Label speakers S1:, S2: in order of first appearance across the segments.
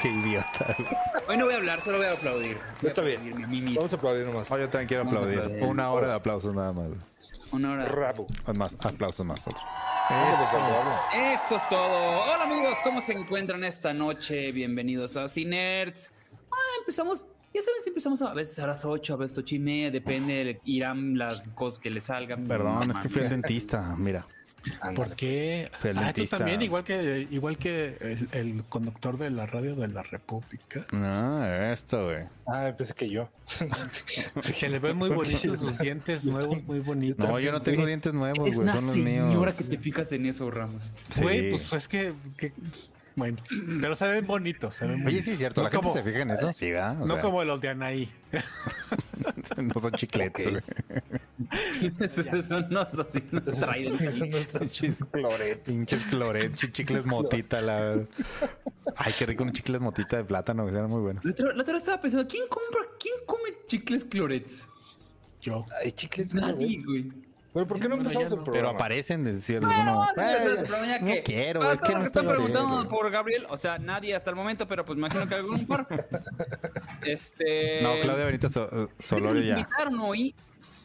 S1: Qué idiota.
S2: Hoy no voy a hablar, solo voy a aplaudir. Voy a
S3: Está bien.
S2: aplaudir, mi mimito.
S3: Vamos a aplaudir nomás.
S1: Oh, yo también quiero
S2: Vamos a
S1: aplaudir.
S2: aplaudir.
S1: Una hora de aplausos nada más.
S2: Una hora.
S3: Rabu.
S1: Más, aplausos más. Otro.
S2: Eso es todo. Hola amigos, ¿cómo se encuentran esta noche? Bienvenidos a Cinerts. Ah, empezamos, ya saben, si empezamos a veces a las 8, a veces 8 y media, depende, le- irán las cosas que le salgan.
S1: Perdón,
S2: No,
S1: es que fui al
S2: mami.
S1: dentista. Mira.
S4: ¿Por qué?
S1: Fue el
S4: Ah, tú
S1: dentista.
S4: también, igual que, igual que el, el conductor de la radio de la República.
S1: No, esto, güey.
S3: Ah, pensé que yo.
S4: Que le ven muy bonitos sus dientes nuevos, muy bonitos.
S1: No, yo no tengo dientes nuevos, güey.
S2: Es
S1: Son
S2: una
S1: los
S2: señora
S1: míos.
S2: que te fijas en eso, Ramos.
S1: Sí.
S4: Güey, pues es que, que- Bueno, pero se ven bonitos. Se ven
S1: Oye,
S4: bonitos.
S1: sí es cierto,
S4: No
S1: la gente
S4: como-
S1: se fija en eso. Sí, ¿verdad? O
S4: No
S1: sea,
S4: como los de Anaí.
S1: no son chicletes,
S2: Ok.
S1: güey.
S2: Son unos así, unos Trident.
S1: Pinches cloret, chi- chicles motita, la Ay, qué rico un chicles motita de plátano, que eran muy buenos.
S2: La otra, la otra vez estaba pensando, ¿quién compra, quién come chicles clorets?
S4: Yo.
S3: Ay, chicles.
S2: Nadie, güey.
S3: Pero ¿por qué no
S4: Bueno,
S3: empezamos
S4: ya
S3: el
S4: no.
S1: Pero
S3: programa?
S1: aparecen, decía
S2: Bueno,
S1: alguno.
S2: vamos a empezar este
S1: "Eh,
S2: programa, ya
S1: no
S2: que-
S1: quiero,
S2: para
S1: es
S2: todos
S1: que no
S2: los
S1: estoy
S2: están preguntando
S1: loco".
S2: por Gabriel, o sea, nadie hasta el momento, pero pues imagino que algún par. Este.
S1: No, Claudia Benita So- Solorio
S2: nos
S1: ya.
S2: invitaron hoy,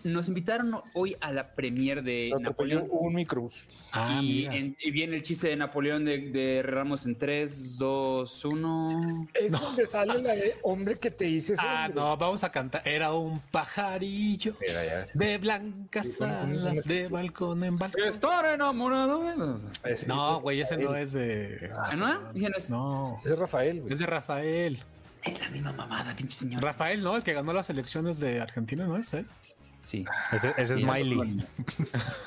S2: nos invitaron hoy a la premier de
S3: Lo atropelló
S2: Napoleón.
S3: un microbús.
S4: Ah,
S2: y,
S4: mira.
S2: en- y viene el chiste de Napoleón de, de Ramos en 3, 2, 1.
S3: Es donde sale la de hombre que te hice
S4: Ah, no, vamos a cantar. Era un pajarillo de blancas
S3: Sí, un- un- un-
S4: alas de balcón en balcón.
S2: Estoy enamorado.
S4: No, güey, ese no es de.
S2: ¿Ah, no? Dije, no es-
S4: No.
S3: Ese es Rafael, güey.
S4: Es de Rafael.
S2: Es la misma mamada, pinche señor.
S4: Rafael, ¿no? El que ganó las elecciones de Argentina, ¿no es él?
S2: Sí.
S1: Ese, ese es Miley.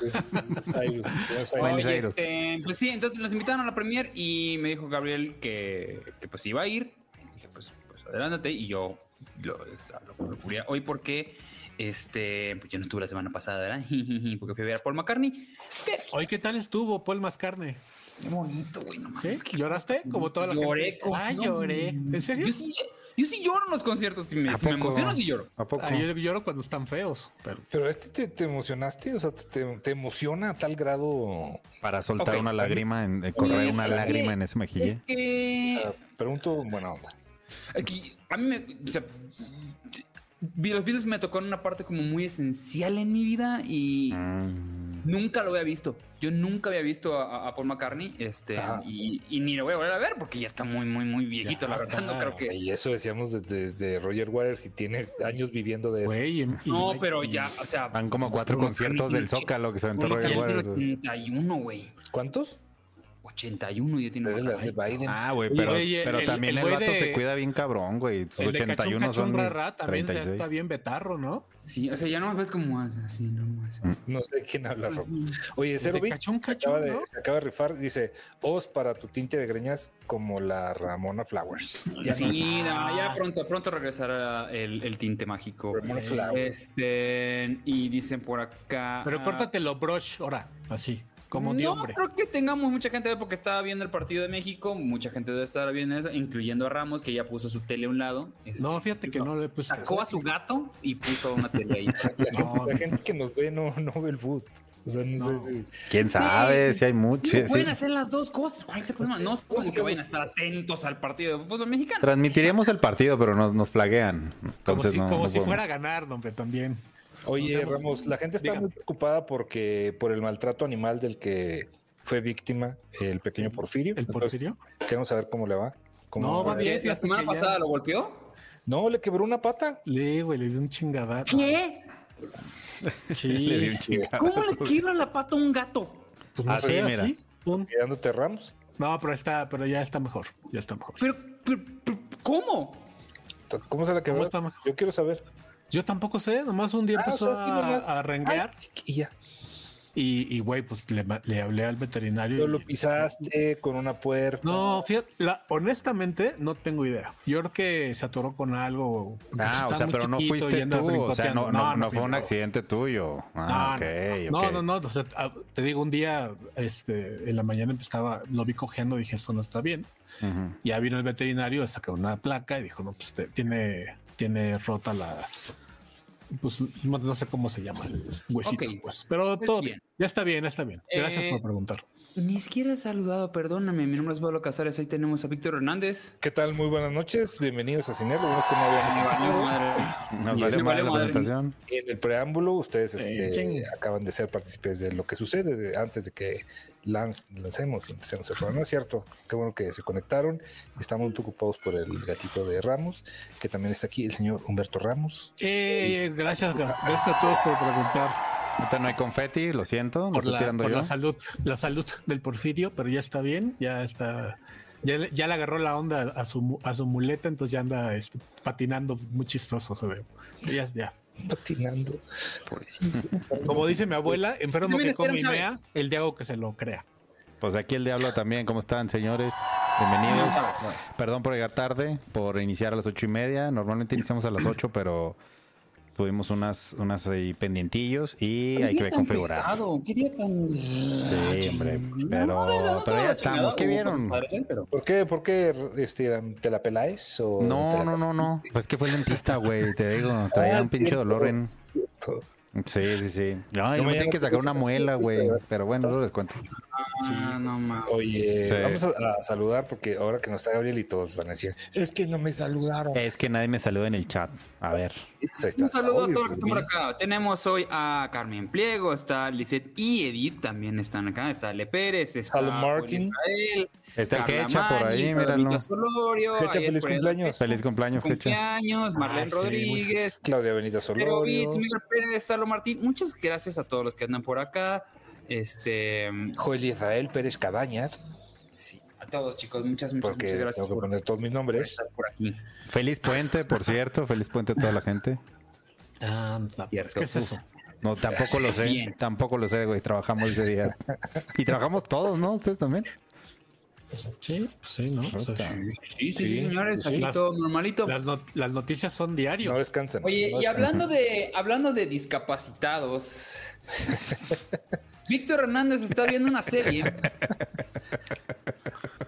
S3: Es- es ahí, güey. Es ahí.
S1: Miley
S2: Oye,
S1: Cyrus.
S2: este, pues sí, entonces nos invitaron a la premier y me dijo Gabriel que, que pues iba a ir. Y dije, pues, pues adelántate. Y yo lo, extra- lo, lo cubrí hoy porque este, pues yo no estuve la semana pasada, ¿verdad? porque fui a ver a Paul McCartney. Pero
S4: Hoy, ¿qué tal estuvo Paul Mascarne?
S2: qué bonito, güey, no
S4: ¿Sí?
S2: mames. Mm. que-
S4: ¿Lloraste? Como toda la
S2: Lloré,
S4: gente.
S2: como-
S4: Ay,
S2: no,
S4: lloré.
S2: no,
S4: ¿En serio?
S2: Yo sí, yo sí lloro en los conciertos. Si me,
S1: ¿A
S2: si me
S1: poco?
S2: emociono, sí lloro.
S1: ¿A poco?
S4: Ay, yo lloro cuando están feos, pero
S3: Pero este te, te emocionaste, o sea, te, te emociona a tal grado.
S1: Para soltar
S2: Ok.
S1: una lágrima, en, eh, correr
S2: Oye,
S1: una
S2: es que-
S1: lágrima en ese mejilla.
S2: Es que...
S3: Ah, Pregunto buena onda.
S2: Aquí, a mí me. o sea, vi- los Beatles me tocó en una parte como muy esencial en mi vida y
S1: Mm.
S2: nunca lo había visto. Yo nunca había visto a, a Paul McCartney este,
S3: Ajá.
S2: y, y ni lo voy a volver a ver porque ya está muy, muy, muy viejito.
S4: Ya
S2: la verdad, no
S4: está,
S2: creo que.
S3: Y eso decíamos de, de- de Roger Waters y tiene años viviendo de eso.
S4: güey. y- y-
S2: No, pero ya, o sea.
S1: Van como cuatro
S2: Paul
S1: conciertos
S2: McCartney
S1: del
S2: tiene
S1: Zócalo que se
S2: chi-
S1: aventó
S2: Paul
S1: Roger
S2: McCartney
S1: Waters. güey.
S2: tiene 81, güey.
S3: ¿Cuántos?
S2: 81 ya tiene.
S3: Es de la de
S2: McCartney.
S3: Biden.
S1: Ah, güey,
S4: Oye,
S1: pero,
S4: oye,
S1: pero
S4: el-
S1: también
S4: el
S1: el,
S4: güey
S1: vato
S4: de-
S1: se cuida bien cabrón, güey. Sus
S4: El de
S1: 81
S4: Cachún,
S1: son
S4: Cachún,
S1: mis
S4: Rarra también ya
S1: 36.
S4: está bien betarro, ¿no?
S2: Sí, o sea, ya no más ves como así, nomás.
S4: Mm.
S3: No sé de quién habla, Rob. Oye,
S4: El
S3: Cero
S4: de
S3: Bit
S4: cachún,
S3: acaba
S4: cachún,
S3: de,
S4: ¿no?
S3: se acaba de rifar. Dice, os para tu tinte de greñas como la Ramona Flowers. Ya
S2: Sí, no, ya
S4: Ah.
S2: pronto, pronto regresará el, el tinte mágico.
S3: Ramona
S4: Sí.
S3: Flowers.
S2: Este, y dicen por acá.
S4: Pero córtatelo, brush, ahora, así, como de
S2: Ah. no
S4: hombre.
S2: creo que tengamos mucha gente porque estaba viendo el partido de México, mucha gente debe estar viendo eso, incluyendo a Ramos que ya puso su tele a un lado. Este,
S4: No, fíjate que no lo he puesto.
S2: sacó a su gato y puso una tele ahí.
S3: La, gente,
S4: No,
S3: la gente que nos ve no, no ve el food. O sea, no,
S4: No.
S3: sé si.
S1: ¿Quién sabe? Si hay mucho.
S2: Digo,
S1: sí.
S2: Pueden hacer las dos cosas. ¿Cuál es el problema? No Pues es como que vayan a estar atentos al partido de fútbol mexicano.
S1: Transmitiríamos el partido, pero nos, nos flaguean.
S4: Como,
S1: Entonces,
S4: si,
S1: no,
S4: como
S1: no
S4: si
S1: podemos.
S4: fuera a ganar, hombre, también.
S3: Oye,
S4: O sea, pues,
S3: Ramos, la gente está
S4: dígame.
S3: muy preocupada porque por el maltrato animal del que fue víctima el pequeño Porfirio.
S2: pues,
S4: ¿El
S3: Entonces,
S4: Porfirio?
S3: queremos saber cómo le va. Cómo eh,
S4: No, va
S2: ¿Qué?
S4: bien.
S2: ¿La semana
S4: que ya-
S2: pasada lo golpeó?
S3: No, le quebró una pata.
S4: Le, güey, le di un chingadazo.
S2: ¿Qué?
S4: Sí.
S1: Le di un chingadazo.
S2: ¿Cómo le quiebra la pata a un gato?
S4: Pues no
S1: Así,
S4: sé,
S1: Ah, mira.
S4: así, pum.
S3: Quedándote Ramos.
S4: No, pero está, pero ya está mejor. Ya está mejor.
S2: Pero, pero, pero, ¿cómo?
S3: ¿Cómo se la quebró?
S4: ¿Cómo está mejor?
S3: Yo quiero saber.
S4: Yo tampoco sé, nomás un día
S3: Ah,
S4: empezó
S3: o sea, es que
S4: a-
S3: nomás-
S4: a, renguear
S3: Y ya.
S4: y, y, güey, pues le, ma- le hablé al veterinario.
S3: Pero lo
S4: y-
S3: pisaste con una puerta.
S4: No, fíjate, la- honestamente no tengo idea. Yo creo que se atoró con algo. porque
S1: Ah, o
S4: está
S1: sea,
S4: muy
S1: pero no
S4: chiquito y
S1: fuiste
S4: anda
S1: tú. O sea,
S4: brincoteando.
S1: no, no, no
S4: fui
S1: fue un
S4: yo.
S1: accidente tuyo. Ah,
S4: no,
S1: ok.
S4: no,
S1: ok.
S4: no, no, no, o sea, ah, te digo, un día este, en la mañana estaba, lo vi cojeando, dije, esto no está bien.
S1: Ujú.
S4: Ya vino el veterinario, sacó una placa y dijo, no, pues te- tiene, tiene rota la, pues no, no sé cómo se llama el huesito,
S2: Ok.
S4: pues, pero
S2: Pues
S4: todo
S2: bien.
S4: bien. ya está bien, ya está bien. Gracias
S2: Eh,
S4: por preguntar.
S2: Ni siquiera he saludado, perdóname. Mi nombre es Pablo Casares. Ahí tenemos a Víctor Hernández.
S3: ¿Qué tal? Muy buenas noches. Bienvenidos a Cinelo. Unos que no
S2: Ah,
S3: habían
S1: Nos
S2: Y
S1: vale
S2: ese
S1: madre
S2: vale
S1: la
S2: madre.
S1: presentación.
S3: En el preámbulo, ustedes
S4: Eh,
S3: este,
S4: chingues.
S3: acaban de ser partícipes de lo que sucede de- antes de que lanz- lancemos y empecemos el programa. Es cierto, qué bueno que se conectaron. Estamos un poco ocupados por el gatito de Ramos, que también está aquí, el señor Humberto Ramos.
S4: Eh, gracias, gracias a todos por preguntar.
S1: Ahorita no hay confeti, lo siento. Me
S4: por,
S1: estoy
S4: la,
S1: tirando
S4: por
S1: yo.
S4: la salud, la salud del Porfirio, pero ya está bien, ya está, ya, le- ya le agarró la onda a su, mu- a su muleta, entonces ya anda este, patinando muy chistoso, se ve. Ya, ya.
S3: Patinando.
S4: Como dice mi abuela, enfermo
S2: También
S4: que
S2: es
S4: come y
S2: Aaron
S4: mea,
S2: Chávez.
S4: el Diego que se lo crea.
S1: Pues aquí el diablo también. ¿Cómo están, señores? Bienvenidos. Perdón por llegar tarde, por iniciar a las ocho y media. Normalmente iniciamos a las ocho, pero tuvimos unas, unas ahí pendientillos y hay que configurar.
S2: ¿Qué día tan...
S1: Sí, hombre, pero- pero ya estamos. ¿Qué vieron?
S3: ¿Por qué, por qué este, te la peláis? O te
S1: No,
S3: la-
S1: no, no, no. Pues que fue el dentista, güey. Te digo, traía un pinche dolor en. Sí, sí, sí. No, y me
S3: No, ya
S1: tienen
S3: no
S1: que
S3: te
S1: sacar
S3: puse
S1: una muela,
S3: dentista,
S1: güey.
S3: ¿verdad?
S1: Pero bueno, no les cuento.
S2: Ah, no mames.
S1: Oh,
S3: Oye,
S1: Sí.
S3: vamos a, a saludar porque ahora que no está Gabriel y todos van a decir, es que no me saludaron.
S1: Es que nadie me saluda en el chat. A ver.
S3: Ahí está,
S2: Un saludo a
S3: obvio,
S2: todos los que están por
S3: mira.
S2: acá. Tenemos hoy a Carmen Pliego, está Lisette y Edith también están acá. Está Ale Pérez,
S1: Ah,
S2: está
S3: Salud, Martin.
S2: Israel,
S1: Está el
S2: Carla
S1: Hecha por
S2: Mani,
S1: ahí,
S2: Carlita
S1: míralo.
S2: Solorio,
S3: Jecha,
S2: ahí es
S3: feliz
S2: por ahí
S3: cumpleaños.
S1: Feliz cumpleaños, Hecha.
S2: cumpleaños, Marlene
S3: Ay, sí, muy
S2: Rodríguez,
S3: Claudia Benita
S2: Pero
S3: Solorio.
S2: Beats, Miguel Pérez, Salo Martín, muchas gracias a todos los que andan por acá. Este,
S3: Joel Israel Pérez Cabañas,
S2: sí, a todos chicos, muchas, muchas,
S3: porque
S2: muchas gracias
S3: tengo que
S2: por,
S3: poner todos mis
S2: por
S3: nombres.
S2: estar por aquí.
S1: Feliz puente, por cierto. Feliz puente a toda la gente.
S2: Cierto.
S4: ¿Qué Ah, es eso?
S1: No, tampoco lo sé.
S2: Bien.
S1: Tampoco lo sé, güey. Trabajamos ese día. Y trabajamos todos, ¿no? Ustedes también.
S4: Sí, pues sí, ¿no? O sea,
S1: Puta.
S2: Sí, sí, sí,
S3: Sí,
S2: señores,
S4: sí.
S2: aquí
S4: Las-
S2: todo normalito.
S4: las, not- las noticias son diario.
S3: No descansan.
S2: Oye,
S3: no
S2: y
S3: descansan.
S2: hablando de, hablando de discapacitados, Víctor Hernández está viendo una serie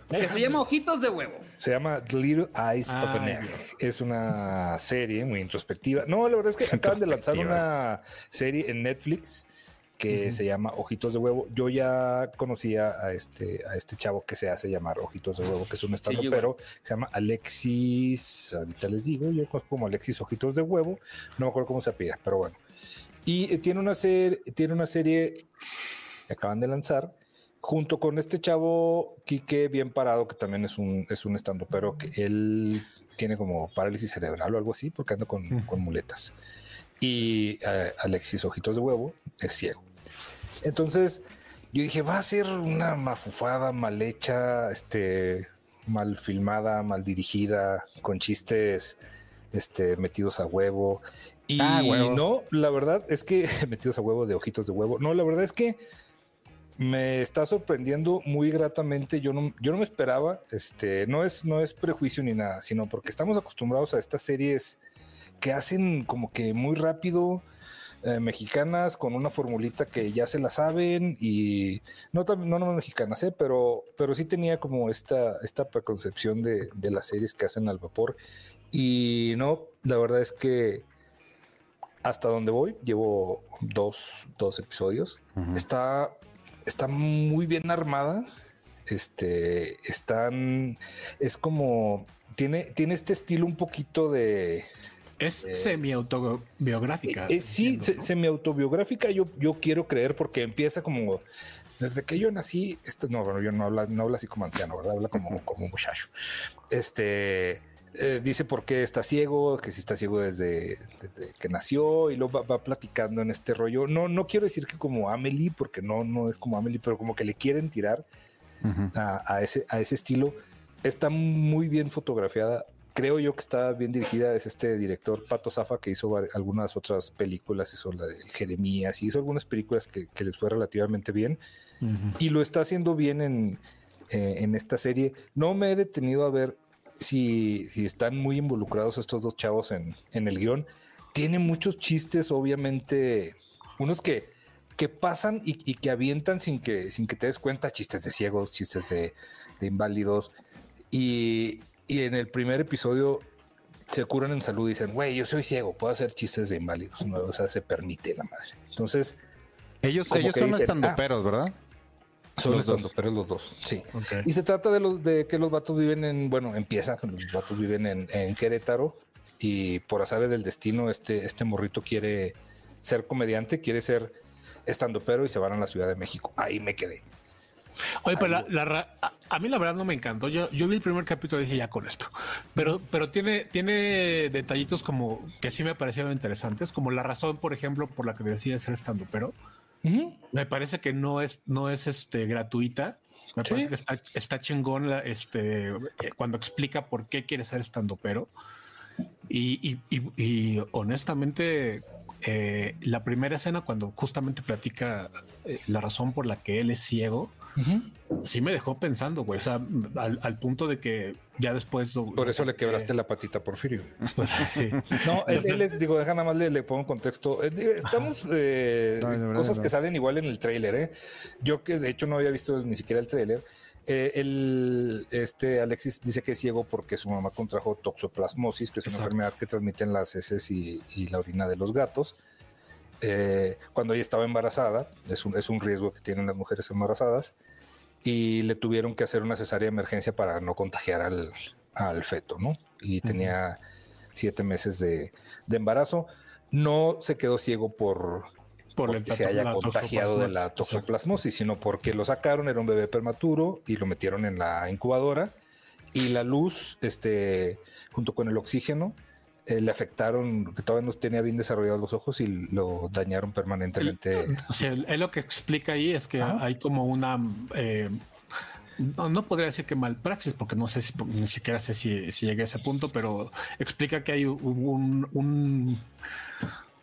S2: que se llama Ojitos de Huevo.
S3: Se llama The Little Eyes of an
S4: Ay,
S3: Egg. Es una serie muy introspectiva. No, la verdad es que acaban de lanzar una serie en Netflix que se llama Ojitos de Huevo. Yo ya conocía a este, a este chavo que se hace llamar Ojitos de Huevo, que es un estando,
S2: yo
S3: pero se llama Alexis, ahorita les digo, yo conozco como Alexis Ojitos de Huevo, no me acuerdo cómo se apellida, pero bueno. Y eh, tiene una, ser, tiene una serie que acaban de lanzar junto con este chavo Quique bien parado, que también es un, es un estando, pero que él tiene como parálisis cerebral o algo así, porque anda con,
S4: Mm.
S3: con muletas. Y eh, Alexis Ojitos de Huevo es ciego. Entonces, yo dije, va a ser una mafufada, mal hecha, este, mal filmada, mal dirigida, con chistes este, metidos a huevo. Y
S1: Ah, huevo.
S3: no, la verdad es que metidos a huevo de ojitos de huevo. No, la verdad es que me está sorprendiendo muy gratamente. Yo no, yo no me esperaba. Este, no es, no es prejuicio ni nada, sino porque estamos acostumbrados a estas series que hacen como que muy rápido eh, mexicanas con una formulita que ya se la saben y no tam- no, no mexicanas, eh, pero, pero sí tenía como esta, esta preconcepción de, de las series que hacen al vapor y no, la verdad es que hasta donde voy, llevo dos, dos episodios,
S1: Ujú.
S3: está, está muy bien armada. Este, están, es como, tiene, tiene este estilo un poquito de,
S4: Es
S3: Eh,
S4: semi-autobiográfica.
S3: eh, eh, sí,
S4: entiendo,
S3: se-
S4: ¿no?
S3: semi-autobiográfica, yo, yo quiero creer, porque empieza como. Desde que yo nací, esto no, bueno, yo no habla, no habla así como anciano, ¿verdad? Habla como, como muchacho. Este eh, dice por qué está ciego, que si está ciego desde, desde que nació, y luego va, va platicando en este rollo. No, no quiero decir que como Amelie, porque no, no es como Amelie, pero como que le quieren tirar
S1: Ujú.
S3: a, a ese, a ese estilo. Está muy bien fotografiada. Creo yo que está bien dirigida. Es este director Pato Zafa que hizo vari- algunas otras películas, hizo la de Jeremías y hizo algunas películas que, que les fue relativamente bien.
S4: Ujú.
S3: Y lo está haciendo bien en, eh, en esta serie. No me he detenido a ver si, si están muy involucrados estos dos chavos en, en el guión. Tiene muchos chistes, obviamente, unos que, que pasan y, y que avientan sin que, sin que te des cuenta, chistes de ciegos, chistes de, de inválidos. Y, y en el primer episodio se curan en salud y dicen, güey, yo soy ciego, puedo hacer chistes de inválidos. ¿no? O sea, se permite la madre. Entonces,
S1: Ellos,
S3: como
S1: ellos
S3: que
S1: son
S3: dicen, ah.
S1: estandoperos, ¿verdad?
S3: Son
S1: Los dos.
S3: los pero los dos, sí.
S4: Ok.
S3: Y se trata de los de que los vatos viven en, bueno, empieza, los vatos viven en, en Querétaro y por azares del destino este, este morrito quiere ser comediante, quiere ser estando pero y se van a la Ciudad de México. Ahí me quedé.
S4: Oye, pero la, la ra- a, a mí la verdad no me encantó. Yo, yo vi el primer capítulo y dije ya con esto. Pero, pero tiene, tiene detallitos como que sí me parecieron interesantes, como la razón, por ejemplo, por la que decía ser estando, pero me parece que no es, no es este gratuita. Me
S3: Sí.
S4: parece que está, está chingón la, este, eh, cuando explica por qué quiere ser estando, pero y, y- y- y honestamente, eh, la primera escena cuando justamente platica eh, la razón por la que él es ciego sí me dejó pensando, güey. O sea, al, al punto de que ya después.
S3: Por eso le quebraste la patita a Porfirio.
S4: sí.
S3: No, él, él es, digo, deja nada más le, le pongo en contexto. Eh, digo, Estamos eh,
S1: No, de verdad,
S3: cosas que
S1: no.
S3: salen igual en el tráiler, ¿eh? Yo que de hecho no había visto ni siquiera el tráiler. Eh, el este Alexis dice que es ciego porque su mamá contrajo toxoplasmosis, que es una
S4: Exacto.
S3: enfermedad que transmiten las heces y, y la orina de los gatos. Eh, cuando ella estaba embarazada, es un, es un riesgo que tienen las mujeres embarazadas, y le tuvieron que hacer una cesárea de emergencia para no contagiar al, al feto, ¿no? Y tenía siete meses de, de embarazo. No se quedó ciego por
S4: Por
S3: porque se haya contagiado de la toxoplasmosis, sino porque lo sacaron, era un bebé prematuro y lo metieron en la incubadora y la luz, este, junto con el oxígeno, eh, le afectaron, que todavía no tenía bien desarrollados los ojos y lo dañaron permanentemente.
S4: O sea, él lo que explica ahí es que
S3: Ajá.
S4: hay como una. eh, no, no podría decir que malpraxis, porque no sé si ni siquiera sé si, si llegué a ese punto, pero explica que hay un. un- un-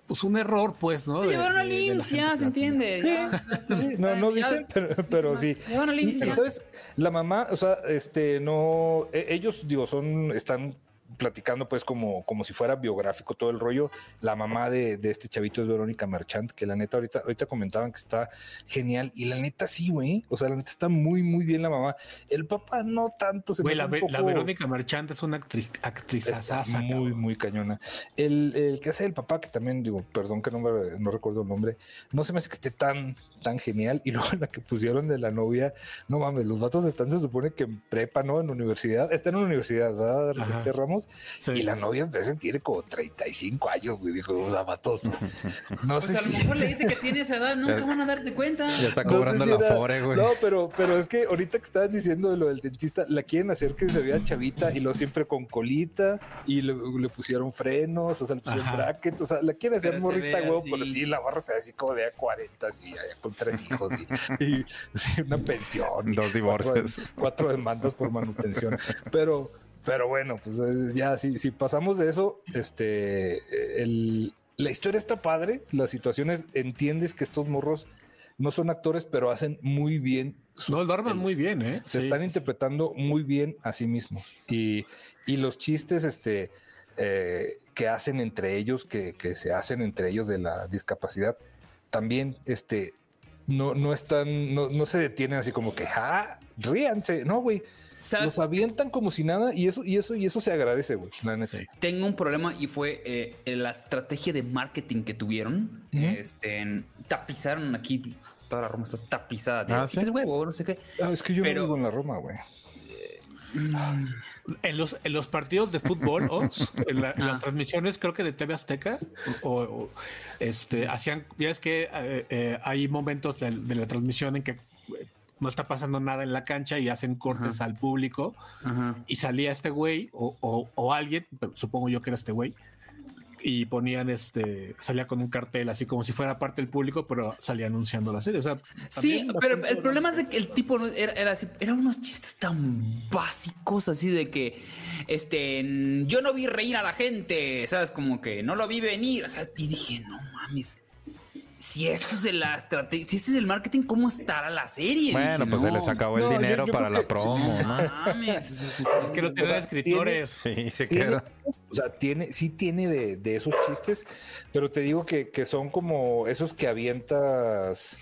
S4: pues un error, pues, ¿no?
S5: Lo
S4: De-
S5: llevaron al
S4: de- de la
S5: IMSS,
S4: gente
S5: ya
S4: que
S5: se
S4: la-
S5: entiende. ya.
S3: No, no
S5: Ya-
S3: dicen, pero, pero sí.
S5: Llevaron al IMSS. y
S3: Pero,
S5: ya.
S3: ¿sabes? La mamá, o sea, este, no, e- ellos, digo, son, están platicando pues como, como si fuera biográfico todo el rollo. La mamá de, de este chavito es Verónica Merchant, que la neta ahorita, ahorita comentaban que está genial. Y la neta sí, güey. O sea, la neta está muy, muy bien la mamá. El papá no tanto. Se me
S4: Güey, la,
S3: hace un
S4: Ve- la
S3: poco-
S4: Verónica Merchante es una actriz, actriz
S3: Está muy, muy cañona. El, el que hace el papá, que también digo, perdón que no, me- no recuerdo el nombre, no se me hace que esté tan, tan genial. Y luego la que pusieron de la novia, no mames, los vatos están, se supone que en prepa, ¿no? En universidad, están en una universidad, ¿verdad?
S4: Ajá.
S3: Este Ramos. Y la novia parece que tiene como 35 años, güey. Dijo, o sea, vatos. pues, No
S5: Pues
S3: sé
S5: a lo
S3: si.
S5: mejor le dice que tiene esa edad, nunca van a darse cuenta.
S1: Ya está
S3: No sé
S1: cobrando
S3: si
S1: la
S3: era-
S1: fore, güey.
S3: No, pero, pero es que ahorita que estabas diciendo de lo del dentista, la quieren hacer que se vea chavita y lo siempre con colita y le, le pusieron frenos, o sea, le pusieron
S4: Ajá.
S3: brackets, o sea, la quieren hacer
S5: Pero se
S3: morrita,
S5: ve
S3: huevo,
S5: así.
S3: pero sí, la barra se ve así como de a 40, así, allá con tres hijos y, y- sí, una pensión. y
S1: Dos divorcios.
S3: Cuatro, cuatro demandas por manutención. Pero, pero bueno, pues eh, ya, si, si pasamos de eso, este, eh, el- la historia está padre, las situaciones, entiendes que estos morros no son actores, pero hacen muy bien sus
S4: No, lo arman
S3: papeles.
S4: muy bien, ¿eh?
S3: Se
S4: Sí,
S3: están
S4: sí, sí.
S3: interpretando muy bien a sí mismos. Y, y los chistes este, eh, que hacen entre ellos, que, que se hacen entre ellos de la discapacidad, también este, no, no están, no, no se detienen así como que, ja, ríanse. No, güey,
S2: ¿Sabes?
S3: los avientan como si nada y eso, y eso, y eso se agradece, güey. La neta.
S4: Sí.
S2: Tengo un problema y fue eh, la estrategia de marketing que tuvieron.
S3: Ujú.
S2: este, en- tapizaron aquí, toda la Roma está tapizada. de
S1: Ah, ¿sí?
S2: "Quita el huevo, no sé qué.
S3: Ah, es que yo
S2: Pero-
S3: no vivo en la Roma, güey.
S4: En los, en los partidos de fútbol, Ox, en, la- en
S2: Ah.
S4: las transmisiones, creo que de TV Azteca, o, o- este, hacían, ya es que eh, eh, hay momentos de, de la transmisión en que eh, no está pasando nada en la cancha y hacen cortes al público
S2: Ajá.
S4: y salía este güey o, o- o alguien, pero supongo yo que era este güey, y ponían este, salía con un cartel así como si fuera parte del público, pero salía anunciando la serie. O sea,
S2: Sí,
S4: también
S2: pero
S4: bastante-
S2: el problema es de que el tipo no- era, era así, eran unos chistes tan básicos así de que, este, en- yo no vi reír a la gente, ¿sabes? Como que no lo vi venir, o sea, y dije, no mames, si esto es el, si este es el marketing, ¿cómo estará la serie?
S1: Bueno,
S2: Dije,
S1: pues se
S2: "No,
S1: les acabó el
S3: No, yo-
S1: dinero
S3: yo
S1: para
S3: creo
S1: la
S3: que sí.
S1: promo,
S2: no
S1: ¿no?
S2: mames, eso- eso-
S4: Es
S2: eso-
S4: que no
S3: O
S4: tienen
S3: sea,
S4: escritores.
S1: Sí, se
S3: tiene,
S1: queda.
S3: o sea, tiene, sí tiene de, de esos chistes, pero te digo que, que son como esos que avientas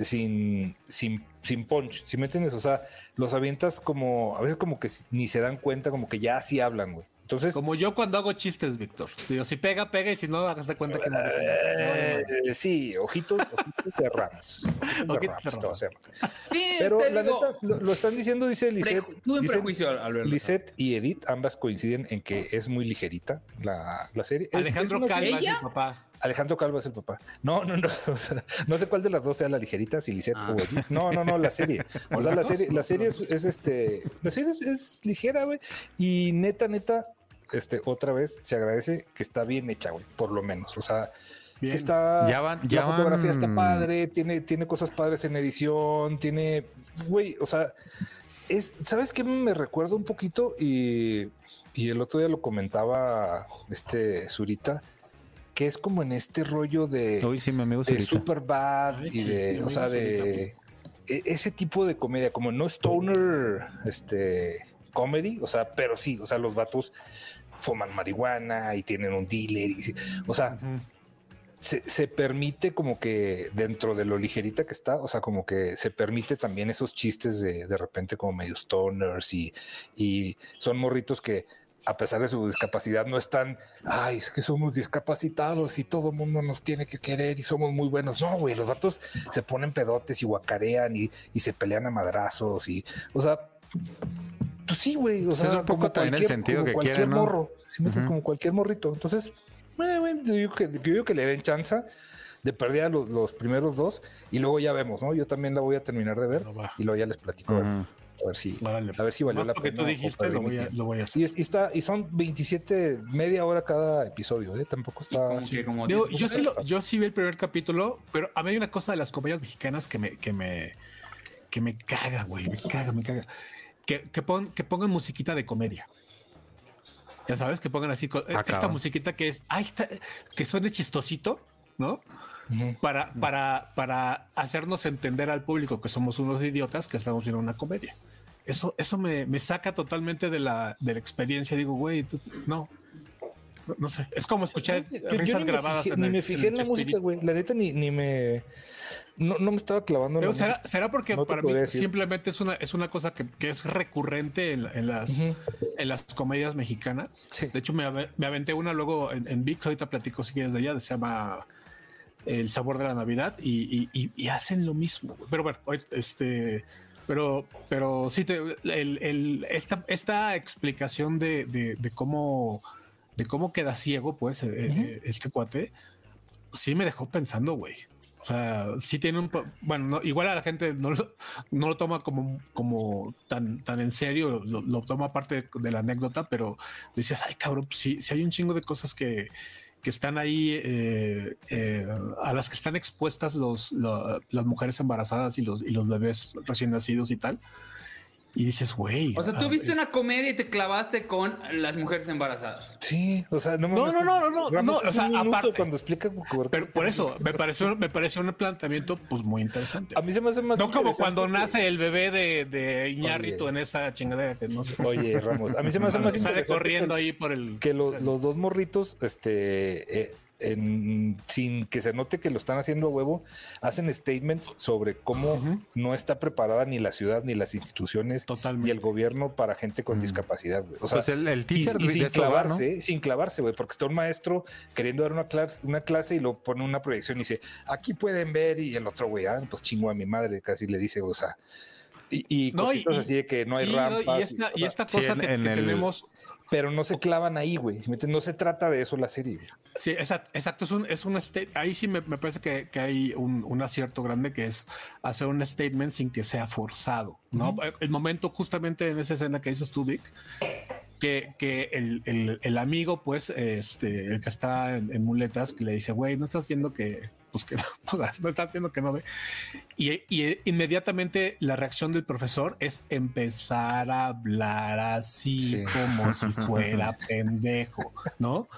S3: sin, sin, sin punch, ¿sí me entiendes? O sea, los avientas como, a veces como que ni se dan cuenta, como que ya así hablan, güey. Entonces,
S4: Como yo cuando hago chistes, Víctor. Digo, si pega, pega y si no, hagas de cuenta que no.
S3: eh, sí, ojitos, ojitos de Ramos. Ojitos de
S4: Ojitos de
S3: Ramos, te vas a llamar.
S2: Sí,
S3: Pero
S2: este,
S3: la
S2: digo,
S3: neta, lo, lo están diciendo, dice Lisette.
S2: preju- tuve un
S3: dicen-
S2: prejuicio al, al verlo.
S3: Lisette y Edith ambas coinciden en que es muy ligerita la, la serie. Es-
S4: Alejandro
S3: es una
S4: Calva,
S3: serie-
S4: es mi papá.
S3: Alejandro Calvo es el papá. No, no, no. o sea, no sé cuál de las dos sea la ligerita, si Lisette
S2: Ah.
S3: o Edith. No, no, no, la serie. O sea, la serie, la serie es, es, este. La serie es, es ligera, güey. Y neta, neta, este, otra vez se agradece que está bien hecha, güey, por lo menos. O sea,
S4: Bien.
S3: que está.
S1: Ya van- ya
S3: la fotografía está
S1: van-
S3: padre, tiene, tiene cosas padres en edición, tiene. Güey, o sea, es, ¿sabes qué me recuerda un poquito? Y, y el otro día lo comentaba este Zurita, que es como en este rollo de,
S1: Uy, sí, mi amigo
S3: de
S1: Zurita.
S3: Superbad
S4: Ay,
S3: y
S4: sí,
S3: de,
S4: yo
S3: o sea,
S4: vi
S3: de e- ese tipo de comedia, como no stoner, este comedy, o sea, pero sí, o sea, los vatos fuman marihuana y tienen un dealer, y- o sea, se, se permite como que dentro de lo ligerita que está, o sea, como que se permite también esos chistes de, de repente como medio stoners y, y son morritos que a pesar de su discapacidad no están, ay, es que somos discapacitados y todo el mundo nos tiene que querer y somos muy buenos. No, güey, los vatos se ponen pedotes y guacarean y, y se pelean a madrazos y, o sea, pues sí, güey, o
S1: Pues
S3: sea,
S1: es un poco
S3: como
S1: también el
S3: cualquier-
S1: sentido
S3: como
S1: que
S3: cualquier
S1: quieren, ¿no?
S3: morro, si metes
S1: Ujú.
S3: como cualquier morrito. Entonces, eh, güey, yo, digo que, yo digo que le den chance de perder a los, los primeros dos y luego ya vemos, ¿no? Yo también la voy a terminar de ver
S4: Pero va.
S3: y luego ya les platico a ver,
S1: Ujú.
S3: a ver si
S4: Órale.
S3: a ver si valió
S4: Más
S3: la
S4: porque
S3: pena.
S4: tú
S3: o
S4: dijiste,
S3: perdí
S4: lo
S3: mi
S4: voy, a,
S3: tiempo.
S4: lo voy a hacer.
S3: y, es- y está y son 27 media hora cada episodio, ¿eh? Tampoco
S2: Y
S3: está
S2: como que como
S4: Digo,
S2: dices,
S4: yo, ah, sí
S2: pues,
S4: lo- yo sí vi el primer capítulo, pero a mí hay una cosa de las comedias mexicanas que me, que me, que me caga, güey. Me caga, me caga. Que, que, pon- que pongan musiquita de comedia. Ya sabes, que pongan así
S3: Ah,
S4: co- esta
S1: cabrón.
S4: musiquita que es, ay, está- que suene chistosito, ¿no?
S3: Ujú.
S4: Para, para, para hacernos entender al público que somos unos idiotas que estamos viendo una comedia. Eso, eso me, me saca totalmente de la, de la experiencia. Digo, güey, tú- no. No- No sé, es como escuchar
S3: Yo- yo
S4: risas
S3: ni me
S4: grabadas
S3: fijé-
S4: en
S3: ni
S4: el-
S3: me fijé en
S4: el
S3: la música,
S4: Chespirito.
S3: güey. La neta ni, ni me no, no me estaba clavando en
S4: Pero
S3: la
S4: será, será porque
S3: No te
S4: para mí
S3: podría decir.
S4: simplemente es una, es una cosa que, que es recurrente en, la- en las,
S3: música. Ujú.
S4: en las comedias mexicanas.
S3: Sí.
S4: De hecho, me, ave- me aventé una luego en, en VIX, ahorita platico si quieres de ella, se llama El sabor de la Navidad y, y- y- y hacen lo mismo. güey. Pero bueno, ahorita, este, pero, pero sí, te- el- el- esta, esta explicación de, de- de cómo, de cómo queda ciego, pues, eh, eh, este cuate, sí me dejó pensando, güey. O sea, sí tiene un... po- Bueno, no- igual a la gente no lo, no lo toma como, como tan, tan en serio, lo, lo toma parte de, de la anécdota, pero dices, ay cabrón, pues sí, sí hay un chingo de cosas que, que están ahí, eh, eh, a las que están expuestas los, la- las mujeres embarazadas y los, y los bebés recién nacidos y tal. Y dices, güey.
S2: o sea,
S4: ah,
S2: tú viste
S1: pues.
S4: es-
S2: una comedia y te clavaste con las mujeres embarazadas.
S3: Sí, o sea, no me
S4: No, no, no, no, no, no, o sea, aparte.
S3: cuando explica Cucuberto.
S4: Pero por eso, me pareció, me pareció un planteamiento pues muy interesante.
S3: A mí se me hace más
S4: No como
S3: interesante
S4: cuando
S3: que-
S4: nace el bebé de, de Iñárritu en esa chingadera que no sé.
S3: Oye, Ramos, a mí se me hace más
S4: que sale
S3: interesante
S4: corriendo
S3: que-
S4: ahí por el.
S3: que los, los dos morritos, este, eh, en- sin que se note que lo están haciendo a huevo, hacen statements sobre cómo
S4: Ujú.
S3: no está preparada ni la ciudad, ni las instituciones,
S4: Totalmente.
S3: ni el gobierno para gente con
S1: Mm.
S3: discapacidad, güey. O sea,
S1: Pues el, el
S3: y,
S1: teaser
S3: y
S1: de
S3: sin
S1: esto va, ¿no?
S3: clavarse, eh, sin clavarse, güey, porque está un maestro queriendo dar una clase, una clase y lo pone una proyección y dice, aquí pueden ver, y el otro, güey, ah, pues chingo a mi madre, casi le dice, o sea, y, y
S4: No, y-
S3: cositas
S4: y-
S3: así de que no hay
S4: Sí,
S3: rampas.
S4: Y
S3: y-
S4: esta,
S3: o
S4: y
S3: sea,
S4: esta
S1: sí,
S4: cosa
S1: en-
S4: que,
S1: en
S4: que
S1: el-
S4: tenemos.
S3: pero no se clavan ahí, güey. ¿sí me entiendes? No se trata de eso la serie. güey.
S4: Sí, exacto, exacto, es un, es un sta- ahí sí me, me parece que, que hay un, un acierto grande que es hacer un statement sin que sea forzado, ¿no? El momento justamente en esa escena que dices tú, Dick, que, que el, el- el amigo, pues, este, el que está en, en muletas, que le dice, güey, no estás viendo que, pues, que no, no estás viendo que no ve. Y, y inmediatamente la reacción del profesor es empezar a hablar así
S3: Sí.
S4: como si fuera pendejo, ¿no?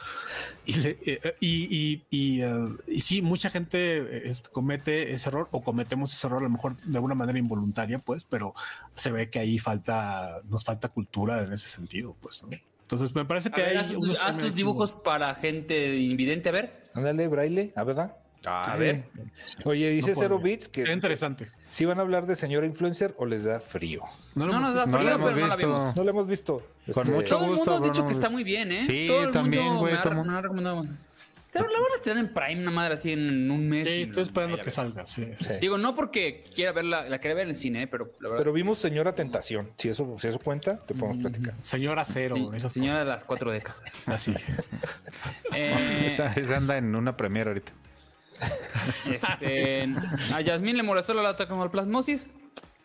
S4: Y, le- eh, y, y, y, eh, y sí, mucha gente eh, es- comete ese error o cometemos ese error a lo mejor de una manera involuntaria, pues, pero se ve que ahí falta, nos falta cultura en ese sentido, pues, ¿no? Entonces me parece
S2: A
S4: que
S2: ver,
S4: hay
S2: haz, tus-
S4: unos
S2: haz
S4: cambios
S2: tus dibujos
S4: chingos.
S2: para gente invidente, a ver.
S3: Ándale, braille, ¿a verdad?
S2: A ver.
S3: Oye, dice
S4: No
S3: Zero
S4: podría.
S3: Bits que
S4: Era interesante.
S3: si van a hablar de señora influencer o les da frío.
S4: No,
S2: No nos da
S1: No
S2: frío,
S1: la
S2: pero
S1: hemos
S2: no la
S1: visto.
S2: vimos.
S3: No lo hemos visto. este,
S1: Con mucho-
S2: Todo el mundo
S1: gusto,
S2: ha dicho
S1: Bruno.
S2: que está muy bien, ¿eh?
S1: Sí,
S2: todo el
S1: también,
S2: mundo
S1: güey,
S2: me ha-
S1: todo el mundo.
S2: me ha recomendado. Pero la van a estrenar en Prime, una madre así en un mes.
S4: Sí,
S2: y
S4: estoy esperando
S2: ya
S4: que
S2: ves.
S4: salga. Sí, sí.
S3: Sí.
S2: Digo, no porque quiera verla, la quería ver en el cine, ¿eh? pero la verdad.
S3: Pero vimos Señora Tentación. Si eso, si eso cuenta, te podemos platicar.
S4: Señora Cero.
S2: Sí,
S4: esas
S2: señora de las cuatro décadas.
S4: cosas. Así.
S2: Eh,
S1: Esa, esa anda en una premiere ahorita.
S2: este, a Yasmín le molestó la lata con la plasmosis.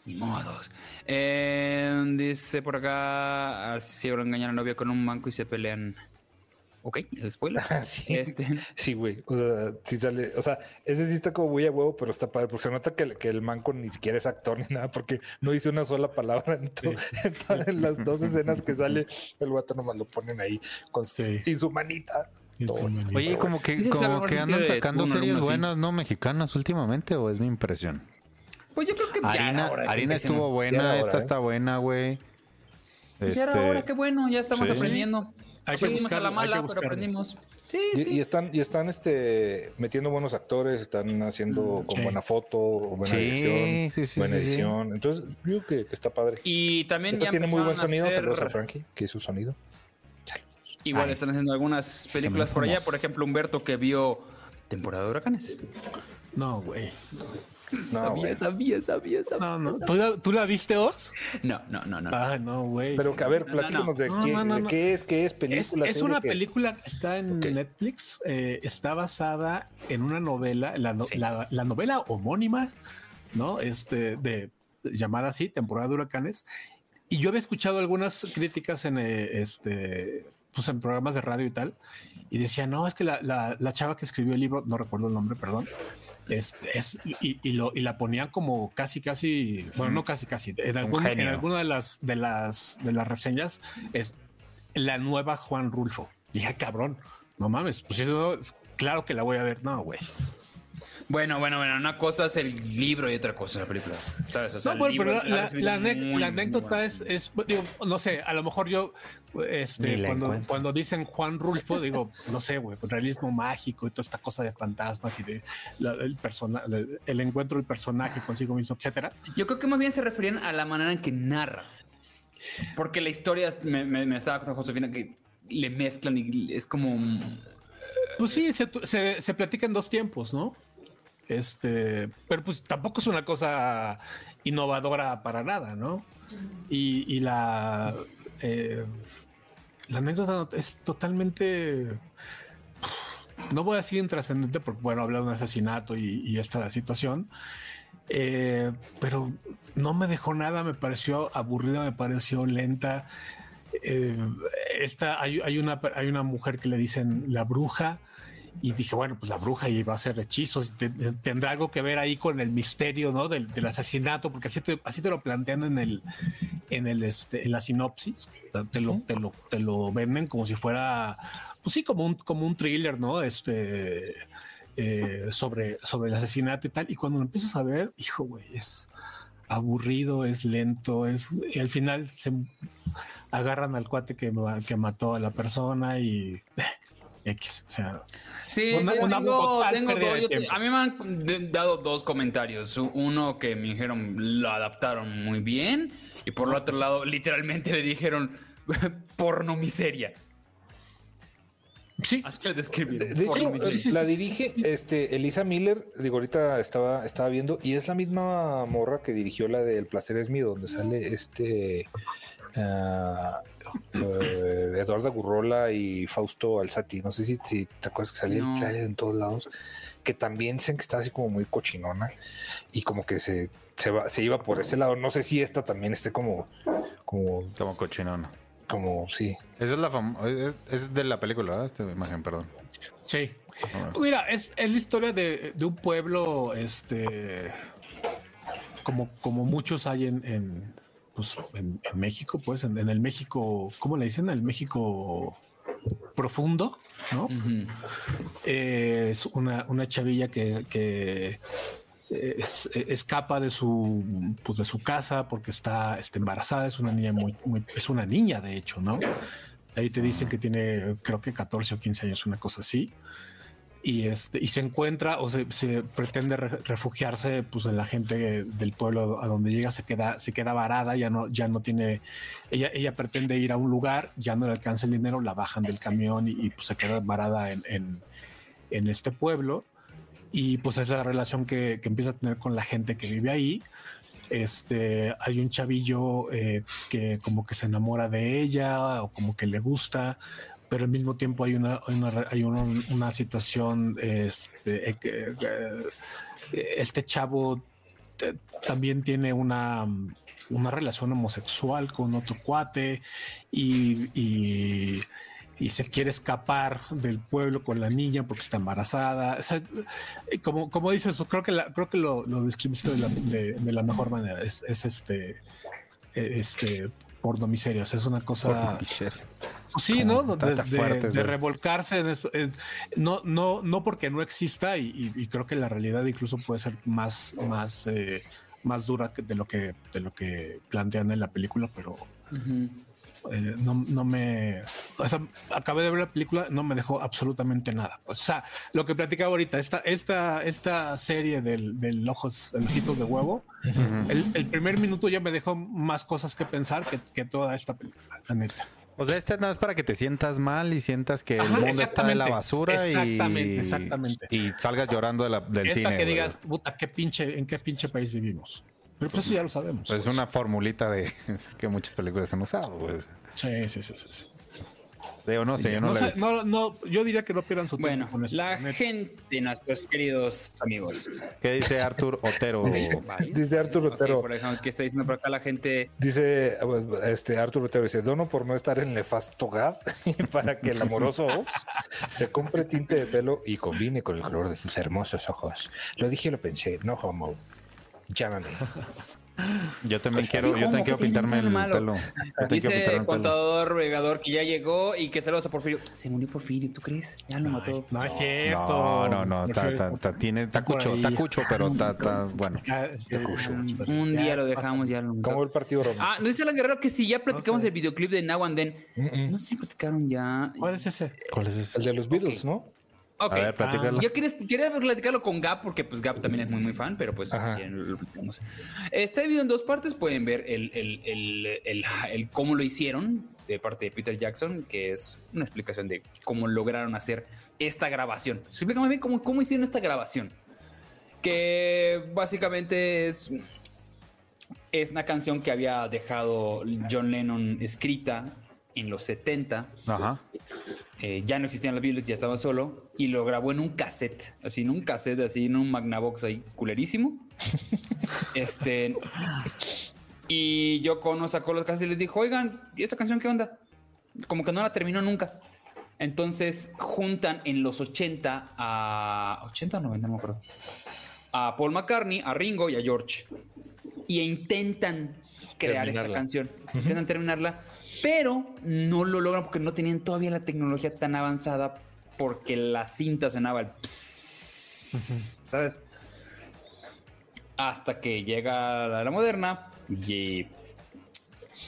S2: Ni modos. Eh, dice por acá: así ahora engañan a la novia con un banco y se pelean. Ok, spoiler.
S3: Ah, Sí.
S2: Este,
S3: Sí, güey. O sea, sí sale. O sea, ese sí está como muy a huevo, pero está padre. Porque se nota que, el- que el manco ni siquiera es actor ni nada, porque no dice una sola palabra en, to- en todas las dos escenas que sale. El guato nomás lo ponen ahí con su,
S4: Sí.
S3: sin su manita. Todo.
S1: Oye, como que,
S2: Ese es el
S1: como
S2: mejor
S1: que
S2: sentido
S1: andan
S2: de
S1: sacando
S2: Tuno,
S1: series
S2: algo así.
S1: buenas, ¿no? Mexicanas últimamente, o es mi impresión.
S2: pues yo creo que ya era
S1: Harina,
S2: hora de que
S1: Harina
S2: empecemos.
S1: estuvo
S3: Ya era
S1: buena,
S3: hora,
S1: esta
S3: ¿eh?
S1: está buena, güey.
S2: Pues ya era
S1: Este,
S2: hora, qué bueno, ya estamos
S1: sí.
S2: aprendiendo.
S4: Hay que
S2: aprendimos a la
S4: buscarlo, hay que
S2: mala, pero
S4: buscarlo.
S2: aprendimos. Sí,
S3: Y,
S2: sí.
S3: y están, y están este, metiendo buenos actores, están haciendo con
S4: Sí.
S3: buena foto, buena
S1: Sí,
S3: dirección,
S1: sí, sí,
S3: buena
S1: sí, sí.
S3: edición. Entonces, yo creo que, que está padre.
S2: Y también
S3: Esta
S2: ya
S3: tiene muy
S2: empezaron
S3: buen
S2: a
S3: sonido.
S2: hacer-
S3: Saludos a Frankie, que hizo sonido.
S2: Igual están haciendo algunas películas
S1: Son
S2: por allá.
S1: famosos.
S2: Por ejemplo, Humberto que vio temporada de huracanes.
S4: No, güey.
S3: No,
S2: sabía,
S3: güey.
S2: sabía, sabía, sabía.
S4: No, no. ¿Tú la, tú la viste, Oz?
S2: No, no, no, no.
S4: Ah, no, güey.
S3: Pero que, a ver,
S2: No, no,
S3: platícanos de,
S4: no,
S3: qué,
S4: no, no,
S3: de
S4: no.
S3: qué es, qué es
S4: Es,
S3: película.
S4: es
S3: serie,
S4: una
S3: qué es.
S4: película que está en
S3: Ok.
S4: Netflix, eh, está basada en una novela, la, no-
S2: Sí.
S4: la- la novela homónima, ¿no? Este, de llamada así, temporada de huracanes. Y yo había escuchado algunas críticas en eh, este, pues en programas de radio y tal, y decía, no, es que la, la- la chava que escribió el libro, no recuerdo el nombre, perdón, este, es, y, y lo, y la ponían como casi, casi, bueno, no casi, casi, en, algún- en
S1: genio.
S4: alguna de las, de las, de las reseñas es la nueva Juan Rulfo. Dije, "Ah, cabrón, no mames, pues eso, claro que la voy a ver, no, güey.
S2: Bueno, bueno, bueno. Una cosa es el libro y otra cosa es la película. ¿Sabes? O sea,
S4: No, bueno,
S2: el
S4: pero
S2: libro
S4: la, la-
S2: ha recibido
S4: la ane-
S2: muy,
S4: la
S2: muy
S4: anécdota
S2: buena
S4: es, eh, es, digo, no sé, a lo mejor yo,
S1: Ni
S4: este,
S1: la
S4: cuando,
S1: encuentro.
S4: cuando dicen Juan Rulfo, digo, no sé, güey, pues, realismo mágico y toda esta cosa de fantasmas y de la- el, persona, el, el encuentro del personaje consigo mismo, etcétera.
S2: Yo creo que más bien se referían a la manera en que narra. Porque la historia, me, me, me estaba contando Josefina que le mezclan y es como... un-
S4: Pues sí, se, se, se platica en dos tiempos, ¿no? Este, pero pues tampoco es una cosa innovadora para nada, ¿no? Y, y la, eh, la anécdota no- es totalmente, no voy a decir intrascendente porque, bueno, habla de un asesinato y, y esta situación, eh, pero no me dejó nada, me pareció aburrida, me pareció lenta. Eh, esta, hay, hay una, hay una mujer que le dicen la bruja y dije, bueno, pues la bruja y va a hacer hechizos, y te- te- tendrá algo que ver ahí con el misterio, ¿no? Del, del asesinato, porque así te, así te lo plantean en el, en el, este, en la sinopsis, te lo, te lo, te lo venden como si fuera, pues sí, como un, como un thriller, ¿no? Este, eh, sobre, sobre el asesinato y tal, y cuando lo empiezas a ver, hijo, güey, es aburrido, es lento, es, y al final se agarran al cuate que, ma- que mató a la persona y... X, o sea,
S2: Sí,
S4: Una-
S2: sí,
S4: una
S2: pues tengo,
S4: total
S2: tengo
S4: pérdida
S2: dos,
S4: de
S2: yo te-
S4: tiempo.
S2: a mí me han de- dado dos comentarios. U- Uno que me dijeron lo adaptaron muy bien y por el otro lado literalmente le dijeron porno miseria.
S4: Sí,
S2: Así lo describieron.
S3: De
S2: porno
S3: hecho, eh,
S2: miseria.
S3: la dirige este, Elisa Miller, digo, ahorita estaba, estaba viendo, y es la misma morra que dirigió la del Placer es mío, donde sale este ah, eh, Eduarda Gurrola y Fausto Alzati. No sé si, si te acuerdas que salía
S2: No.
S3: el trailer en todos lados, que también dicen que estaba así como muy cochinona y como que se, se, va- se iba por ese lado. No sé si esta también esté como, como,
S1: Como cochinona.
S3: como, sí.
S1: Esa es la fam- es, es de la película, ¿verdad? Esta imagen, perdón.
S4: sí.
S1: Ah.
S4: Mira, es, es la historia de, de un pueblo, este, como, como muchos hay en, en, pues, en- en México, pues, en, en el México, ¿cómo le dicen? El México profundo, ¿no?
S2: Ujú.
S4: Eh, es una, una chavilla que, que, eh, es- eh, escapa de su, pues, de su casa porque está, está embarazada, es una niña muy, muy, es una niña de hecho, ¿no? Ahí te dicen que tiene, creo que 14 o 15 años, una cosa así. y este y se encuentra o se, se pretende re- refugiarse pues de la gente del pueblo a donde llega se queda se queda varada ya no ya no tiene ella ella pretende ir a un lugar ya no le alcanza el dinero la bajan del camión y, y, pues se queda varada en, en, en este pueblo y pues es la relación que, que empieza a tener con la gente que vive ahí este hay un chavillo eh, que como que se enamora de ella o como que le gusta pero al mismo tiempo hay una, hay una, hay una, una situación, este, este chavo te, también tiene una, una relación homosexual con otro cuate y, y, y, se quiere escapar del pueblo con la niña porque está embarazada. O sea, como, como dices, creo que, la, creo que lo, lo describiste de la, de, de la mejor manera. Es, es este, este porno miseria. O sea, es una cosa. Pues Sí, ¿no? De, de, de revolcarse en eso. En, no, no, no porque no exista, y, y, y, creo que la realidad incluso puede ser más, más, eh, más dura de lo que de lo que plantean en la película, pero uh-huh. eh, no, no, me. O sea, acabé de ver la película, no me dejó absolutamente nada. O sea, lo que platicaba ahorita, esta, esta, esta serie del, del ojos, el ojito de huevo, uh-huh. el, el, primer minuto ya me dejó más cosas que pensar que, que toda esta película, la neta.
S1: O sea, este no es para que te sientas mal y sientas que Ajá, el mundo está de la basura
S4: exactamente, y, exactamente.
S1: y salgas llorando de la, del
S4: Esta
S1: cine.
S4: que digas, puta, ¿qué pinche, ¿en qué pinche país vivimos? Pero pues eso ya lo sabemos.
S1: Pues es pues. una formulita de que muchas películas han usado. Pues.
S4: Sí, sí, sí, sí. sí.
S1: Digo, no sé, yo no,
S4: no,
S1: la
S4: sé, no, no, yo diría que no pierdan su tiempo.
S2: Bueno, con esto, la neta. gente, nuestros queridos amigos.
S1: ¿Qué dice Artur Otero?
S3: ¿Vale? dice Artur Otero.
S2: Okay, por ejemplo, ¿qué está diciendo por acá la gente?
S3: Dice este Artur Otero, dice, dono por no estar en nefasto gab para que el amoroso se compre tinte de pelo y combine con el color de sus hermosos ojos. Lo dije y lo pensé, no homo. Llámame.
S1: Yo también pues quiero, yo también quiero pintarme el malo. pelo.
S2: Dice el contador vegador que ya llegó y que saludos a Porfirio. Se murió Porfirio, ¿tú crees? Ya lo
S4: no,
S2: mató.
S4: No, es cierto.
S1: No, no, no. Ta, ta, ta, tiene tacucho, tacucho, pero ta, ta, bueno.
S4: este,
S2: Tacucho. Un día lo dejamos, ya lo mató.
S3: Como el partido romano.
S2: Ah, nos dice la guerrero que si ya platicamos no sé. el videoclip de Now and Then. Mm-mm. No sé si platicaron ya.
S4: ¿Cuál es ese?
S1: ¿Cuál es ese?
S3: El de los Beatles, okay. ¿no?
S2: Ok, ver, ah, yo quería, quería, platicarlo con Gap porque pues Gap también es muy muy fan, pero pues si quieren, lo platicamos. Está dividido en dos partes, pueden ver el, el, el, el, cómo lo hicieron de parte de Peter Jackson, que es una explicación de cómo lograron hacer esta grabación. Explícame bien cómo, cómo hicieron esta grabación, que básicamente es, es una canción que había dejado John Lennon escrita en los 70.
S1: Ajá.
S2: Eh, ya no existían los Beatles, ya estaba solo, y lo grabó en un cassette, así en un cassette, así en un Magnavox ahí culerísimo. este, y yo cono sacó los cassettes y les dijo, oigan, ¿y esta canción qué onda? Como que no la terminó nunca. Entonces juntan en los 80 a... 80 o 90, no me acuerdo. A Paul McCartney, a Ringo y a George. Y intentan crear terminarla. esta canción. Uh-huh. Intentan terminarla pero no lo logran porque no tenían todavía la tecnología tan avanzada porque la cinta sonaba el pss, ¿sabes? Hasta que llega la, la, moderna y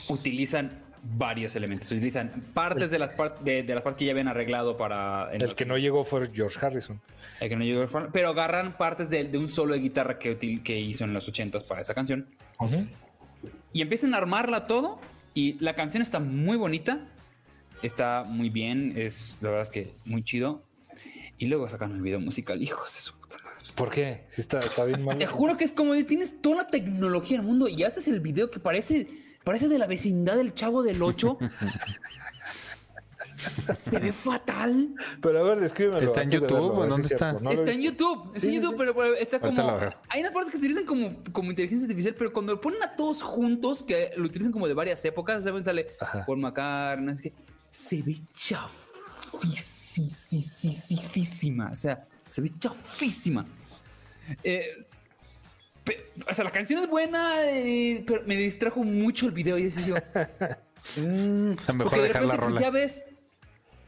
S2: utilizan varios elementos, utilizan partes de las, par- de, de las partes que ya habían arreglado para...
S3: el que no llegó fue George Harrison.
S2: El que no llegó fue... Pero agarran partes de, de un solo de guitarra que, util- que hizo en los 80s para esa canción. Uh-huh. Y empiezan a armarla todo y la canción está muy bonita. Está muy bien. Es la verdad es que muy chido. Y luego sacan el video musical, hijos de su puta madre.
S3: ¿Por qué? Si está, está, bien mal.
S2: Te juro que es como de tienes toda la tecnología del mundo y haces el video que parece, parece de la vecindad del chavo del 8. Se ve fatal.
S3: Pero a ver, descríbelo.
S1: ¿Está en YouTube o dónde
S2: si
S1: está?
S2: No está en YouTube. Está sí, en YouTube, sí. pero está como. Hay unas partes que utilizan como, como inteligencia artificial, pero cuando lo ponen a todos juntos, que lo utilizan como de varias épocas, ¿saben? Sale por Macarena. Es que se ve chafísima. O sea, se ve chafísima. Eh, pe, o sea, la canción es buena, eh, pero me distrajo mucho el video y eso yo.
S1: Mm, o sea, mejor de dejar repente, la rola.
S2: pues, Ya ves,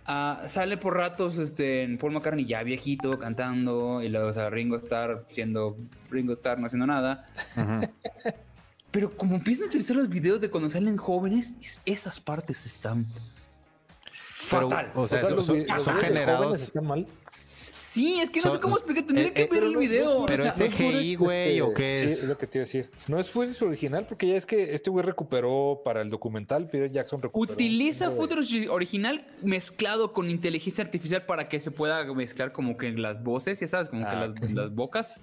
S2: uh, sale por ratos este, en Paul McCartney ya viejito cantando y luego o sea, Ringo Starr siendo Ringo Starr no haciendo nada. Uh-huh. Pero como empiezan a utilizar los videos de cuando salen jóvenes, esas partes están
S1: Pero, fatal. o sea, o sea son, los, son, los son generados.
S3: Están mal.
S2: Sí, es que no
S1: Son-
S2: sé cómo explicar,
S1: eh,
S2: tendría que
S1: eh,
S2: ver el video.
S1: pero
S2: o sea,
S1: ese-
S3: fue
S1: CGI,
S3: este,
S1: güey, o qué
S3: sí,
S1: es?
S3: lo que te iba a decir. No es footage original, porque ya es que este güey recuperó para el documental, Peter Jackson recuperó.
S2: Utiliza
S3: un chingo de-
S2: footage original mezclado con inteligencia artificial para que se pueda mezclar como que las voces, ya sabes, como que
S3: Ah,
S2: las,
S3: ok.
S2: las bocas.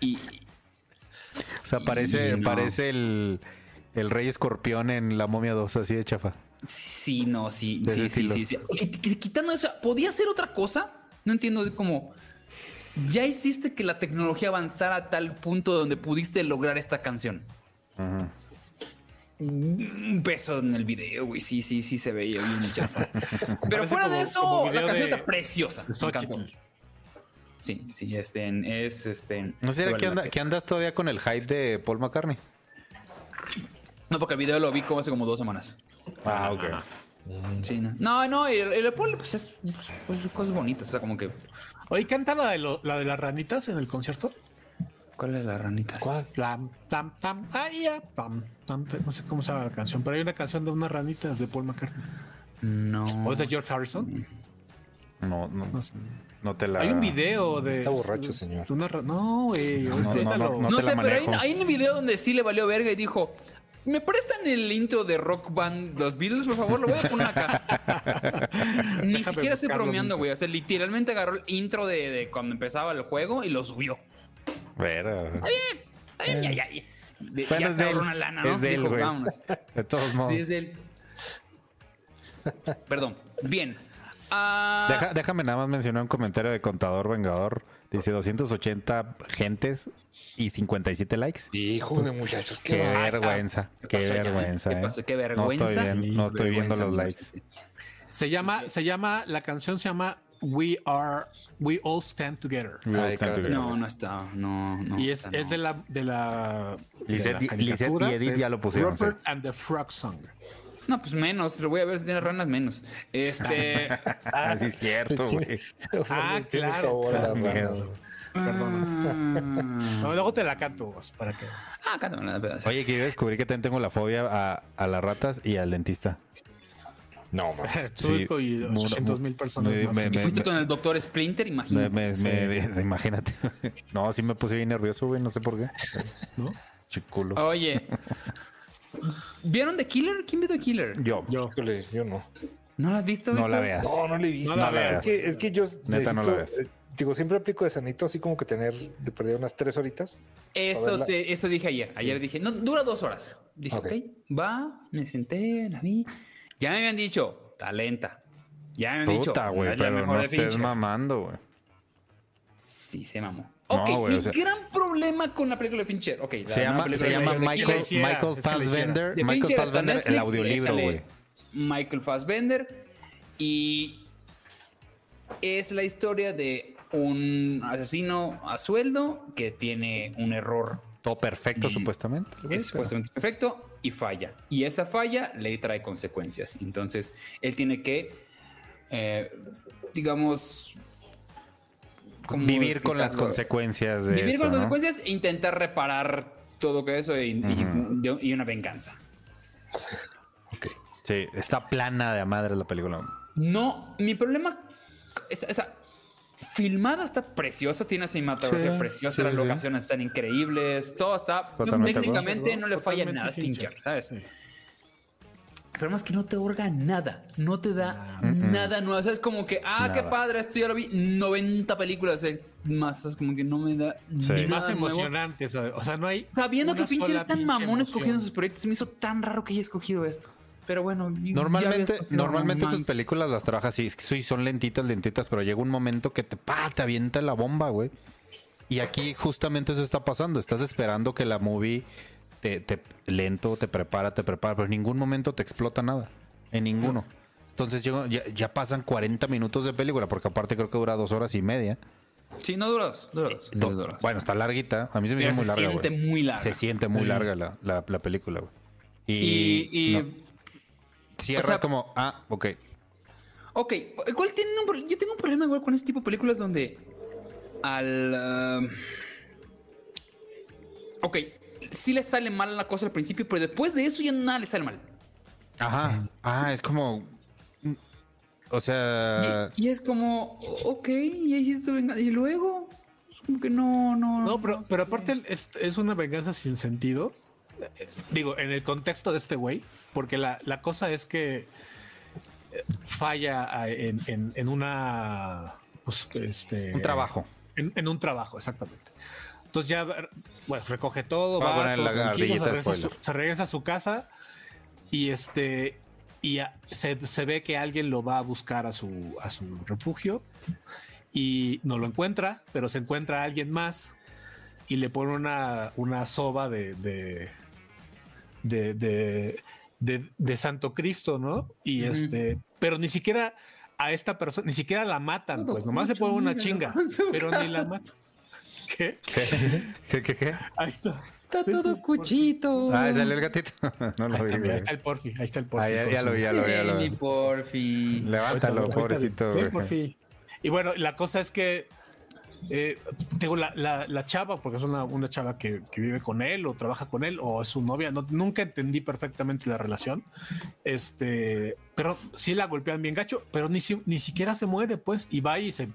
S2: Y
S1: O sea, parece,
S2: No.
S1: parece el, el Rey Escorpión en La Momia 2, así de chafa.
S2: sí, no, sí,
S1: De
S2: sí,
S1: ese
S2: sí,
S1: estilo.
S2: sí, sí. Qui- qui- Quitando eso, ¿podía hacer otra cosa? No entiendo cómo. Ya hiciste que la tecnología avanzara a tal punto donde pudiste lograr esta canción.
S1: Ajá.
S2: Un peso en el video, güey. Sí, sí, sí se veía bien chafa. Pero
S4: Parece
S2: fuera de
S4: como-
S2: eso,
S4: como
S2: la
S4: video
S2: canción
S4: de-
S2: está preciosa. Me encantó. Sí, sí, este es este.
S1: ¿No
S2: sí
S1: será
S2: vale
S1: que,
S2: la
S1: anda-
S2: pena.
S1: que andas todavía con el hype de Paul McCartney?
S2: No, porque el video lo vi como hace como dos semanas.
S1: Ah, ok.
S2: Sí, no. No, no, el, el Apple, pues es pues, pues, cosas bonitas. O sea, como que.
S4: Oye, canta la de, lo- la de las ranitas en el concierto.
S2: ¿Cuál es la ranita?
S3: ¿Cuál?
S4: Plam, tam, tam, ay, ya, pam, tam, tam. no sé cómo se llama la canción, pero hay una canción de unas ranitas de Paul McCartney.
S2: No.
S4: ¿O es de George Harrison?
S1: No, no,
S4: No sé.
S1: no te la.
S4: Hay un video de.
S3: Está borracho, señor.
S4: de una ra- no, güey.
S1: No,
S4: ahorita
S1: no, no,
S4: lo-
S2: No,
S1: te la
S2: sé, pero hay,
S1: manejo.
S2: hay un video donde sí le valió verga y dijo: ¿Me prestan el intro de Rock Band Los Beatles, por favor? Lo voy a poner acá. Ni
S4: Déjame
S2: siquiera estoy
S4: buscarlo
S2: bromeando,
S4: mientras.
S2: güey. O sea, literalmente agarró el intro de, de cuando empezaba el juego y lo subió.
S1: Pero,
S2: Está bien, ya, ya, ya. De-
S1: Bueno,
S2: ya
S1: es
S2: se
S1: de
S2: ahorró
S1: él.
S2: una lana, ¿no?
S1: Es de él,
S2: Dijo,
S1: güey.
S2: "Vámonos".
S1: de todos modos.
S2: Sí, es de él. Perdón. Bien. Ah,
S1: Deja- déjame nada más mencionar un comentario de Contador Vengador. Dice 280 gentes y 57 likes.
S3: Hijo de muchachos,
S1: Qué
S3: qué
S2: Ah,
S1: vergüenza,
S2: ¿qué
S1: qué
S2: pasó ya?
S1: vergüenza.
S2: ¿Qué
S1: eh.
S2: pasó? Qué
S1: No
S2: vergüenza.
S1: estoy, bien- no estoy viendo los likes.
S4: Se llama, se llama, la canción se llama We Are, We All Stand Together.
S1: Me
S3: Ay,
S1: gustan
S3: cabrón.
S1: tus
S2: No,
S1: videos.
S2: no está. No, no.
S4: Y es,
S2: está,
S4: es de
S2: no.
S4: la de la, de
S1: Ah, Lisette
S4: la
S1: y-
S4: caricatura
S1: Lisette y Edith
S4: de
S1: ya lo pusieron,
S4: Robert and the Frog Song.
S2: No, pues menos. Lo voy a ver si tiene ranas menos. Este.
S1: Ah, sí, es cierto, güey.
S4: Ah, claro, claro. Perdona.
S2: ah,
S1: Mm.
S4: No, luego te la canto vos, para que.
S2: ah, cántame la verdad.
S1: Oye, que yo descubrí que también tengo la fobia a, a las ratas y al dentista.
S3: No, man.
S4: Tú
S1: Sí,
S4: y
S1: muy-
S4: 800 mil personas
S1: muy-
S4: más.
S1: me-
S2: Y
S1: me-
S2: fuiste con el doctor Splinter,
S1: Me-
S2: imagínate.
S1: me- me- imagínate. No, sí me puse bien nervioso, güey, no sé por qué.
S4: ¿no?
S1: Chiculo.
S2: Oye. ¿Vieron The Killer? ¿Quién vio The Killer?
S1: Yo,
S4: Yo.
S3: Híjole, yo no.
S2: ¿No la has visto?
S1: no
S2: Víctor?
S1: la veas.
S3: No, no le he visto.
S4: No
S3: es,
S4: la
S1: veas.
S3: que, es que yo
S1: Neta, no la veas.
S3: eh, Digo, siempre aplico de sanito, así como que tener de perder unas tres horitas.
S2: Eso,
S3: Verla.
S2: te, eso dije ayer. Ayer dije, no, dura dos horas. Dije,
S3: Ok.
S2: ok, va, me senté, la vi. Ya me habían dicho, está lenta. Ya me habían
S1: Puta,
S2: dicho, "No
S1: güey,
S2: es la
S1: pero
S2: mejor
S1: no
S2: de
S1: estés
S2: Fincher".
S1: mamando, güey.
S2: Sí, se mamó.
S1: No,
S2: Ok,
S1: güey,
S2: mi
S1: o sea-
S2: gran problema con la película de Fincher. Ok, la
S1: Se
S2: nueva
S1: llama,
S2: película
S1: se
S2: de
S1: llama
S2: Fincher, The
S1: Michael,
S2: Killer.
S4: hiciera,
S1: Michael
S4: es que le hiciera.
S1: Fassbender.
S2: De
S1: Michael
S2: Fincher está en
S1: Fassbender, el
S2: Netflix,
S1: audiolibro,
S2: sale
S1: güey.
S2: Michael Fassbender. Y es la historia de un asesino a sueldo que tiene un error
S1: Todo perfecto,
S2: Y-
S1: supuestamente. güey,
S2: es supuestamente perfecto y falla. Y esa falla le trae consecuencias. Entonces, él tiene que, eh, digamos,
S1: pero-
S2: ¿cómo
S1: Vivir con las
S2: explicarlo?
S1: consecuencias de
S2: Vivir
S1: eso,
S2: con las
S1: ¿no?
S2: consecuencias e intentar reparar todo que eso y, y-
S1: Ujú.
S2: de- y una venganza.
S1: Sí, está plana de a madre la película.
S2: No, mi problema es esa. Filmada está preciosa, tiene una cinematografía
S1: Sí,
S2: preciosa,
S1: sí,
S2: las
S1: sí, sí.
S2: locaciones están increíbles, todo está
S1: Totalmente
S2: técnicamente
S4: acuerdo.
S2: no le falla
S4: Totalmente
S2: nada, a Fincher,
S4: Fincher.
S2: ¿sabes?
S4: Sí.
S2: El problema es que no te hurga nada. No te da nada nuevo. O sea, es como que, ah, qué
S1: Ah, Nada.
S2: padre, esto ya lo vi 90 películas eh, más. Es como que no me da
S1: Sí.
S2: ni
S4: Y más
S2: nada nuevo.
S4: emocionante, ¿sabes? o sea, no hay.
S2: Sabiendo
S4: una
S2: que Fincher
S4: sola
S2: es tan
S4: pinche
S2: mamón
S4: emoción.
S2: escogiendo sus proyectos, se me hizo tan raro que haya escogido esto. Pero bueno, y- ya
S1: Normalmente,
S2: había escogido
S1: normalmente
S2: Román.
S1: tus películas las trabajas así, es que sí, son lentitas, lentitas, pero llega un momento que te, pa, te avienta la bomba, güey. Y aquí justamente eso está pasando. Estás esperando que la movie te, te- lento, te prepara, te prepara, pero en ningún momento te explota nada. En ninguno. Entonces yo- ya, ya pasan 40 minutos de película, porque aparte creo que dura dos horas y media.
S2: Sí, no dura dos, dura dos,
S1: Do-
S2: dura dos.
S1: Eh, bueno, está larguita. A mí se me
S2: Pero
S1: hizo
S2: se
S1: muy larga.
S2: siente
S1: güey.
S2: muy larga.
S1: Se siente muy larga la, la- la película, güey.
S2: Y,
S1: Y,
S2: y-
S1: no. cierras
S2: o sea-
S1: como, ah, ok.
S2: ok, ¿cuál tiene un pro- Yo tengo un problema igual con este tipo de películas donde al... um, ok, sí le sale mal la cosa al principio, pero después de eso ya nada le sale mal.
S1: Ajá. Ah, es como. O sea,
S2: Y, y es como, ok, ya hiciste tu venganza. Y luego, es como que no, no.
S4: No, pero, pero aparte es, es una venganza sin sentido. Eh, Digo, en el contexto de este güey, porque la, la cosa es que eh, falla a- en, en- en una. pues, este,
S1: un trabajo.
S4: En, en un trabajo, exactamente. Entonces ya, bueno, recoge todo,
S1: Ah,
S4: va,
S1: bueno,
S4: todo
S1: la
S4: tranquilo,
S1: grillita
S4: se, regresa a su,
S1: spoiler.
S4: se regresa a su casa y este y a- se, se ve que alguien lo va a buscar a su, a su refugio y no lo encuentra, pero se encuentra a alguien más y le pone una, una soba de de, de, de- de- de Santo Cristo, ¿no? Y
S5: Ujú.
S4: este, pero ni siquiera a esta persona, ni siquiera la matan,
S5: Todo
S4: pues nomás se
S5: mucho
S4: pone una
S5: miedo.
S4: chinga, pero ni la matan. ¿Qué?
S1: ¿Qué, qué, qué?
S4: Ahí está.
S5: Está todo cuchito.
S1: Ah, salió el gatito. no
S4: Ahí
S1: lo vi,
S4: está, ahí
S1: güey.
S4: está el porfi, ahí está el porfi.
S1: Ah, ya,
S4: con
S1: ya
S4: su-
S1: lo vi, ya lo vi, ya lo
S5: Ey, mi
S1: vi.
S5: porfi.
S1: Levántalo,
S4: Ahorita-
S1: pobrecito,
S4: ahorita-
S1: güey.
S4: ven, porfi. Y bueno, la cosa es que eh, tengo la, la- la chava, porque es una, una chava que, que vive con él o trabaja con él o es su novia. no- nunca entendí perfectamente la relación. Este, pero sí la golpean bien gacho, pero ni, si- ni siquiera se muere, pues, y va y se.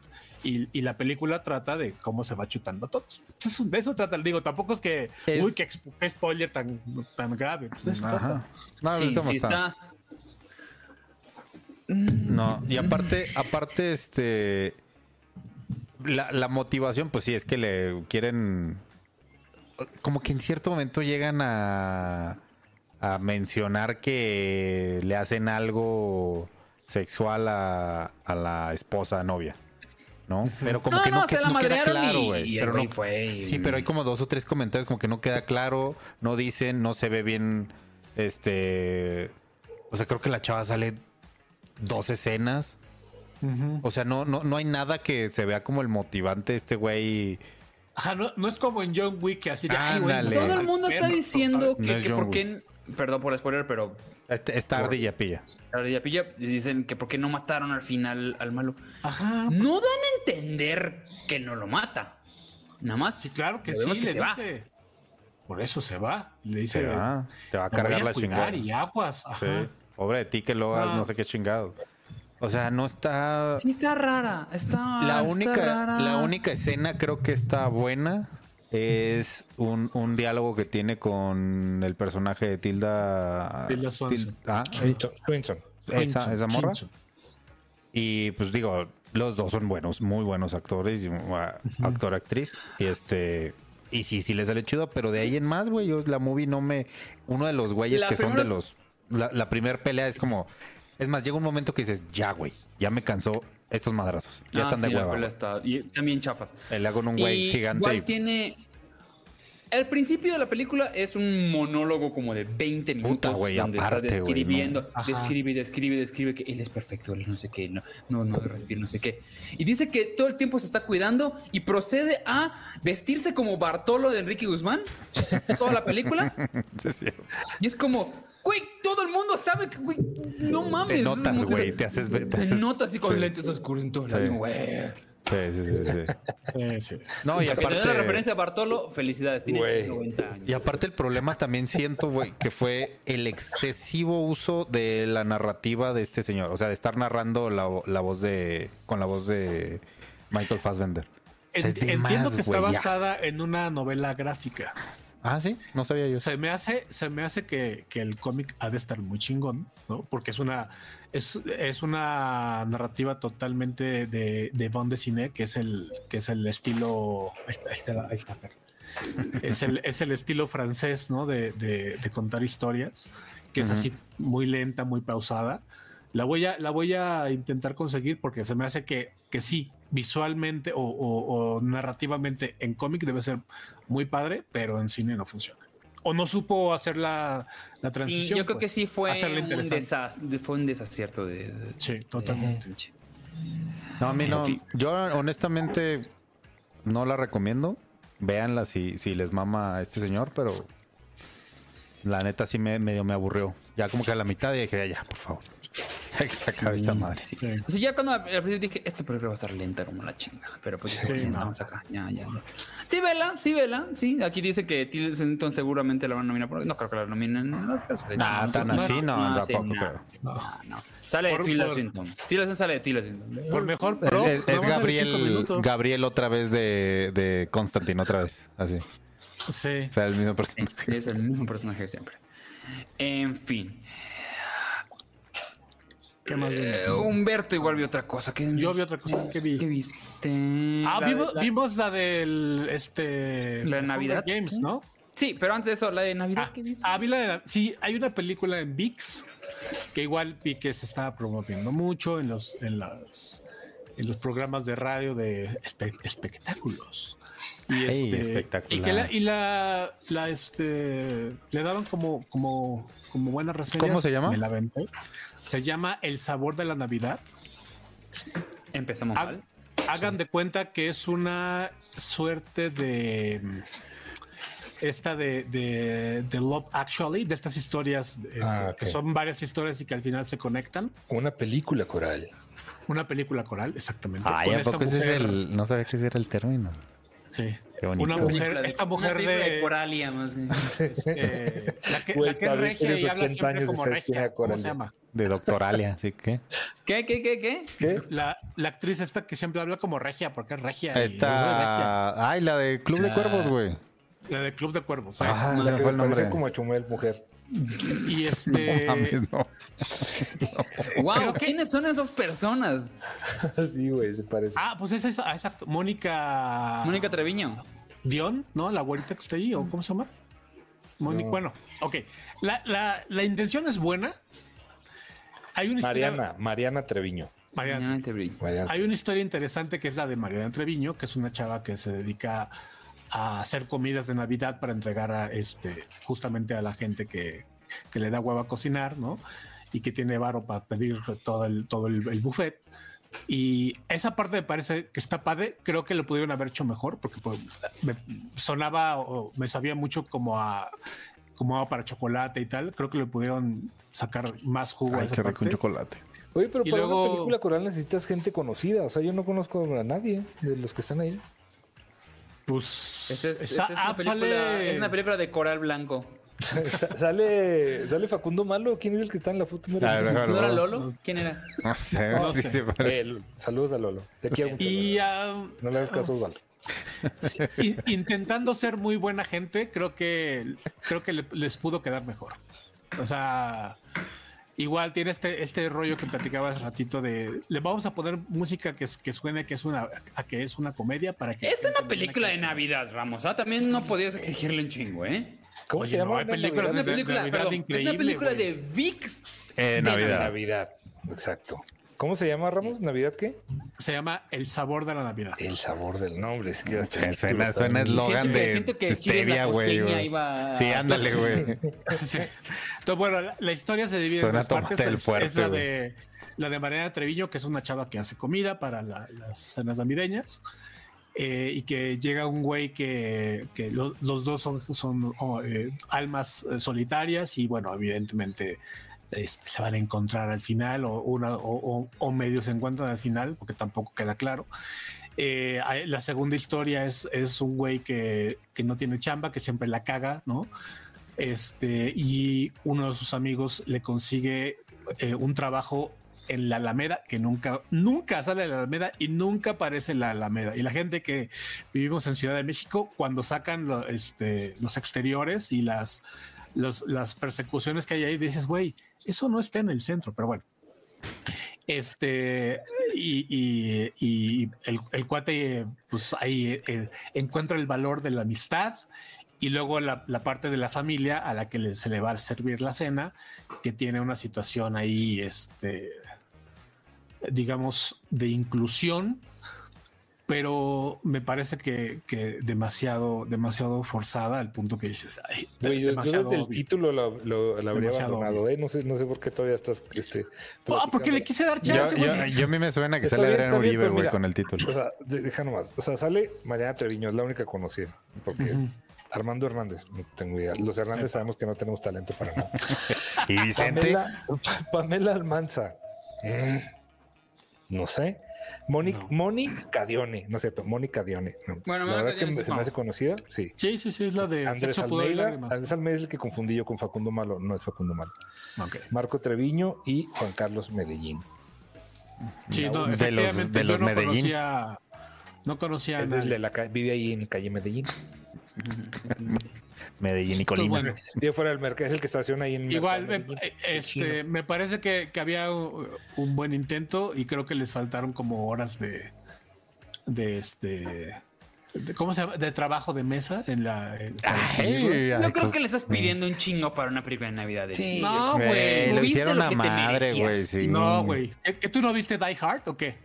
S4: Y, y la película trata de cómo se va chutando a todos. Eso, de eso trata, digo, tampoco es que.
S1: Es-
S4: Uy, qué, exp- qué spoiler tan, tan grave. pues, de eso trata.
S1: Ajá. No,
S2: sí,
S1: ahorita
S2: sí
S1: está.
S2: está.
S1: No, y aparte, aparte, este. La, la motivación, pues sí, es que le quieren. Como que en cierto momento llegan a. a mencionar que le hacen algo sexual a, a la esposa novia. ¿No? Pero como
S2: no,
S1: que no,
S2: no,
S1: que-
S2: se la
S1: no queda
S2: madrearon
S1: claro,
S2: y-
S1: güey.
S2: y el
S1: Pero
S2: güey
S1: no-
S2: fue. y-
S1: Sí, pero hay como dos o tres comentarios como que no queda claro, no dicen, no se ve bien, este... O sea, creo que la chava sale dos escenas.
S4: Ujú.
S1: O sea, no, no, no hay nada que se vea como el motivante de este güey.
S4: Ajá, no, no es como en John Wick, que así de, ay, güey,
S1: Ándale.
S2: Todo el
S4: al
S2: mundo está
S4: perro,
S2: diciendo
S1: No
S2: que,
S1: es
S2: que
S1: John
S2: por qué. Perdón por el spoiler, pero
S1: Este- Esta
S2: Por-
S1: ardilla pilla.
S2: la ya pilla. y Dicen que por qué no mataron al final al malo.
S4: Ajá.
S2: No dan a entender que no lo mata. Nada más.
S4: Sí, claro que sí,
S2: sabemos
S4: le
S2: se va.
S4: dice. Por eso se va. Le dice,
S1: Te va, ah, te va a
S4: "Me voy
S1: cargar la
S4: cuidar
S1: chingada.
S4: Y aguas.
S1: Sí.
S4: Ajá. Ah.
S1: Pobre de ti que lo hagas,
S4: No.
S1: no sé qué chingado. O sea, no está...
S2: Sí, está rara. Está.
S1: La
S2: Ah, está
S1: única,
S2: rara.
S1: la única escena creo que está buena es un, un diálogo que tiene con el personaje de Tilda.
S4: Tilda Swanson.
S1: Til- ah, eh,
S3: Swinton, Swinton.
S1: esa, esa morra.
S4: Chincho.
S1: Y pues digo, los dos son buenos, muy buenos actores, y, ah, actor, actriz. Y este. Y sí, sí les sale chido, pero de ahí en más, güey, yo la movie no me. Uno de los güeyes
S2: La
S1: que son de
S2: primera-
S1: los. La, la primera pelea es como. Es más, llega un momento que dices, ya, güey, ya me cansó estos madrazos. Ya
S2: Ah,
S1: están de
S2: sí, la
S1: hueva. güey".
S2: pelea está- y también chafas.
S1: Le hago un güey
S2: Y
S1: gigante.
S2: Igual
S1: y-
S2: tiene. El principio de la película es un monólogo como de 20
S1: Puta,
S2: minutos
S1: güey,
S2: donde
S1: aparte, güey,
S2: está
S1: no.
S2: describiendo,
S4: Ajá.
S2: describe, describe, describe que él es perfecto, él no sé qué, no, no, no, debe recibir no sé qué. Y dice que todo el tiempo se está cuidando y procede a vestirse como Bartolo de Enrique Guzmán toda la película.
S1: Sí, es cierto.
S2: Y es como, güey, todo el mundo sabe que, güey, no mames.
S1: Te
S2: es
S1: notas,
S2: muy-
S1: güey. Te haces. ve- te
S2: Te
S1: haces-
S2: notas y con
S1: Sí.
S2: lentes oscuros en todo el
S1: Sí.
S2: año, güey.
S1: Sí, sí, sí, sí.
S4: Sí, sí, sí.
S1: No, y
S2: Para que te dé la
S1: aparte.
S2: referencia a Bartolo, felicidades, tiene
S3: Güey.
S2: 90 años.
S1: Y aparte el problema también siento, güey, que fue el excesivo uso de la narrativa de este señor. O sea, de estar narrando la, vo- la voz de... Con la voz de Michael Fassbender. O sea, es
S4: Ent-
S1: de
S4: Entiendo
S1: más,
S4: que está
S1: güey, ya.
S4: basada en una novela gráfica.
S1: Ah, sí. No sabía yo.
S4: Se me hace, se me hace que, que el cómic ha de estar muy chingón, ¿no? Porque es una, es, es una narrativa totalmente de, de bande cine, que es el, que es el estilo. ahí está, ahí está la- ahí está, Fer. Es el, es el estilo francés, ¿no? De, de- de contar historias, que es
S1: Ujú.
S4: así muy lenta, muy pausada. La voy a, la voy a intentar conseguir porque se me hace que, que sí, visualmente o, o- o narrativamente en cómic debe ser muy padre, pero en cine no funciona. O no supo hacer la, la transición.
S2: Sí, yo creo que
S4: pues.
S2: sí fue
S4: hacerla
S2: un,
S4: interesante.
S2: desas- fue un desacierto de, de-
S4: Sí, totalmente.
S2: de- pinche.
S1: No, a mí no.
S2: En fin.
S1: Yo honestamente no la recomiendo. Véanla si, si les mama a este señor, pero la neta sí me medio me aburrió. Ya como que a la mitad y dije, ya, ya, por favor. Exacto, ahorita madre.
S2: Sí. O sea, ya cuando al principio dije, este película va a estar lenta como la chingada. Pero pues dije,
S4: Sí,
S2: "Bueno, ya
S4: no.
S2: estamos acá. Ya, ya, ya. Sí, vela, sí, vela. Sí, aquí dice que Tilda Swinton seguramente la van a nominar por. No creo que la nominen en los casos.
S4: Nah,
S2: No,
S1: Tan
S2: no,
S1: así, no,
S2: no, sí,
S1: tampoco,
S2: no.
S1: pero-
S4: No.
S2: No. Sale de
S4: Por-
S2: Tilda
S4: por-
S2: Swinton. Tilda Swinton sale de Tilda Swinton.
S4: Por mejor
S1: Es-
S4: pro,
S1: es
S4: nada más sale cinco
S1: Gabriel,
S4: minutos.
S1: Gabriel otra vez de, de Constantine, otra vez. Así.
S4: Sí.
S1: O sea, el mismo personaje.
S2: Sí, es el mismo personaje de siempre. En fin.
S4: ¿Qué más vimos?
S2: Eh, Humberto igual vio otra cosa. ¿Qué-
S4: Yo vi otra cosa que vi.
S2: ¿Qué viste?
S4: Ah,
S2: La de-
S4: vimos,
S2: la-
S4: vimos la del este
S2: La de
S4: Hunger
S2: Navidad.
S4: Games, ¿no?
S2: Sí, pero antes de eso, la de Navidad
S4: Ah,
S2: que viste.
S4: ah, vi la de la- sí, hay una película en VIX que igual vi que se estaba promoviendo mucho en los en las en los programas de radio de espe- espectáculos. Y,
S1: Ay,
S4: este,
S1: espectacular.
S4: y que la, y la, la, este le daban como como como buenas reseñas.
S1: ¿Cómo se llama?
S4: Me la aventé. Se llama El sabor de la Navidad.
S2: Empezamos
S4: Ha-
S2: mal.
S4: hagan de cuenta que es una suerte de mm, esta de, de, de Love Actually, de estas historias eh,
S3: Ah,
S4: que-
S3: ok.
S4: que son varias historias y que al final se conectan.
S3: Una película coral.
S4: Una película coral, exactamente.
S1: Ay,
S4: con
S1: ¿a
S4: esta
S1: poco ese es
S4: mujer-
S1: el. No sabía que ese era el término.
S4: Sí.
S1: Qué bonito.
S4: Una mujer, esta mujer de,
S2: Coralia, más bien.
S4: eh, la que,
S3: Güey,
S4: la que es
S3: David,
S4: regia y
S3: tienes
S4: habla
S3: 80
S4: siempre
S3: años y
S4: como
S3: sabes quién
S4: regia.
S3: era
S4: ¿Cómo
S3: Coralia.
S4: se llama?
S1: De doctoralia, así que.
S2: ¿Qué, qué, qué, qué?
S3: ¿Qué?
S4: La, la actriz esta que siempre habla como regia, porque es regia. y es
S1: Esta. Ay, la de Club
S4: Ah.
S1: de
S2: La-
S1: Cuervos, güey.
S4: regia. La de Club de Cuervos. esa.
S1: Ah,
S3: La
S1: se me
S3: que
S1: fue el
S3: parece
S1: nombre.
S3: como a Chumel, mujer.
S4: Y
S1: No
S4: este.
S1: mames, no.
S2: Wow,
S4: Creo que-
S2: ¿quiénes son esas personas?
S3: sí, güey, se parece.
S4: Ah, pues es esa, exacto. Mónica.
S2: Mónica Treviño.
S4: Ah, Dion, ¿no? La abuelita que está ahí, o cómo se llama. Mónica,
S3: No.
S4: bueno, ok. La, la, la intención es buena. Hay una historia.
S3: Mariana, Mariana Treviño.
S4: Mariana.
S2: Ay, Treviño.
S3: Mariana.
S4: Hay una historia interesante que es la de Mariana Treviño, que es una chava que se dedica a hacer comidas de Navidad para entregar a este justamente a la gente que, que le da hueva a cocinar, ¿no? Y que tiene varo para pedir todo el, todo el, el buffet. Y esa parte me parece que está padre. Creo que lo pudieron haber hecho mejor porque pues, me sonaba o me sabía mucho como a como agua para chocolate y tal. Creo que le pudieron sacar más jugo a
S1: Ay,
S4: esa
S1: qué rico
S4: parte.
S1: un chocolate.
S3: Oye, pero
S4: Y
S3: para
S4: luego-
S3: una película coral necesitas gente conocida. O sea, yo no conozco a nadie de los que están ahí.
S4: Pues
S2: Esta es,
S4: esa-
S2: esta es una
S4: ah,
S2: película,
S4: sale-
S2: es una película de coral blanco.
S3: Sa- sale, sale Facundo Malo. ¿Quién es el que está en la foto? número
S1: A ver,
S3: uno?
S1: déjame-
S2: ¿No era
S1: Claro.
S2: Lolo? ¿Quién era?
S1: No sé,
S4: No
S1: sí
S4: sé.
S1: se parece.
S3: Eh, Lolo. saludos a Lolo. Te quiero mucho.
S4: Y
S3: Lolo.
S4: ah,
S3: No le hagas caso, a Osvaldo.
S4: in- intentando ser muy buena gente, creo que creo que le- les pudo quedar mejor. O sea, igual tiene este, este rollo que platicaba hace ratito de le vamos a poner música que, que suene que es una a que es una comedia para que
S2: Es una película de Navidad, Ramos. Ah, también no podías exigirle un chingo, ¿eh?
S3: ¿Cómo
S4: Oye,
S3: se llama?
S4: no, hay películas
S2: Es una
S4: de-
S2: película,
S4: Navidad
S2: perdón, es una
S4: increíble,
S2: película
S4: güey.
S2: de VIX.
S1: Eh,
S2: de
S1: Navidad.
S3: Navidad. Exacto. ¿Cómo se llama, Ramos? ¿Navidad qué?
S4: se llama El sabor de la
S2: Eh,
S4: Navidad.
S3: El sabor del nombre. Es que hasta
S1: Eh,
S3: el título
S1: Suena,
S3: está
S1: suena
S3: bien.
S1: eslogan
S2: Siento que-
S1: de
S2: siento que
S1: de
S2: Chile en la
S1: stevia, güey.
S2: costeña
S1: güey.
S2: iba-
S1: Sí, ándale, güey.
S4: Sí. Entonces, bueno, la, la historia se divide
S1: Suena
S4: en dos partes.
S1: tomate del
S4: Es,
S1: fuerte,
S4: es la
S1: güey.
S4: de la de Mariana Treviño, que es una chava que hace comida para la- las cenas navideñas. eh, y que llega un güey que, que lo- los dos son, son oh, eh, almas eh, solitarias y bueno, evidentemente este, se van a encontrar al final o, una, o, o- o medio se encuentran al final porque tampoco queda claro. Eh, hay- la segunda historia es, es un güey que, que no tiene chamba, que siempre la caga, ¿no? Este, y uno de sus amigos le consigue eh, un trabajo en la Alameda, que nunca, nunca sale de la Alameda y nunca aparece en la Alameda. Y la gente que vivimos en Ciudad de México, cuando sacan lo- este, los exteriores y las, los- las persecuciones que hay ahí, dices, güey, eso no está en el centro, pero bueno. Este, y, y- y el, el cuate, eh, pues ahí eh, encuentra el valor de la amistad y luego la, la parte de la familia a la que le- se le va a servir la cena, que tiene una situación ahí, este, digamos, de inclusión, pero me parece que, que demasiado, demasiado forzada al punto que dices, ay,
S3: Güey, yo- yo,
S4: demasiado
S3: desde el
S4: obvio.
S3: título lo, lo- lo habría
S4: Demasiado
S3: abandonado, ¿eh? No sé, no sé por qué todavía estás. Este,
S4: Ah, porque le
S3: platicando.
S4: quise dar
S1: Yo,
S4: chance, güey.
S1: yo, yo a mí me suena que
S3: Está
S1: sale
S3: bien,
S1: Adrián
S3: está bien,
S1: Uribe,
S3: pero
S1: güey,
S3: mira.
S1: con el título.
S3: O sea, de- deja nomás. O sea, sale Mariana Treviño, es la única conocida. Porque
S4: Ujú.
S3: Armando Hernández, no tengo idea. Los Hernández sabemos que no tenemos talento para nada.
S1: Y Vicente.
S3: Pamela, Pamela Almanza. Mm, no sé. Moni,
S4: No.
S3: Moni Cadione, no es cierto, Moni Cadione. No.
S2: Bueno,
S3: la
S2: Moni
S3: verdad es que
S2: Cadione
S3: me-
S2: sí
S3: se me hace
S2: conozco.
S3: conocida, sí.
S4: Sí, sí, sí, es la de
S3: Andrés
S4: Sexo, Pudor y
S3: Almeida,
S4: Lágrimas.
S3: Andrés Almeida es el que confundí yo con Facundo Malo, no es Facundo Malo.
S4: Ok.
S3: Marco Treviño y Juan Carlos Medellín.
S4: Sí,
S1: De
S4: no,
S1: los-
S4: efectivamente,
S1: de
S4: yo
S1: los
S4: no
S1: Medellín.
S4: Conocía, no conocía a
S3: Es desde
S4: nadie.
S3: la ca- vive ahí en calle Medellín.
S1: Medellín y
S4: Entonces,
S1: Colima.
S4: bueno,
S3: Y fuera del mercado, es el que estaciona ahí en el
S4: Igual,
S3: mercado
S4: me-
S3: Medellín.
S4: este, me parece que, que había u- un buen intento y creo que les faltaron como horas de, de este, de- ¿cómo se llama? De trabajo de mesa en la. en-
S1: Ah,
S4: para escribirlo.
S1: Ay, ay,
S2: No creo
S1: pues,
S2: que le estás pidiendo un chingo para una película de Navidad. de
S5: Sí.
S2: Disney.
S4: No, güey,
S1: Güey,
S4: ¿no
S1: lo
S4: viste
S1: hicieron
S4: lo
S1: a
S4: que te
S1: madre,
S4: merecías?
S1: güey. sí.
S4: No, güey. ¿Que, que tú no viste Die Hard o qué?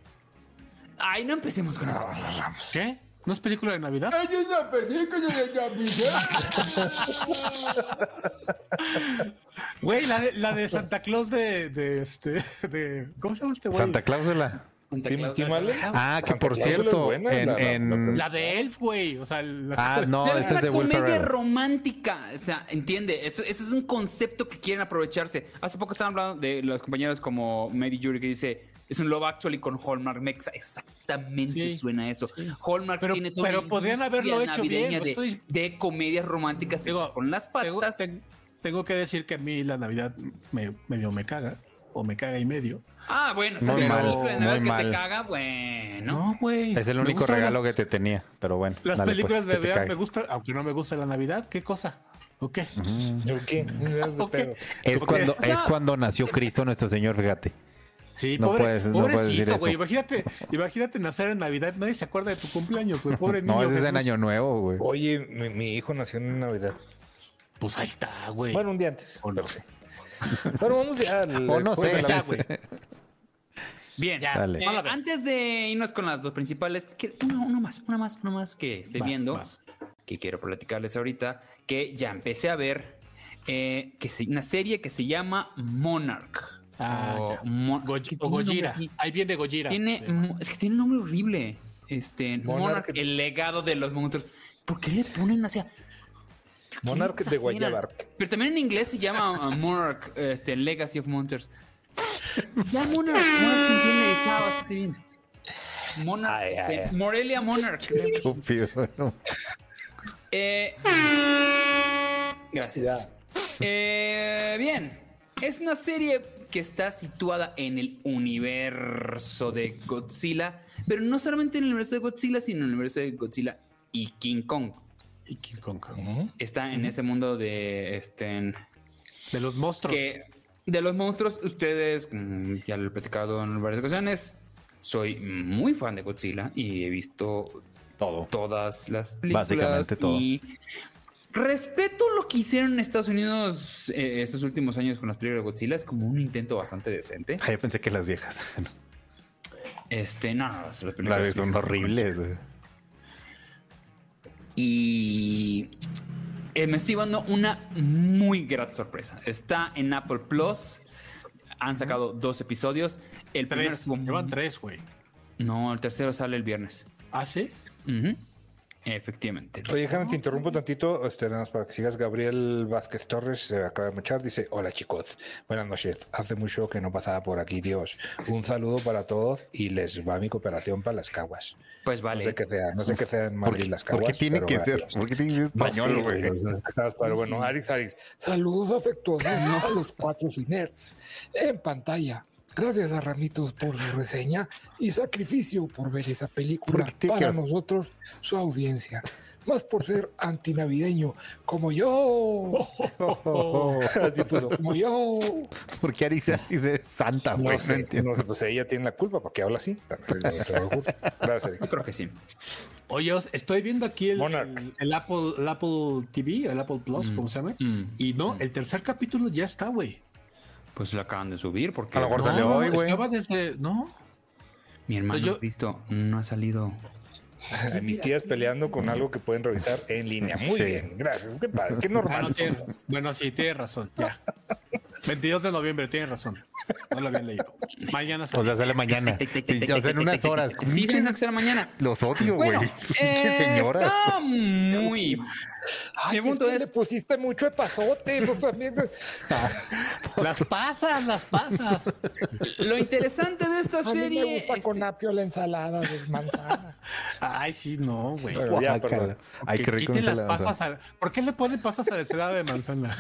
S2: Ay, no empecemos con eso.
S4: ¿Qué? ¿No es película de Navidad?
S2: es una película de Navidad.
S4: Güey, la de, la de Santa Claus de, de este, de, ¿cómo se llama este güey?
S1: Santa Cláusula.
S3: Tim- Tim Allen.
S1: Ah, que
S3: Santa
S1: por
S3: Cláusula es
S1: cierto,
S3: buena,
S1: en,
S3: la- la-
S1: en-
S4: La de Elf, güey. O sea, la-
S1: Ah, no,
S2: Pero es
S1: esa
S2: una
S1: es de Will
S2: comedia
S1: Ferrell.
S2: romántica, o sea, entiende, eso, eso es un concepto que quieren aprovecharse. Hace poco estaban hablando de los compañeros como Mary Jury que dice, es un Love Actually con Hallmark Mexa, exactamente
S4: Sí,
S2: suena a eso. Hallmark
S4: Pero-
S2: tiene toda
S4: pero
S2: una
S4: podrían
S2: industria
S4: haberlo hecho bien,
S2: navideña
S4: no
S2: de,
S4: estoy-
S2: de comedias románticas
S4: Digo,
S2: hechas con las
S4: Tengo,
S2: patas.
S4: ten- tengo que decir que a mí la Navidad me, medio me caga, o me caga y medio.
S2: Ah, bueno,
S1: Muy
S2: también
S1: mal,
S2: película de Navidad
S1: muy
S2: que
S1: mal.
S2: te caga, bueno.
S4: No, güey.
S1: Es el
S4: Me
S1: único
S4: gustan
S1: regalo que te tenía, pero bueno.
S4: Las, las
S1: dale,
S4: películas
S1: pues, que te
S4: de Navidad
S1: cague.
S4: me gustan, aunque no me gusta la Navidad, ¿qué cosa? ¿O qué?
S3: ¿Yo qué?
S4: ¿O qué?
S1: Es
S4: Ok.
S1: cuando,
S4: O sea,
S1: es cuando nació Cristo nuestro Señor, fíjate.
S4: Sí,
S1: no
S4: pobre,
S1: puedes- no puedes decir
S4: pobrecito,
S1: eso.
S4: güey. Imagínate, imagínate nacer en Navidad, nadie se acuerda de tu cumpleaños, güey. Pobre niño.
S1: No, ese es en
S4: Jesús.
S1: Año Nuevo, güey.
S3: Oye, mi, mi hijo nació en Navidad.
S4: Pues ahí está, güey.
S3: Bueno, un día antes.
S4: O no.
S3: pero sí. Bueno, vamos ya al
S1: O no
S3: juego de
S1: sé.
S3: la
S4: ya,
S3: mesa.
S4: güey.
S2: Bien,
S4: Ya.
S1: Dale.
S2: Eh,
S4: Vamos a ver.
S2: antes de irnos con las dos principales, que- una, una más, una más, una más que estoy
S4: Vas,
S2: viendo,
S4: vas.
S2: que quiero platicarles ahorita, que ya empecé a ver, eh, que se- una serie que se llama Monarch.
S4: Ah,
S2: O
S4: ya.
S2: Mon-
S4: Go-
S2: es que
S4: o
S2: tiene un nombre
S4: Gojira.
S2: así.
S4: Ahí viene Gojira.
S2: Tiene,
S4: Sí.
S2: mo- es que tiene un nombre horrible. Este, Monarch,
S3: Monarch.
S2: el legado de los monstruos. ¿Por qué le ponen así? a-
S3: Monarch de
S2: exageran?
S3: Guayabark.
S2: Pero también en inglés se llama uh, Monarch, este, Legacy of Monsters. Ya Monarch, Monarch se entiende, está bastante bien. Monarch,
S3: Ay, ay,
S2: eh,
S3: ay.
S2: Morelia Monarch.
S1: Estúpido. ¿no?
S2: Eh, gracias. Eh, bien, es una serie que está situada en el universo de Godzilla, pero no solamente en el universo de Godzilla, sino en el universo de Godzilla y King Kong.
S4: Y King Kong.
S3: Ujú.
S2: Está en ese mundo de este, en-
S4: De los monstruos.
S2: que de los monstruos, ustedes, mm, ya lo he platicado en varias ocasiones, soy muy fan de Godzilla y he visto
S1: Todo.
S2: todas las películas.
S1: Básicamente todo.
S2: Y respeto lo que hicieron en Estados Unidos eh, estos últimos años con las películas de Godzilla. Es como un intento bastante decente.
S1: Ay, yo pensé que las viejas.
S2: Este, no, no, las películas
S1: Las son horribles, güey.
S2: Y eh, me estoy dando una muy grata sorpresa. Está en Apple Plus. Han sacado dos episodios. El primero
S4: Tres.
S2: estuvo muy-
S4: Llevan tres, güey.
S2: No, el tercero sale el viernes.
S4: ¿Ah, sí?
S2: Ujú. Efectivamente.
S3: Oye, déjame, te interrumpo tantito, este, nada más para que sigas. Gabriel Vázquez Torres se acaba de marchar, dice, hola chicos, buenas noches, hace mucho que no pasaba por aquí, Dios. Un saludo para todos y les va mi cooperación para las caguas.
S2: Pues
S3: No
S2: vale.
S3: sé qué sea, no sé qué sea en
S1: ¿Por,
S3: Madrid las
S1: por
S3: caguas.
S1: qué tiene
S3: pero
S1: que ser,
S3: gracias.
S1: por qué tiene que ser
S3: No
S1: español,
S3: sé,
S1: güey?
S3: los- los estados, pero bueno, Arix, Arix, saludos afectuosos a los cuatro cinets en pantalla. Gracias a Ramitos por su reseña y sacrificio por ver esa película
S1: ¿Por qué te
S6: para
S1: quiero?
S6: nosotros su audiencia. Más por ser antinavideño, como yo,
S3: Así puso.
S6: como yo.
S1: ¿Por qué Arisa dice santa,
S3: No
S1: Ah, güey? No,
S3: sé,
S1: entiendo.
S3: no sé, pues ella tiene la culpa porque habla así. También le echo la culpa. Gracias,
S2: Yo
S3: Arix.
S2: creo que sí.
S4: Oye, os- estoy viendo aquí el,
S3: Monarch.
S4: el, el Apple, el Apple TV, el Apple Plus,
S2: Mm.
S4: ¿cómo se llama?
S2: Mm.
S4: Y no, el tercer capítulo ya está, güey.
S2: Pues lo acaban de subir porque
S1: A lo mejor
S4: No,
S1: salió Pues
S4: no, no,
S1: hoy, güey.
S4: Estaba desde. No.
S2: mi hermano
S4: Yo-
S2: Cristo no ha salido.
S3: Mis tías peleando con algo que pueden revisar en línea. Muy
S1: Sí.
S3: bien, gracias. Qué padre, qué
S4: Ah,
S3: normal.
S4: no
S3: son
S4: tiene-
S3: todas.
S4: bueno, sí, tienes razón. Ya. 22 de noviembre, tienes razón. No lo había leído. Mañana
S1: O
S4: sale.
S1: sea, sale mañana. O sea, en unas horas.
S2: Sí, sí, que será mañana.
S1: Los odio, güey.
S2: Bueno, eh,
S1: Qué señoras.
S2: está muy. Mi punto
S6: es que
S2: es,
S6: le pusiste mucho epazote, pues también.
S4: las pasas, las pasas.
S2: lo interesante de esta
S6: A mí
S2: serie.
S6: me gusta
S2: este,
S6: con apio la ensalada de manzana.
S4: Ay, sí, no, güey.
S3: Pero ya,
S1: Guácala.
S3: perdón.
S1: Ay,
S4: que
S1: qué rico.
S4: quiten las
S1: ensalada.
S4: pasas a- ¿Por qué le ponen pasas a la ensalada de manzana?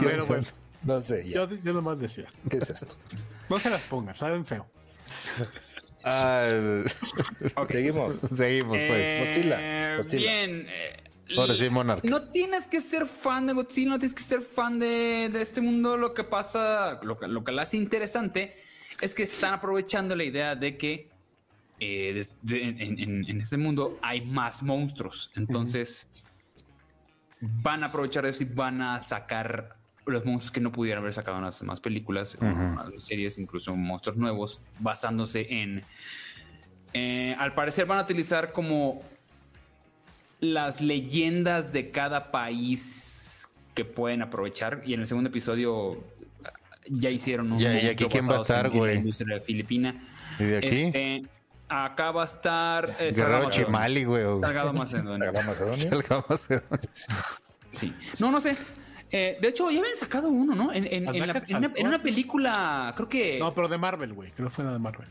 S4: Pero bueno,
S3: No sé, ya.
S4: yo, yo nomás decía,
S3: ¿Qué es esto?
S4: no se las pongan, saben feo.
S1: Ah,
S3: Seguimos.
S1: seguimos, pues.
S2: eh,
S3: Godzilla, Godzilla.
S2: Bien. eh,
S1: Ahora sí, Monarch.
S2: No tienes que ser fan de Godzilla, no tienes que ser fan de, de este mundo. Lo que pasa, lo, que- lo que la hace interesante es que están aprovechando la idea de que eh, des- de- en, en- en este mundo hay más monstruos. Entonces van a aprovechar eso y van a sacar los monstruos que no pudieran haber sacado en las demás películas, o en
S1: Ujú.
S2: las series, incluso monstruos nuevos, basándose en. eh, al parecer van a utilizar como las leyendas de cada país que pueden aprovechar. Y en el segundo episodio eh, ya hicieron un.
S1: Ya- ya
S2: monstruo
S1: aquí quién va a
S2: basado
S1: estar,
S2: en- en
S1: güey.
S2: La industria filipina.
S1: ¿Y de aquí?
S2: Este, acá va a estar. eh, Salgado
S1: Guerrero
S2: Macedonia.
S1: Chimali, güey. o-
S2: Salgado Macedonia.
S3: ¿La Macedonia?
S1: Salgado Macedonia.
S2: Sí. No, no sé. Eh, de hecho, ya habían sacado uno, ¿no? En, en- en
S4: Ataque
S2: la-
S4: al
S2: en una, en una
S4: Saltón.
S2: película, creo que.
S4: No, pero de Marvel, güey, creo que fue la de Marvel.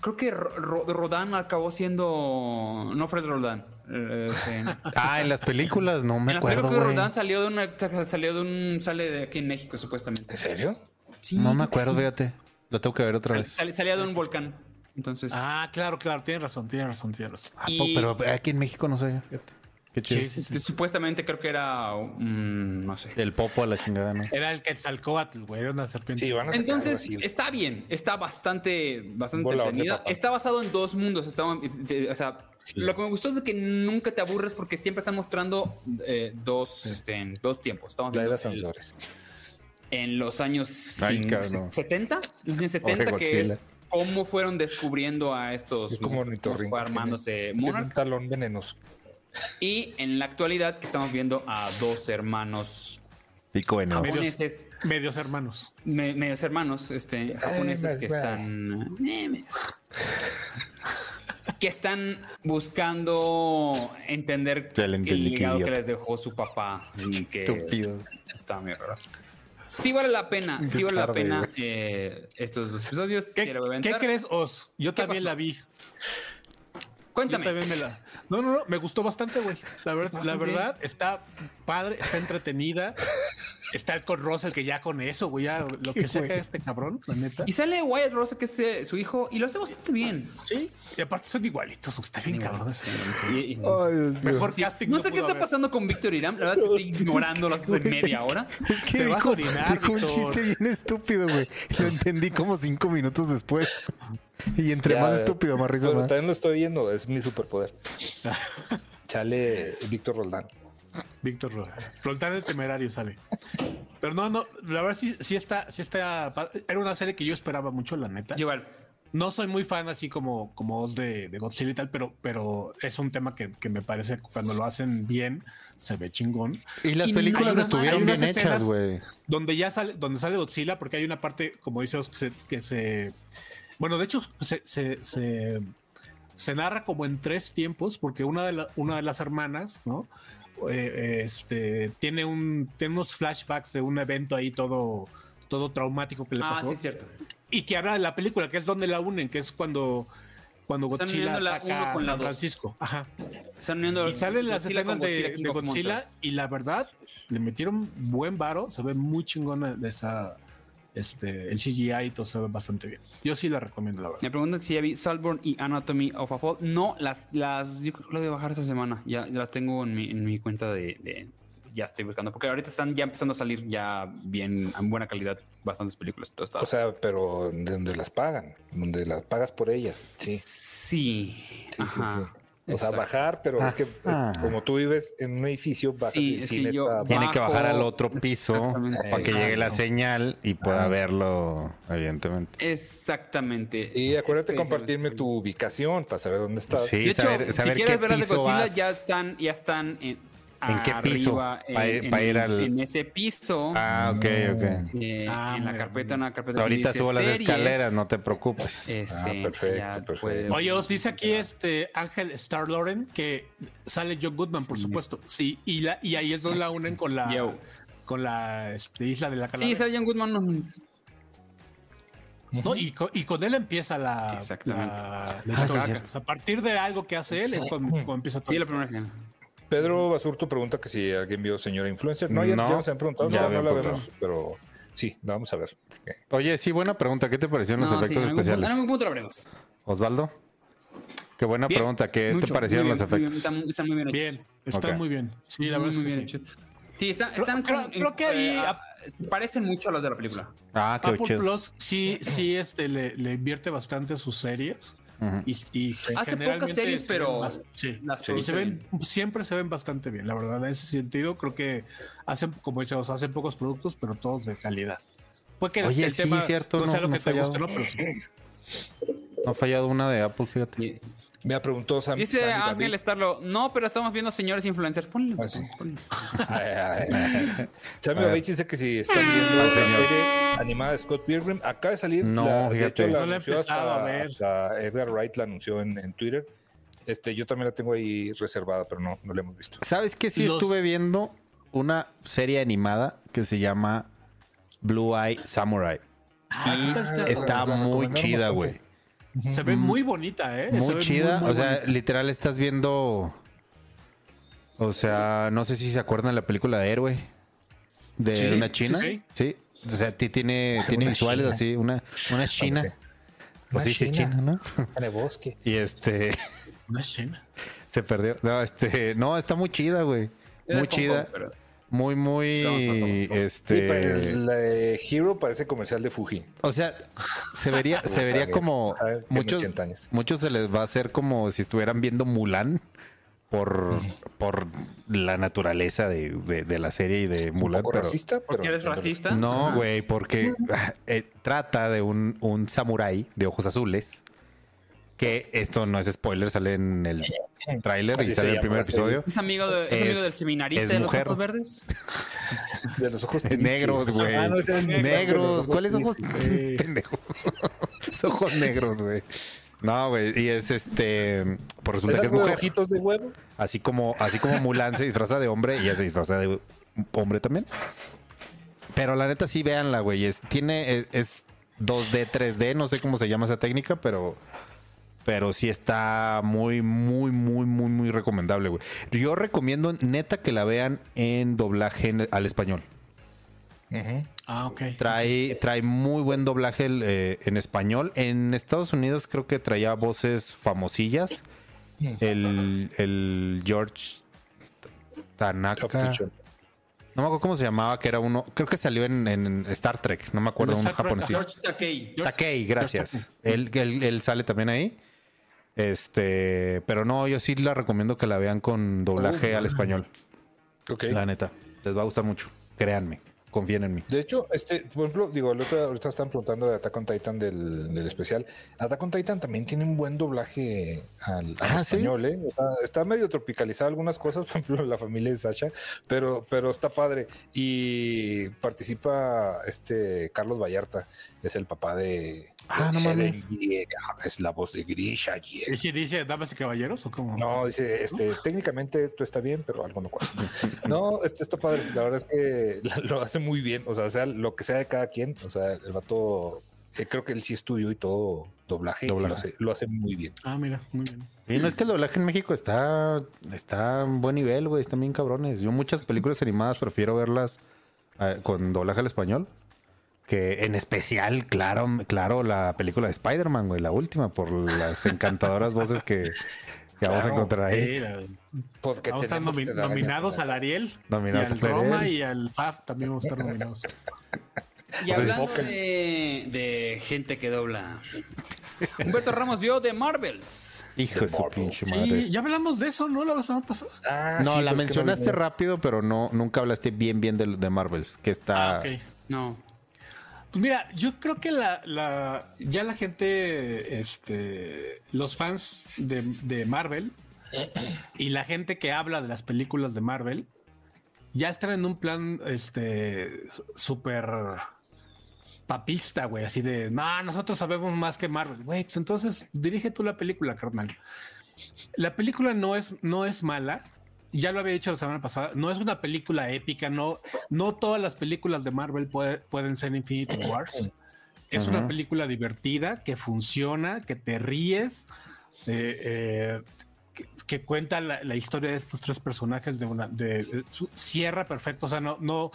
S2: Creo que Ro- Ro- Rodán acabó siendo. No, Fred Rodán. Eh, este, en-
S1: Ah, en las películas, no me
S2: en la
S1: acuerdo,
S2: película que
S1: güey.
S2: Rodán salió de una. Salió de un. Sale de aquí en México, supuestamente.
S3: ¿En serio?
S2: Sí,
S1: No me
S2: creo que
S1: acuerdo,
S2: sí.
S1: fíjate. Lo tengo que ver otra
S2: Sal-
S1: vez.
S2: sal- salía de un volcán. Entonces.
S4: Ah, claro, claro, tienes razón, tienes razón, tienes razón.
S1: Ah,
S2: y-
S1: Pero aquí en México no sé. fíjate. Qué chido.
S4: Sí, sí, sí.
S2: Supuestamente creo que era. mm, no sé.
S1: El popo a la chingada, ¿no?
S4: Era el Quetzalcoatl, güey, era una serpiente.
S3: Sí, van a sacar algo
S2: Entonces,
S3: así.
S2: está bien, está bastante, bastante
S3: Volador de
S2: entretenida.
S3: papá.
S2: Está basado en dos mundos. está- o sea, lo que me gustó es que nunca te aburres porque siempre están mostrando eh, dos, este, en dos tiempos. Estamos
S3: La de
S2: viendo
S3: los
S2: el-
S3: sensores.
S2: en los años
S1: Ay,
S2: cin-
S1: cabrón.
S2: 70, los años 70, que
S1: Godzilla.
S2: es cómo fueron descubriendo a estos
S3: Es como
S2: monstruos, cómo
S3: ornitorrinco,
S2: fue armándose
S3: Tiene un
S2: Monarch.
S3: talón venenoso.
S2: Y en la actualidad que estamos viendo a dos hermanos
S1: Pico en
S4: Medios-
S2: japoneses
S4: Medios hermanos.
S2: me- medios hermanos este, japoneses
S3: me-
S2: que
S3: me-
S2: están eh, me- que están buscando entender
S1: Ya le entendí,
S2: el
S1: qué
S2: legado que
S1: idiota.
S2: les dejó su papá y que
S1: Estúpido.
S2: está muy raro sí vale la pena sí vale la
S1: tarde,
S2: pena
S1: güey.
S2: eh, estos dos episodios sí
S4: ¿Qué,
S2: la voy a
S4: qué
S2: aventar.
S4: crees, Oz? Yo también
S2: pasó?
S4: la vi. Yo
S2: cuéntame
S4: también me la- No, no, no, me gustó bastante, güey. La, ver-
S2: Está
S4: la
S2: bastante
S4: verdad, está padre, está entretenida. Está el con Russell, que ya con eso, güey, ya lo que sea que haga este cabrón, la neta.
S2: y sale Wyatt Rosa que es eh, su hijo y lo hace bastante bien
S4: Sí, y aparte son igualitos, está bien cabrón.
S2: Y- y-
S4: Mejor casting.
S2: no sé qué
S4: pudo
S2: está
S4: haber.
S2: pasando con Víctor Irán la verdad es que estoy ignorándolo hace media hora
S1: ¿Qué
S4: Te vas a
S1: dijo?
S4: orinar,
S1: Dijo un
S4: Víctor.
S1: chiste bien estúpido, güey. Lo entendí como cinco minutos después. Y entre
S3: Ya, eh.
S1: más estúpido, más risa.
S3: Pero
S1: más.
S3: también lo estoy viendo, es mi superpoder. Chale Víctor Roldán.
S4: Víctor Roldán. Roldán el temerario sale. Pero no, no, la verdad sí, sí está, sí está. pa- Era una serie que yo esperaba mucho, la neta.
S2: Yo igual
S4: No soy muy fan así como, como Oz de, de Godzilla y tal, pero, pero es un tema que, que me parece que cuando lo hacen bien, se ve chingón.
S1: Y las
S4: Y
S1: películas
S4: hay unas- hay
S1: estuvieron
S4: unas
S1: bien hechas,
S4: escenas-
S1: güey.
S4: Donde ya sale, donde sale Godzilla, porque hay una parte, como dice Oz, que se, que se- bueno, de hecho, se, se, se- se narra como en tres tiempos, porque una de, la- una de las hermanas, ¿no? Eh, este, tiene un, tiene unos flashbacks de un evento ahí todo, todo traumático que le
S2: ah
S4: pasó.
S2: sí es cierto
S4: y que habla de la película, que es donde la unen, que es cuando, cuando
S2: Están
S4: Godzilla
S2: uniendo la uno
S4: ataca
S2: con
S4: a
S2: la
S4: San
S2: dos.
S4: Francisco. Ajá.
S2: Están uniendo
S4: Y salen las
S2: Godzilla
S4: escenas
S2: con
S4: de,
S2: King
S4: de
S2: of
S4: Godzilla
S2: Monsters.
S4: y la verdad, le metieron buen varo, se ve muy chingona de esa, este, el CGI y todo se ve bastante bien. Yo sí la recomiendo, la verdad.
S2: Me preguntan si ya vi Salborn y Anatomy of a Fall. No, las, las, yo creo que lo voy a bajar esta semana. Ya, ya las tengo en mi, en mi cuenta de, de- ya estoy buscando. Porque ahorita están ya empezando a salir ya bien, en buena calidad, bastantes películas. Todo está-
S3: O sea, pero de donde las pagan, donde las pagas por ellas.
S2: sí.
S3: Sí, sí,
S2: Sí,
S3: sí, sí.
S2: ajá.
S3: O sea,
S2: Exacto.
S3: bajar, pero es que es-
S1: Ah.
S3: como tú vives en un edificio, bajas
S2: Sí,
S3: el
S2: es
S3: cine
S2: que yo
S3: está-
S2: bajo-
S1: Tiene que bajar al otro
S2: Exactamente.
S1: piso para que llegue la señal y pueda verlo, evidentemente.
S2: Exactamente.
S3: Y acuérdate
S2: Es que-
S3: compartirme tu ubicación para saber dónde estás.
S1: Sí,
S2: De hecho,
S1: saber,
S2: si
S1: saber
S2: quieres
S1: qué
S2: ver las de
S1: piso
S2: Godzilla,
S1: vas.
S2: ya están, ya están en-
S1: ¿En qué piso?
S2: arriba, en,
S1: Pa' ir-
S2: en-
S1: pa' ir al-
S2: en ese piso,
S1: Ah, ok, ok.
S2: eh,
S4: Ah,
S2: en la
S4: muy
S2: carpeta, en la carpeta. que
S1: Ahorita
S2: dice
S1: subo las
S2: series,
S1: escaleras, no te preocupes.
S2: Este,
S3: Ah, perfecto,
S2: ya
S3: perfecto.
S2: puede-
S4: Oye, os dice aquí este Ángel Star Loren que sale Joe Goodman, por
S2: Sí.
S4: supuesto. Sí, y, la, y ahí es donde la unen con la,
S2: Yo.
S4: con la este, isla de la
S2: Sí,
S4: calavera.
S2: sale John Goodman. no,
S4: ¿no? y, co- y con él empieza la,
S2: Exactamente.
S1: Ah,
S4: la- la
S5: sí,
S4: historia.
S5: cierto.
S4: O sea, a partir de algo que hace él es cuando, cuando empieza todo.
S2: Sí, la primera escena.
S3: Pedro Basurto pregunta que si alguien vio Señora Influencer. No, ya,
S1: No,
S3: ya nos han preguntado,
S1: ya
S3: no, no
S1: habían
S3: la
S1: preguntado.
S3: vemos, pero sí, la vamos a ver.
S1: Oye, sí, buena pregunta. ¿Qué te parecieron los
S2: No, sí,
S1: efectos
S2: en algún punto-
S1: especiales?
S2: En algún punto lo veremos.
S1: Osvaldo. Qué buena
S2: Bien,
S1: pregunta. ¿Qué
S2: Mucho,
S1: te
S2: muy
S1: parecieron
S2: bien,
S1: los
S2: muy bien,
S1: efectos?
S2: Están, están muy bien hechos.
S4: Bien, está
S1: Ok.
S4: muy bien. Sí, la
S2: muy,
S4: verdad
S2: muy
S4: es que
S2: bien
S4: sí.
S2: hechos. Sí, está-
S4: Creo-
S2: están
S4: creo-
S2: con-
S4: creo que ahí-
S2: eh, ah, parecen mucho a los de la película.
S1: Ah, qué
S4: Apple
S1: chido.
S4: Plus sí, sí este, le, le invierte bastante a sus series.
S1: Ujú.
S4: Y, y
S2: pocas
S4: generalmente
S2: series,
S4: se
S2: pero
S4: ven bas- sí.
S2: Las
S4: Y
S2: produce
S4: se ven, siempre se ven bastante bien, la verdad, en ese sentido creo que hacen, como dice, o sea, hacen pocos productos, pero todos de calidad. Puede que
S1: Oye, sí, cierto,
S4: no,
S1: no-
S4: sea lo
S1: no
S4: que te
S1: fallado.
S4: guste, ¿no? Pero sí.
S1: No ha fallado una de Apple, fíjate.
S2: bien.
S3: Me preguntó Sam.
S2: Dice ah,
S3: Sandy David.
S2: Ángel Starlo, no, pero estamos viendo señores influencers. Ponle.
S3: Ah, sí.
S2: ponle.
S3: Ay, ay, ay. Sammy
S1: A ver.
S3: Babaich dice que si están viendo
S1: Ah. Al
S3: la
S1: señor.
S3: serie animada de Scott Pilgrim, acaba de salir.
S1: No,
S3: la, de
S1: fíjate.
S3: hecho, la
S4: No la he
S3: anunció
S4: empezado
S3: hasta,
S4: a ver.
S3: hasta Edgar Wright la anunció en, en Twitter. Este, yo también la tengo ahí reservada, pero no, no la hemos visto.
S1: ¿Sabes qué? Sí
S4: Los-
S1: estuve viendo una serie animada que se llama Blue Eye Samurai.
S4: Ah, ¿qué tal está?
S3: Ah,
S1: Está
S3: la
S1: muy
S3: recomendaron
S1: chida,
S3: bastante.
S1: güey.
S4: se ve muy bonita, ¿eh? Se ve
S1: Muy chida.
S4: muy
S1: o sea,
S4: bonita.
S1: literal estás viendo... O sea, no sé si se acuerdan de la película de Héroe. De
S4: Sí,
S1: una
S4: sí,
S1: china. Sí,
S4: sí.
S1: O sea, ti- tiene, tiene
S3: Una
S1: visuales
S3: china.
S1: así. Una, una china.
S3: sí.
S1: Pues
S6: Una
S1: sí, sí,
S6: china.
S1: china, ¿no?
S6: En el bosque.
S1: Y este...
S4: Una escena.
S1: Se perdió. No, este, no, está muy chida, güey.
S2: Es de
S1: Muy
S2: Hong Kong,
S1: chida.
S2: pero-
S1: Muy,
S2: Vamos a
S1: muy.
S2: Hong Kong.
S1: Este.
S3: Sí, para el eh, Hero parece comercial de Fuji.
S1: O sea, se vería, se vería como.
S3: Tiene
S1: Muchos,
S3: 80 años.
S1: muchos se les va a hacer como si estuvieran viendo Mulan por, por la naturaleza de, de- de la serie y de
S3: Un
S1: Mulan.
S3: poco
S1: pero- pues,
S3: racista, pero.
S2: ¿Porque eres racista?
S1: No,
S2: Ajá.
S1: güey, porque eh, trata de un, un samurái de ojos azules. Que esto no es spoiler, sale en el tráiler
S3: Así
S1: y
S3: se
S1: sale en el
S3: llama
S1: primer
S3: la serie.
S1: episodio.
S2: ¿Es amigo, de- es
S1: Es-
S2: amigo del seminarista
S1: es
S2: de los
S1: mujer.
S2: ojos verdes?
S3: De los ojos tristes.
S1: Negros, güey.
S3: Ah, no, ese era el negro, de los
S1: negros. ¿Cuáles ojos?
S3: tristes.
S1: Pendejo. Es ojos negros, güey. No, güey. Y es este. Pues resulta
S3: Esas
S1: que es
S3: de
S1: mujer.
S3: ojitos de huevo.
S1: Así como, así como Mulan se disfraza de hombre, ella se disfraza de hombre también. Pero la neta sí, véanla, güey. Es, tiene, es, es 2D, 3D, no sé cómo se llama esa técnica, pero, pero sí está muy, muy, muy, muy, muy recomendable, güey. Yo recomiendo neta que la vean en doblaje en- al español.
S3: Ujú.
S4: Ah, ok.
S1: Trae, trae muy buen doblaje el, eh, en español. En Estados Unidos creo que traía voces famosillas. El, el George Tanaka.
S3: Aftershot.
S1: No me acuerdo cómo se llamaba, que era uno. Creo que salió en, en Star Trek. No me acuerdo,
S4: En
S1: un
S4: Star Trek,
S1: japonés.
S4: ajá.
S2: George Takei.
S1: Takei, gracias. Él, él- él sale también ahí. Este, pero no, yo sí la recomiendo que la vean con doblaje al español.
S3: Ok.
S1: La neta. Les va a gustar mucho. Créanme. Confíen en mí.
S3: De hecho, este, por ejemplo, digo, el otro, ahorita están preguntando de Attack on Titan del, del especial. Attack on Titan también tiene un buen doblaje al, al
S1: Ah, ¿sí?
S3: español, ¿eh? O sea, está medio tropicalizado algunas cosas, por ejemplo, la familia de Sasha, pero, pero está padre. Y participa este Carlos Vallarta, es el papá de.
S1: Ah,
S3: de-
S1: no
S3: de-
S1: mames.
S3: de- Es la voz de Grisha. yeah.
S4: ¿Y si dice damas y caballeros o cómo?
S3: No, dice, este, técnicamente tú está bien, pero algo no cuadra. No, este está padre. La verdad es que la- lo hace muy bien. O sea, sea lo que sea de cada quien. O sea, el vato, eh, creo que él sí estudió y todo doblaje. y
S1: Doblaje.
S3: Lo, hace, lo hace muy bien.
S4: Ah, mira, muy bien.
S1: Y no es que el doblaje en México está, está en buen nivel, güey. Están bien cabrones. Yo muchas películas animadas prefiero verlas eh, con doblaje al español. Que en especial, claro, claro, la película de Spider-Man, güey, la última, por las encantadoras voces que, que vamos a
S3: Claro,
S1: encontrar ahí.
S4: Sí, la-
S3: Porque
S4: vamos a estar
S3: tenemos
S4: nomi-
S3: Pues, que dar-
S4: nominados al Ariel,
S1: Nominados
S4: y al
S1: al Ariel.
S4: Roma y al FAF también vamos a estar nominados.
S2: Y hablando de, de gente que dobla. Humberto Ramos vio The Marvels.
S1: Hijo de su
S3: Marvel.
S1: pinche madre.
S4: Sí, ya hablamos de eso, ¿no? La semana pasada.
S3: Ah,
S1: no, la
S3: sí, pero es que no
S1: mencionaste
S3: vi-
S1: rápido, pero no, nunca hablaste bien bien de, de Marvel, que está...
S4: Ah, ok.
S2: No.
S4: Pues mira, yo creo que la, la- ya la gente, este, los fans de, de Marvel Y la gente que habla de las películas de Marvel ya está en un plan este s- súper papista, güey, así de, no, nosotros sabemos más que Marvel, güey, pues entonces dirige tú la película, carnal. La película no es, no es mala, ya lo había dicho la semana pasada, no es una película épica, no, no todas las películas de Marvel puede- pueden ser Infinity Wars. Es una
S1: Ajá.
S4: película divertida, que funciona, que te ríes, eh, eh, que, que cuenta la, la historia de estos tres personajes de una de, eh, su- cierra perfecto, o sea, no, no,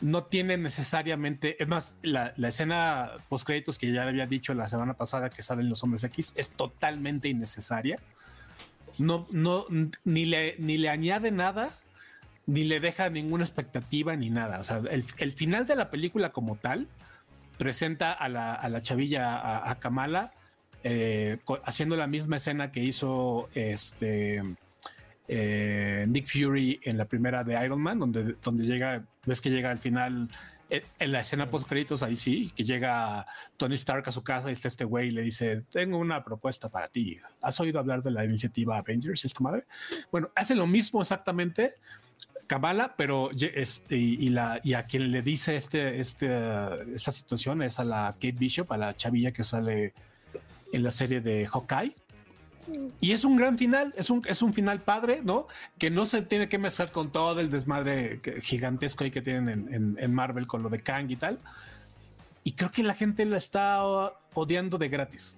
S4: no tiene necesariamente, es más, la, la escena post créditos que ya le había dicho la semana pasada que salen los hombres X es totalmente innecesaria. No, no, n- ni le, ni le añade nada, ni le deja ninguna expectativa ni nada. O sea, el, el final de la película como tal presenta a la, a la chavilla, a, a Kamala, eh, co- haciendo la misma escena que hizo este eh, Nick Fury en la primera de Iron Man, donde, donde llega, ves que llega al final, eh, en la escena post créditos, ahí sí, que llega Tony Stark a su casa y está este güey y le dice, tengo una propuesta para ti, ¿has oído hablar de la iniciativa Avengers, esta madre? Bueno, hace lo mismo exactamente. Kamala, pero ye- es- y, y la, y a quien le dice este, este, esta situación es a la Kate Bishop, a la chavilla que sale en la serie de Hawkeye. Y es un gran final, es un, es un final padre, ¿no? Que no se tiene que mezclar con todo el desmadre que- gigantesco ahí que tienen en, en- en Marvel con lo de Kang y tal. Y creo que la gente la está o- odiando de gratis.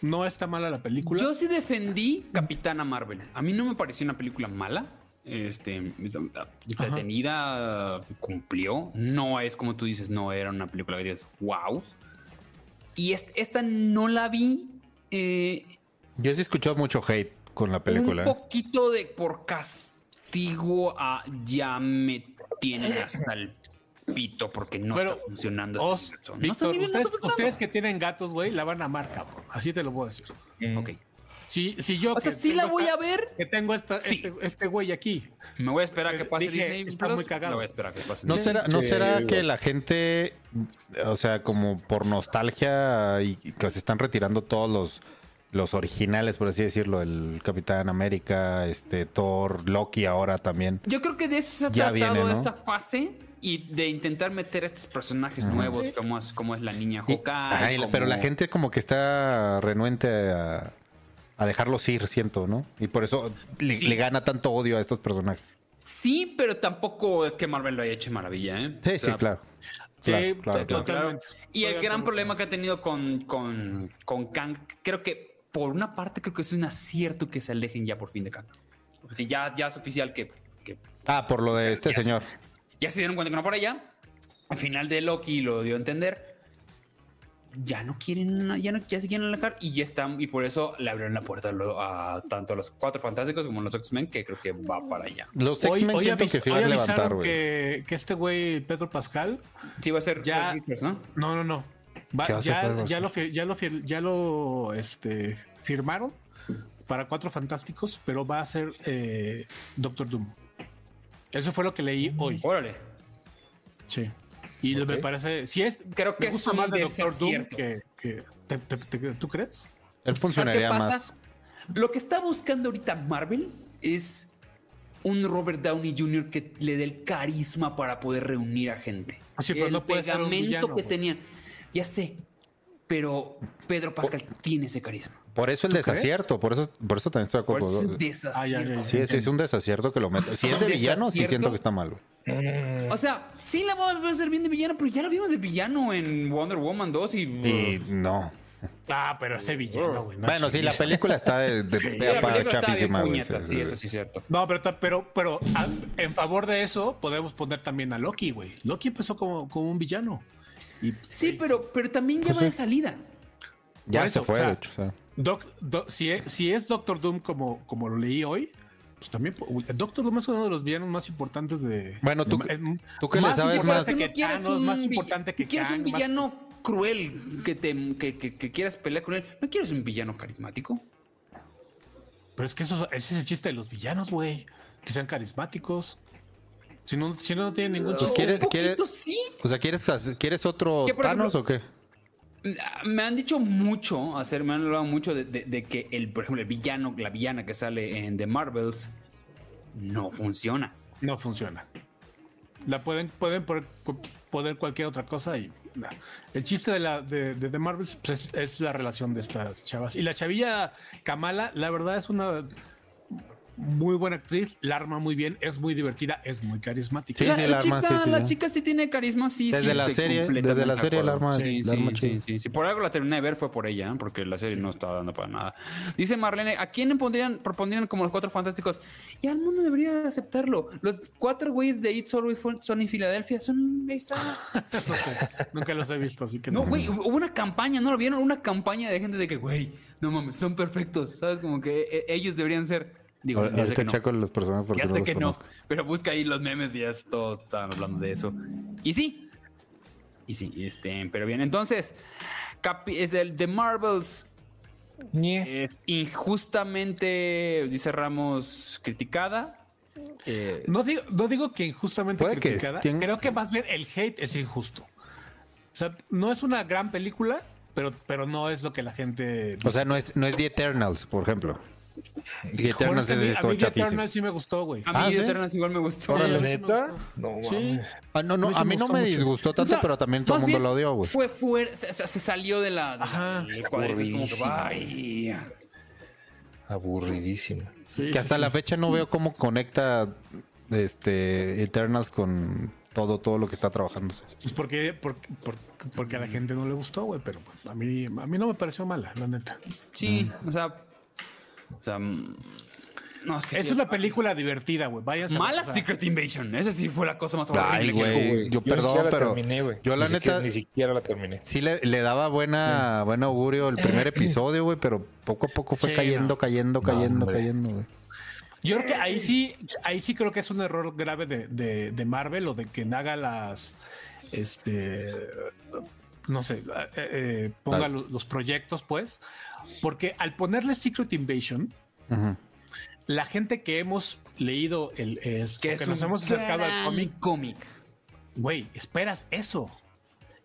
S4: No está mala la película.
S2: Yo sí defendí Capitana Marvel. A mí no me pareció una película mala. Este, entretenida, cumplió. No es como tú dices, no era una película que dices, wow. Y est- esta no la vi eh,
S1: Yo sí he escuchado mucho hate con la película. ¿eh?
S2: un poquito de por castigo a ya me tienen hasta el pito porque no
S4: Eh. Pero,
S2: está funcionando. este
S4: Os,
S2: universo. No está
S4: Víctor,
S2: bien, no
S4: ustedes,
S2: está funcionando.
S4: ustedes que tienen gatos, güey, la van a amar, cabrón. Así te lo puedo decir.
S2: Ok.
S4: Si, si yo.
S2: O sea,
S4: que
S2: sí la
S4: tengo
S2: voy
S4: esta-
S2: a ver.
S4: Que tengo esta,
S2: Sí.
S4: este- este güey aquí.
S2: Me voy a esperar a que pase
S4: Eh, Dije,
S2: Disney.
S4: está
S2: Plus.
S4: muy cagado.
S2: Me voy a esperar a que pase
S1: ¿No
S2: Disney.
S1: será, ¿no
S3: Sí,
S1: será
S3: igual.
S1: que la gente, o sea, como por nostalgia y y que se están retirando todos los, los originales, por así decirlo, el Capitán América, este Thor, Loki ahora también?
S2: Yo creo que de eso se ha
S1: Ya
S2: tratado
S1: viene, ¿no?
S2: esta fase y de intentar meter a estos personajes
S1: Ajá.
S2: nuevos, como es, como es la niña
S1: Y-
S2: Hawkeye.
S1: ajá, y la- Pero la
S2: como-
S1: gente como que está renuente a, a dejarlos ir, siento, ¿no? Y por eso le,
S2: Sí.
S1: le gana tanto odio a estos personajes.
S2: Sí, pero tampoco es que Marvel lo haya hecho maravilla, ¿eh?
S1: Sí,
S2: O sea,
S1: sí, claro.
S4: Sí,
S1: Claro, claro,
S4: to-
S1: claro.
S4: totalmente.
S2: Y el
S4: Estoy de
S2: gran
S4: acuerdo.
S2: problema que ha tenido con, con, con Kang, creo que por una parte creo que es un acierto que se alejen ya por fin de Kang. Porque ya, ya es oficial que, que
S1: Ah, por lo de este
S2: Ya sé.
S1: señor.
S2: ya se dieron cuenta que no por allá. Al final de Loki lo dio a entender. Ya no quieren, ya no ya se quieren alejar y ya están, y por eso le abrieron la puerta a, lo- a tanto a los cuatro fantásticos como a los X-Men, que creo que va para allá.
S1: Los
S4: Hoy,
S1: X-Men
S4: hoy
S1: siento
S4: avis-
S1: que se
S4: hoy
S1: van a
S4: avisaron
S1: levantar, güey.
S4: que, que este güey, Pedro Pascal,
S2: Sí, va a ser
S4: Ya.
S2: Reed Richards, ¿no?
S4: no, no, no. Va-
S1: ¿Qué va a hacer Pedro
S4: ya, ya
S1: Pascal?
S4: lo, fir- ya lo, fir- ya lo este, firmaron para Cuatro Fantásticos, pero va a ser eh, Doctor Doom. Eso fue lo que leí hoy.
S2: Órale.
S4: Sí. Y lo- me
S3: Ok.
S4: parece, si es,
S2: Creo que
S4: me gusta
S2: es un
S4: más de Doctor Doom
S2: desacierto.
S4: que, que- te- te- te- ¿tú crees?
S1: Él
S2: ¿Sabes qué
S1: funcionaría más.
S2: pasa? Lo que está buscando ahorita Marvel es un Robert Downey Jr. que le dé el carisma para poder reunir a gente.
S4: Sí, pero
S2: el
S4: no puede ser un
S2: pegamento
S4: villano,
S2: que
S4: güey.
S2: tenían. Ya sé, pero Pedro Pascal tiene ese carisma.
S1: Por eso el
S4: ¿Tú crees?
S1: desacierto, por eso, por eso también estoy de
S2: Por
S1: acuerdo.
S2: eso es un
S1: Sí,
S2: desacierto.
S4: Ah, ya, ya,
S1: sí, es un desacierto que lo meta. Si es de villano, sí
S2: Desacierto.
S1: siento que está mal. güey.
S2: O sea, sí la va a hacer bien de villano, pero ya la vimos de villano en Wonder Woman 2 y... uh,
S1: Y no.
S4: Ah, pero ese villano, güey. no
S1: Oh. bueno, sí, la
S4: chingues.
S1: película está de, de-
S4: Sí,
S1: de-
S2: la película está bien
S1: chafísima, güey.
S2: puñeta,
S1: Sí,
S2: sí,
S1: sí,
S2: eso
S1: sí.
S2: sí es cierto.
S4: No, pero, ta- pero, pero a- en favor de eso podemos poner también a Loki, güey. Loki empezó como, como un villano.
S2: Sí, pero, pero también ya
S1: Pues
S2: va
S1: sí.
S2: de salida.
S1: Ya
S4: Por eso,
S1: se fue,
S4: o sea,
S1: de hecho. o sea.
S4: Doc, Doc- si, es, si es Doctor Doom como, como lo leí hoy, pues también po- Doctor Doom es uno de los villanos más importantes de.
S1: Bueno, tú-
S4: de- em,
S1: tú que le sabes
S4: importante
S1: más.
S2: Tú
S4: que
S2: no quieres
S4: Thanos,
S2: un
S4: más
S2: vi-
S4: importante que
S2: quieres
S4: Kang,
S2: un
S4: más-
S2: villano cruel que te que, que- que quieras pelear con él. No quieres un villano carismático.
S4: Pero es que eso, ese es el chiste de los villanos, güey. Que sean carismáticos. Si no, si no, no tienen ningún
S1: Pues
S4: chiste.
S1: quiere-
S2: un poquito
S1: quiere-
S2: sí.
S1: O sea, ¿quieres, hacer- ¿quieres otro
S2: Que, por
S1: Thanos o qué?
S2: Me han dicho mucho, hacer, me han hablado mucho de, de- de que el, por ejemplo, el villano, la villana que sale en The Marvels no funciona.
S4: No funciona. La pueden, pueden por- cu- poner cualquier otra cosa y. nah. El chiste de la de, de, The Marvels pues, es, es la relación de estas chavas. Y la chavilla Kamala, la verdad es una muy buena actriz, la arma muy bien, es muy divertida, es muy carismática.
S1: Sí,
S2: la,
S1: sí,
S2: la
S1: el arma,
S2: chica,
S1: sí, sí,
S2: la
S1: sí.
S2: chica sí tiene carisma, sí.
S1: Desde
S2: sí,
S1: la
S2: estoy
S1: serie-
S2: completamente
S1: desde la
S2: de
S1: serie el
S2: acuerdo.
S1: arma-
S2: Sí,
S1: el
S2: sí,
S1: arma
S2: sí,
S1: chida.
S2: sí, sí. Por algo la terminé de ver fue por ella, ¿eh? porque la serie no estaba dando para nada. Dice Marlene, ¿a quién pondrían, propondrían como los cuatro fantásticos? Ya el mundo debería aceptarlo. Los cuatro güeyes de It's Always Fun- Sunny Filadelfia son... Ahí está.
S4: No sé, nunca los he visto, así que
S2: No,
S4: sé.
S2: güey, hubo una campaña, ¿no lo vieron? Una campaña de gente de que, güey, no mames, son perfectos. ¿Sabes? Como que eh, ellos deberían ser... Digo, ya sé
S1: Ahorita
S2: que no.
S1: checo los personajes porque
S2: Ya sé
S1: los
S2: que no,
S1: conozco.
S2: pero busca ahí los memes y ya es- todos están hablando de eso. Y sí. Y sí, este, pero bien, entonces, capi- es el The Marvels
S6: Ñe.
S2: es injustamente, dice Ramos, criticada. Eh,
S4: No digo, no digo que injustamente
S1: Puede que
S4: criticada,
S1: estén-
S4: creo que más bien el hate es injusto. O sea, no es una gran película, pero, pero no es lo que la gente.
S1: O sea, no es, no es The Eternals, por ejemplo. The Eternals
S4: Bueno, es que a mí-
S1: es
S4: a
S1: esto
S4: mí The
S1: chafísimo.
S4: Eternals sí me gustó, güey.
S2: a mí
S1: Ah,
S2: The
S1: ¿sí?
S2: Eternals igual me gustó.
S4: Órale.
S2: Más
S3: ¿Neta? No,
S4: Sí.
S3: mames.
S1: Ah, no, no,
S4: A mí sí
S1: a mí
S4: me
S1: no
S4: gustó
S1: me
S4: mucho.
S1: disgustó tanto,
S2: O sea,
S1: pero también todo el mundo
S2: bien,
S1: lo odió, güey.
S2: Fue fuerte, se, se- se salió de la. de la-
S4: Ajá.
S2: del cuadrito, es como que, vaya.
S3: Aburridísimo.
S4: Sí,
S1: Que hasta
S4: sí,
S1: la
S4: sí.
S1: fecha no veo cómo conecta este Eternals con todo, todo lo que está trabajando.
S4: Pues porque, porque, porque- porque a la gente no le gustó, güey, pero pues, a mí, a mí no me pareció mala, la neta.
S2: Sí,
S1: Mm.
S2: o sea. O sea. mm, No, es que
S4: Es
S2: sí,
S4: una película divertida, güey. Váyanse a-
S2: Mala
S4: o sea,
S2: Secret Invasion. Esa sí fue la cosa más
S1: Ay,
S2: horrible que
S1: güey.
S2: hubo.
S1: yo perdón,
S3: ni siquiera
S1: pero
S3: la terminé, güey.
S1: yo la
S3: Ni siquiera-
S1: neta-
S3: ni siquiera la terminé.
S1: Sí le, le daba buena, buen augurio el primer episodio, güey, pero poco a poco fue
S4: Mm. Sí,
S1: cayendo,
S4: no.
S1: cayendo,
S3: No,
S1: cayendo,
S3: hombre.
S1: cayendo, güey.
S4: Yo creo que ahí sí, ahí sí creo que es un error grave de, de- de Marvel o de que haga las, este, no sé, eh, eh, ponga lo- los, proyectos, pues, porque al ponerle Secret Invasion,
S1: Ujú.
S4: la gente que hemos leído el, es,
S2: Que
S4: o
S2: es
S4: que nos
S2: un
S4: hemos acercado al
S2: gran
S4: cómic,
S2: cómic.
S4: güey, esperas eso.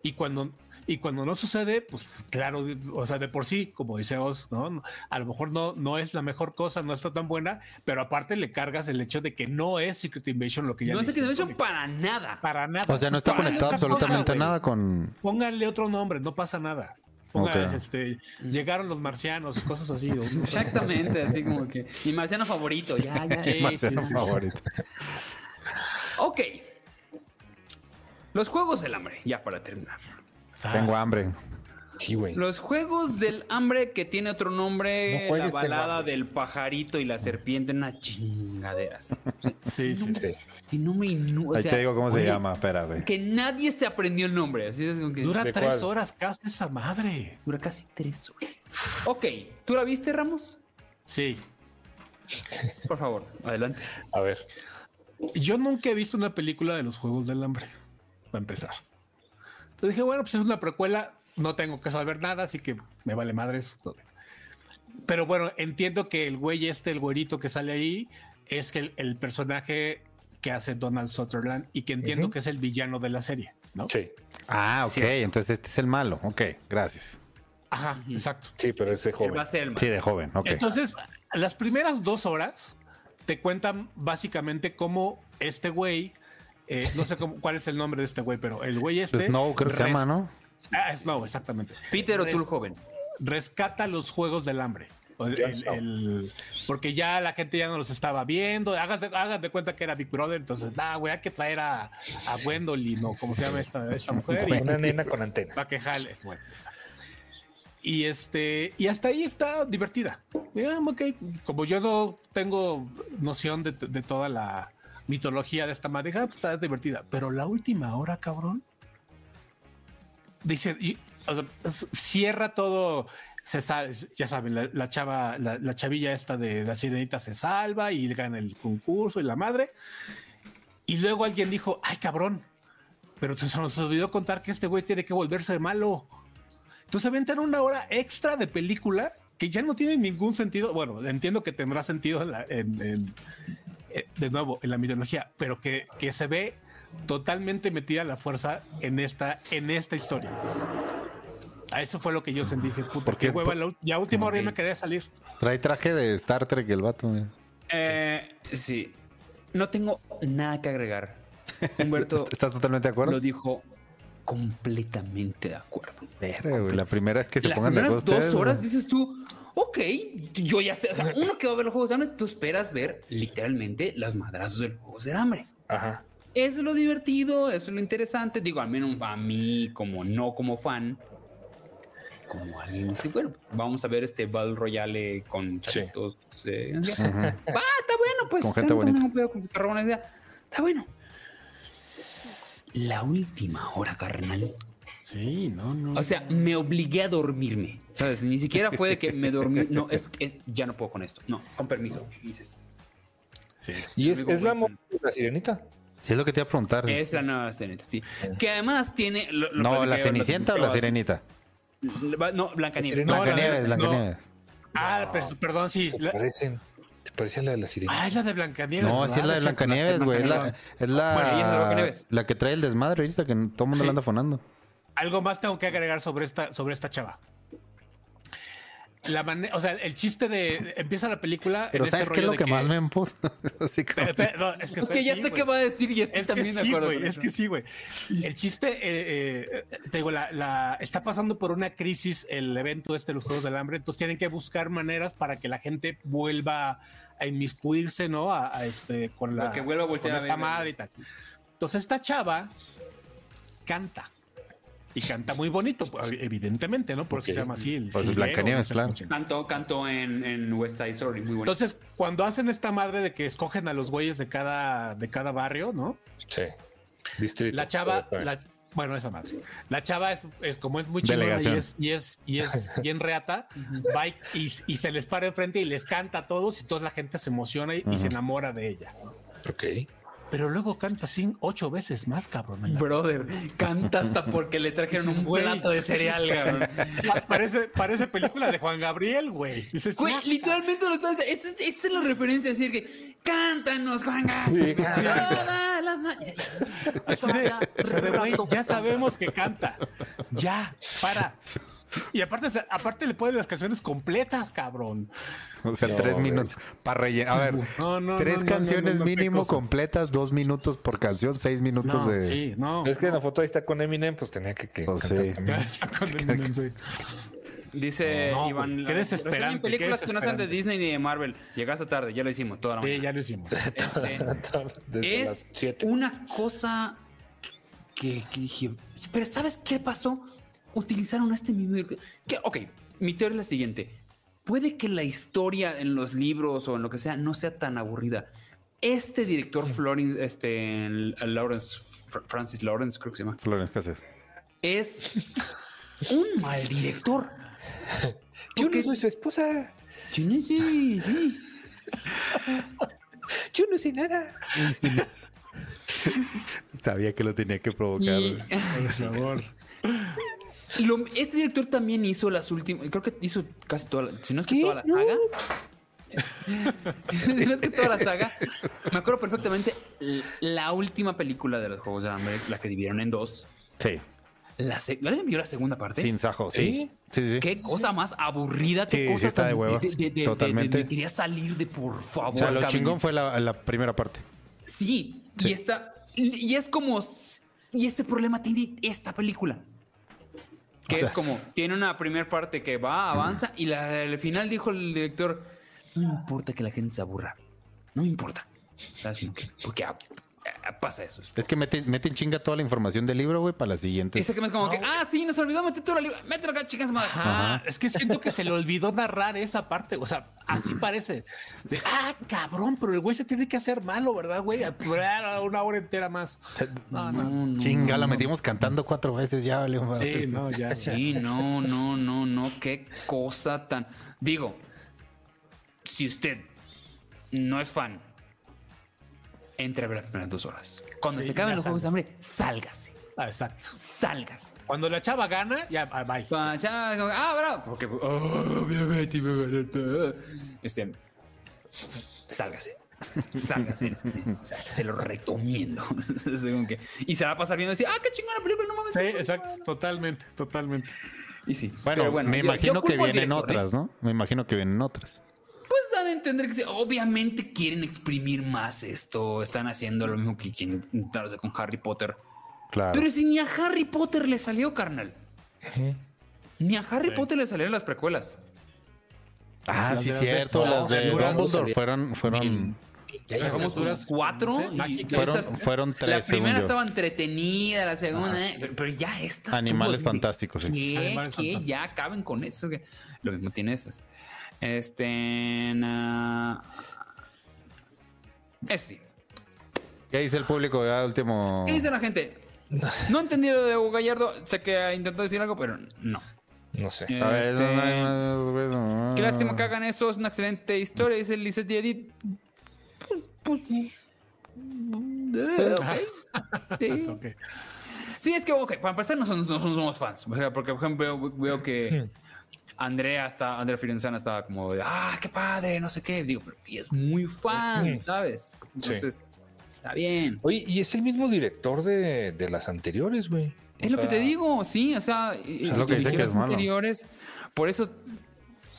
S4: Y cuando, y cuando no sucede, pues claro, o sea, de por sí, como dice Oz, ¿no? A lo mejor no, no es la mejor cosa, no está tan buena, pero aparte le cargas el hecho de que no es Secret Invasion lo que ya
S2: No sé
S4: dijiste.
S2: qué Invasion para nada.
S4: para nada.
S1: O sea, no está
S4: Póngale
S1: conectado
S4: otra cosa,
S1: absolutamente
S4: güey.
S1: nada con...
S4: Póngale otro nombre, no pasa nada. Póngale,
S1: Ok.
S4: este, llegaron los marcianos y cosas así. o no sé.
S2: Exactamente, así como que. Mi marciano favorito, ya, ya.
S4: Sí,
S1: Marcelo
S4: sí, sí, sí.
S1: favorito.
S2: Ok. Los juegos del hambre, ya para terminar.
S4: Ah,
S1: Tengo hambre.
S3: Sí, güey.
S2: Los juegos del hambre que tiene otro nombre,
S3: No juegues,
S2: la
S3: tengo
S2: balada
S3: hambre.
S2: del pajarito y la serpiente, una chingadera. así.
S4: Sí, sí, sí.
S3: Sí.
S2: Que no me inu- o
S1: Ahí
S2: sea,
S1: te digo cómo se
S2: güey,
S1: llama, espera, güey.
S2: Que nadie se aprendió el nombre. Así es como que
S4: Dura
S3: ¿De
S4: tres
S3: cuál?
S4: horas casi esa madre.
S2: Dura casi tres horas. Ok, ¿tú la viste, Ramos?
S4: Sí.
S2: Por favor, adelante.
S3: A ver.
S4: Yo nunca he visto una película de los Juegos del Hambre, para empezar. Entonces dije, bueno, pues es una precuela, no tengo que saber nada, así que me vale madres. Pero bueno, entiendo que el güey este, el güerito que sale ahí, es el, el personaje que hace Donald Sutherland y que entiendo
S3: Ujú.
S4: que es el villano de la serie, ¿no?
S3: Sí.
S1: Ah, ok,
S2: Cierto.
S1: entonces este es el malo. Ok, gracias.
S4: Ajá,
S2: Ujú.
S4: exacto.
S3: Sí, pero ese
S2: Él
S3: joven.
S2: va a ser el
S1: Sí, de joven, ok.
S4: Entonces, las primeras dos horas te cuentan básicamente cómo este güey, eh, no sé cómo, cuál es el nombre de este güey, pero el güey este...
S1: Snow creo que se
S4: res-
S1: llama, ¿no?
S4: Ah, Snow, exactamente.
S2: Peter
S4: Res-
S2: O'Toole joven.
S4: Rescata los juegos del hambre. O el-
S3: Ya Snow.
S4: el- porque ya la gente ya no los estaba viendo. Hagas de, hagas de cuenta que era Big Brother. Entonces, nah, güey, hay que traer a, a Gwendolyn o como se llama esta, esa mujer. y-
S3: Una nena con antena.
S4: para que jales, güey. Y este, y hasta ahí está divertida. Ah, ok. Como yo no tengo noción de, de toda la mitología de esta madeja, pues está divertida. Pero la última hora, cabrón. Dice, y, o sea, s- cierra todo. Se sal- ya saben, la, la chava, la, la chavilla esta de la sirenita se salva y gana el concurso y la madre. Y luego alguien dijo, ay, cabrón, pero se nos olvidó contar que este güey tiene que volverse malo. Entonces aventan una hora extra de película que ya no tiene ningún sentido. Bueno, entiendo que tendrá sentido en la- en- en- eh, de nuevo en la mitología, pero que, que se ve totalmente metida la fuerza en esta, en esta historia. pues. A eso fue lo que yo sentí. Dije, puta,
S1: ¿Por
S4: qué
S1: qué?
S4: hueva. la ul- Y a última hora ya me quería salir.
S1: Trae traje de Star Trek el vato, mira.
S2: Eh, sí. No tengo nada que agregar. Humberto
S1: ¿Estás totalmente de acuerdo?
S2: lo dijo completamente de acuerdo.
S1: Verga, güey, la primera es que se
S2: Las
S1: pongan de acuerdo
S2: primeras dos
S1: ustedes,
S2: horas
S1: güey.
S2: dices tú, ok, yo ya sé. O sea, uno que va a ver los juegos de hambre, tú esperas ver literalmente las madrazos del juego de hambre.
S3: Ajá.
S2: Eso es lo divertido, eso es lo interesante. Digo, al menos a mí, como no como fan, como alguien dice, bueno, vamos a ver este Battle Royale con
S3: Sí.
S2: chavitos. eh, no sé.
S1: Ajá.
S2: Ah, está bueno, pues.
S1: Con gente
S2: o sea, no tengo
S1: bonita.
S2: ningún pedo con que se roban la idea. Está bueno. La última hora, carnal.
S4: Sí, no, no.
S2: O sea, me obligué a dormirme. ¿Sabes? Ni siquiera fue de que me dormí. No, es, es ya no puedo con esto. No, con permiso. hice esto.
S4: Sí.
S3: Y es,
S2: Amigo,
S3: es la
S2: bueno.
S3: mo- la sirenita.
S1: Sí, es lo que te iba a preguntar.
S2: Es la nueva Cenicienta, sí. Que además tiene. lo- lo
S1: no, ¿la
S2: platiqué- lo
S1: Cenicienta o
S2: platiqué
S1: la
S2: hace-
S1: Sirenita?
S2: La- No, Blancanieves.
S3: No,
S1: Blancanieves,
S4: la-
S1: Blancanieves.
S4: Ah, per- perdón, sí.
S3: Se
S4: la-
S3: parecen. Se parece a la de la sirenita.
S4: ah, es la de Blancanieves.
S1: No,
S4: ¿verdad?
S1: sí es la de Blancanieves, güey. Es la, es la,
S2: Bueno, ella es la Blancanieves.
S1: la que trae el desmadre ahorita, que todo el mundo
S4: Sí.
S1: la anda fonando.
S4: Algo más tengo que agregar sobre esta, sobre esta chava. La mane- o sea, el chiste de empieza la película. en
S1: Pero
S4: este
S1: ¿sabes qué es
S4: rollo
S1: lo
S4: de
S1: que, más me emputa? Así como-
S4: Pe- pe- no, es que,
S2: Es que ya
S4: sí,
S2: sé
S4: güey.
S2: qué va a decir y estoy
S4: Es que
S2: también de
S4: sí,
S2: acuerdo.
S4: güey,
S2: con
S4: es
S2: eso.
S4: que sí, güey. El chiste, eh, eh, te digo, la, la- está pasando por una crisis el evento este de los Juegos del Hambre, entonces tienen que buscar maneras para que la gente vuelva a inmiscuirse, ¿no? A, a este, con la...
S2: Para que vuelva a voltear
S4: con
S2: a
S4: esta
S2: ver, ¿no?
S4: madre y tal. Entonces esta chava canta. Y canta muy bonito, pues, evidentemente, ¿no? Por eso
S3: Ok.
S4: se llama así. el
S1: Pues,
S4: sillero,
S1: Blancanieves,
S4: no sé
S1: claro.
S4: cómo se llama.
S2: Cantó, cantó en, en West Side Story, muy bueno.
S4: Entonces, cuando hacen esta madre de que escogen a los güeyes de cada, de cada barrio, ¿no?
S3: Sí. Distrito.
S4: La chava,
S3: Pero,
S4: la- bueno, esa madre. La chava es, es como es muy chingona y
S1: Delegación.
S4: es, y es, y es bien reata, va y, y- y se les para enfrente y les canta a todos y toda la gente se emociona y, y se
S1: Ujú.
S4: enamora de ella.
S3: Ok.
S4: Pero luego canta sin ocho veces más, cabrón. en la-
S2: Brother, canta hasta porque le trajeron
S4: Dices,
S2: un
S4: güey.
S2: plato de cereal, cabrón.
S4: Pa- Parece, parece película de Juan Gabriel, güey. Dices,
S2: Güey,
S4: "Ah,
S2: literalmente lo estás diciendo. Esa es, esa es la referencia, es decir, que cántanos, Juanga. Todas las ma-
S4: Así de- así de, güey, ya sabemos que canta. Ya, para. Y aparte, se- aparte le ponen las canciones completas, cabrón.
S1: o sea,
S3: No,
S1: tres
S3: güey.
S1: minutos. Para rellenar. A ver,
S4: No, no, no,
S1: tres
S4: no,
S1: canciones
S4: no, no, no, qué
S1: mínimo
S4: cosa.
S1: completas, dos minutos por canción, seis minutos
S4: No,
S1: de.
S4: sí, no.
S3: Es que en la foto ahí está con Eminem, pues tenía que, que
S1: Pues,
S3: cantar
S1: sí.
S3: también.
S2: Dice
S4: No,
S2: Iván.
S4: güey,
S2: la-
S4: qué desesperante,
S2: reseñen películas
S4: qué
S2: que no sean de
S4: desesperante.
S2: Disney ni de Marvel. Llegaste tarde, ya lo hicimos toda la
S4: Sí,
S2: mañana.
S4: ya lo hicimos.
S2: Este,
S3: Desde
S2: es
S3: las siete.
S2: una cosa que, que dije, pero ¿sabes qué pasó? Utilizaron este mismo... Que, ok, mi teoría es la siguiente. Puede que la historia en los libros o en lo que sea no sea tan aburrida. Este director Florence, este, Lawrence, Fr- Francis Lawrence, creo que se llama,
S1: Florence Cáceres.
S2: es un mal director.
S6: Yo
S2: Porque-
S6: no soy su esposa.
S2: Yo no sé, sí.
S6: Yo no sé nada.
S1: Sabía que lo tenía que provocar.
S2: Y-
S4: Por favor.
S2: Lo- este director también hizo las últimas. Creo que hizo casi toda la. Si no es que
S6: ¿Qué?
S2: toda la
S6: No.
S2: saga. si no es que toda la saga. Me acuerdo perfectamente l- la última película de los Juegos de Hambre, la que dividieron en dos.
S1: Sí.
S2: La se- ¿Alguien vio la segunda parte?
S1: Sin sajo, sí. Sí, sí. sí.
S2: Qué cosa más aburrida, qué
S1: Sí, sí
S2: cosa
S1: está de hueva. Totalmente.
S2: me quería salir de por favor.
S1: O sea, lo
S2: cabrón.
S1: chingón fue la, la primera parte.
S2: Sí, y esta. Y es como. s- Y ese problema tiene esta película. Que
S1: O sea-
S2: es como, tiene una primera parte que va, avanza, y la, al final dijo el director: No me importa que la gente se aburra. No me importa. ¿Sabes? Como que- Porque ah, ah, pasa eso.
S1: Es que meten, meten chinga toda la información del libro, güey, para la siguiente.
S2: Ese que me es como que, ah, sí, nos olvidamos, meter la libra. Mételo acá, chicas, madre.
S4: Ajá, Es que siento que se le olvidó narrar esa parte. O sea, así parece. De, ah, cabrón, pero el güey se tiene que hacer malo, ¿verdad, güey? A- Una hora entera más. No, no.
S1: Chinga, la metimos cantando cuatro veces ya, vale. madre.
S4: Sí, no, ya.
S2: Sí, no, no, no, no, qué cosa tan. Digo, si usted no es fan, entre a ver las primeras dos horas. Cuando
S4: Sí,
S2: se acaben
S4: ya
S2: los juegos de hambre, sálgase,
S4: Ah, exacto.
S2: sálgase.
S4: Cuando la chava gana, ya, ah, bye.
S2: Pa- ya, como- Ah, bravo. Porque, oh, obviamente iba a ganar todo. Este, sálgase. Salga, sí, sí. O sea, te lo recomiendo. Según que- Y se va a pasar viendo así, ah, qué chingona película, no mames.
S4: Sí,
S2: qué chingona".
S4: exacto, totalmente, totalmente.
S2: Y sí.
S1: Bueno,
S2: pero
S1: me
S2: yo- yo
S1: imagino que
S2: culpo al
S1: vienen
S2: director, ¿eh?
S1: otras, ¿no? Me imagino que vienen otras.
S2: Pues dan a entender que sí, obviamente quieren exprimir más esto. Están haciendo lo mismo que quien intentaron hacer con Harry Potter.
S1: Claro.
S2: Pero si ni a Harry Potter le salió, carnal. Ni a Harry Potter le salieron las precuelas.
S1: ah,
S4: las
S1: sí,
S4: de-
S1: cierto.
S4: las
S1: Las de
S4: figuras-
S1: Dumbledore fueron, fueron,
S2: Ya llevamos unas cuatro.
S4: no sé,
S2: y
S4: mágicas.
S1: fueron,
S2: esas-
S1: fueron tres,
S2: la
S1: según
S2: primera
S1: yo.
S2: estaba entretenida, la segunda, eh, pero, pero ya estas.
S1: Animales
S2: tuvo así de,
S1: fantásticos, sí.
S2: ¿Qué?
S4: Animales
S2: ¿Qué?
S4: fantásticos.
S2: Ya acaben con eso. que- Lo mismo tiene estas. Este. na- Eso sí.
S1: ¿Qué dice el público ya último?
S2: ¿Qué dice la gente? No entendí lo de Hugo Gallardo. Sé que intentó decir algo, pero no.
S3: No sé.
S1: A ver,
S2: Este,
S1: no, no, no, no, no.
S2: Qué lástima que hagan eso. Es una excelente historia, dice Lizeth y Edith. Pues. eh, ok. Sí.
S4: Ok.
S2: Sí, es que, ok, para empezar, no somos, no somos fans. O sea, porque, por ejemplo, veo, veo que Andrea está, Andrea Firenzana estaba como de, ah, qué padre, no sé qué. Digo, pero ella es muy fan, ¿sabes? Entonces, está bien.
S3: Oye, y es el mismo director de, de las anteriores, güey. O
S2: Es lo que te
S3: sea,
S2: digo, sí, o sea, y-
S1: sea, es lo que dicen que
S2: y dijeras
S1: es malo.
S2: anteriores, por eso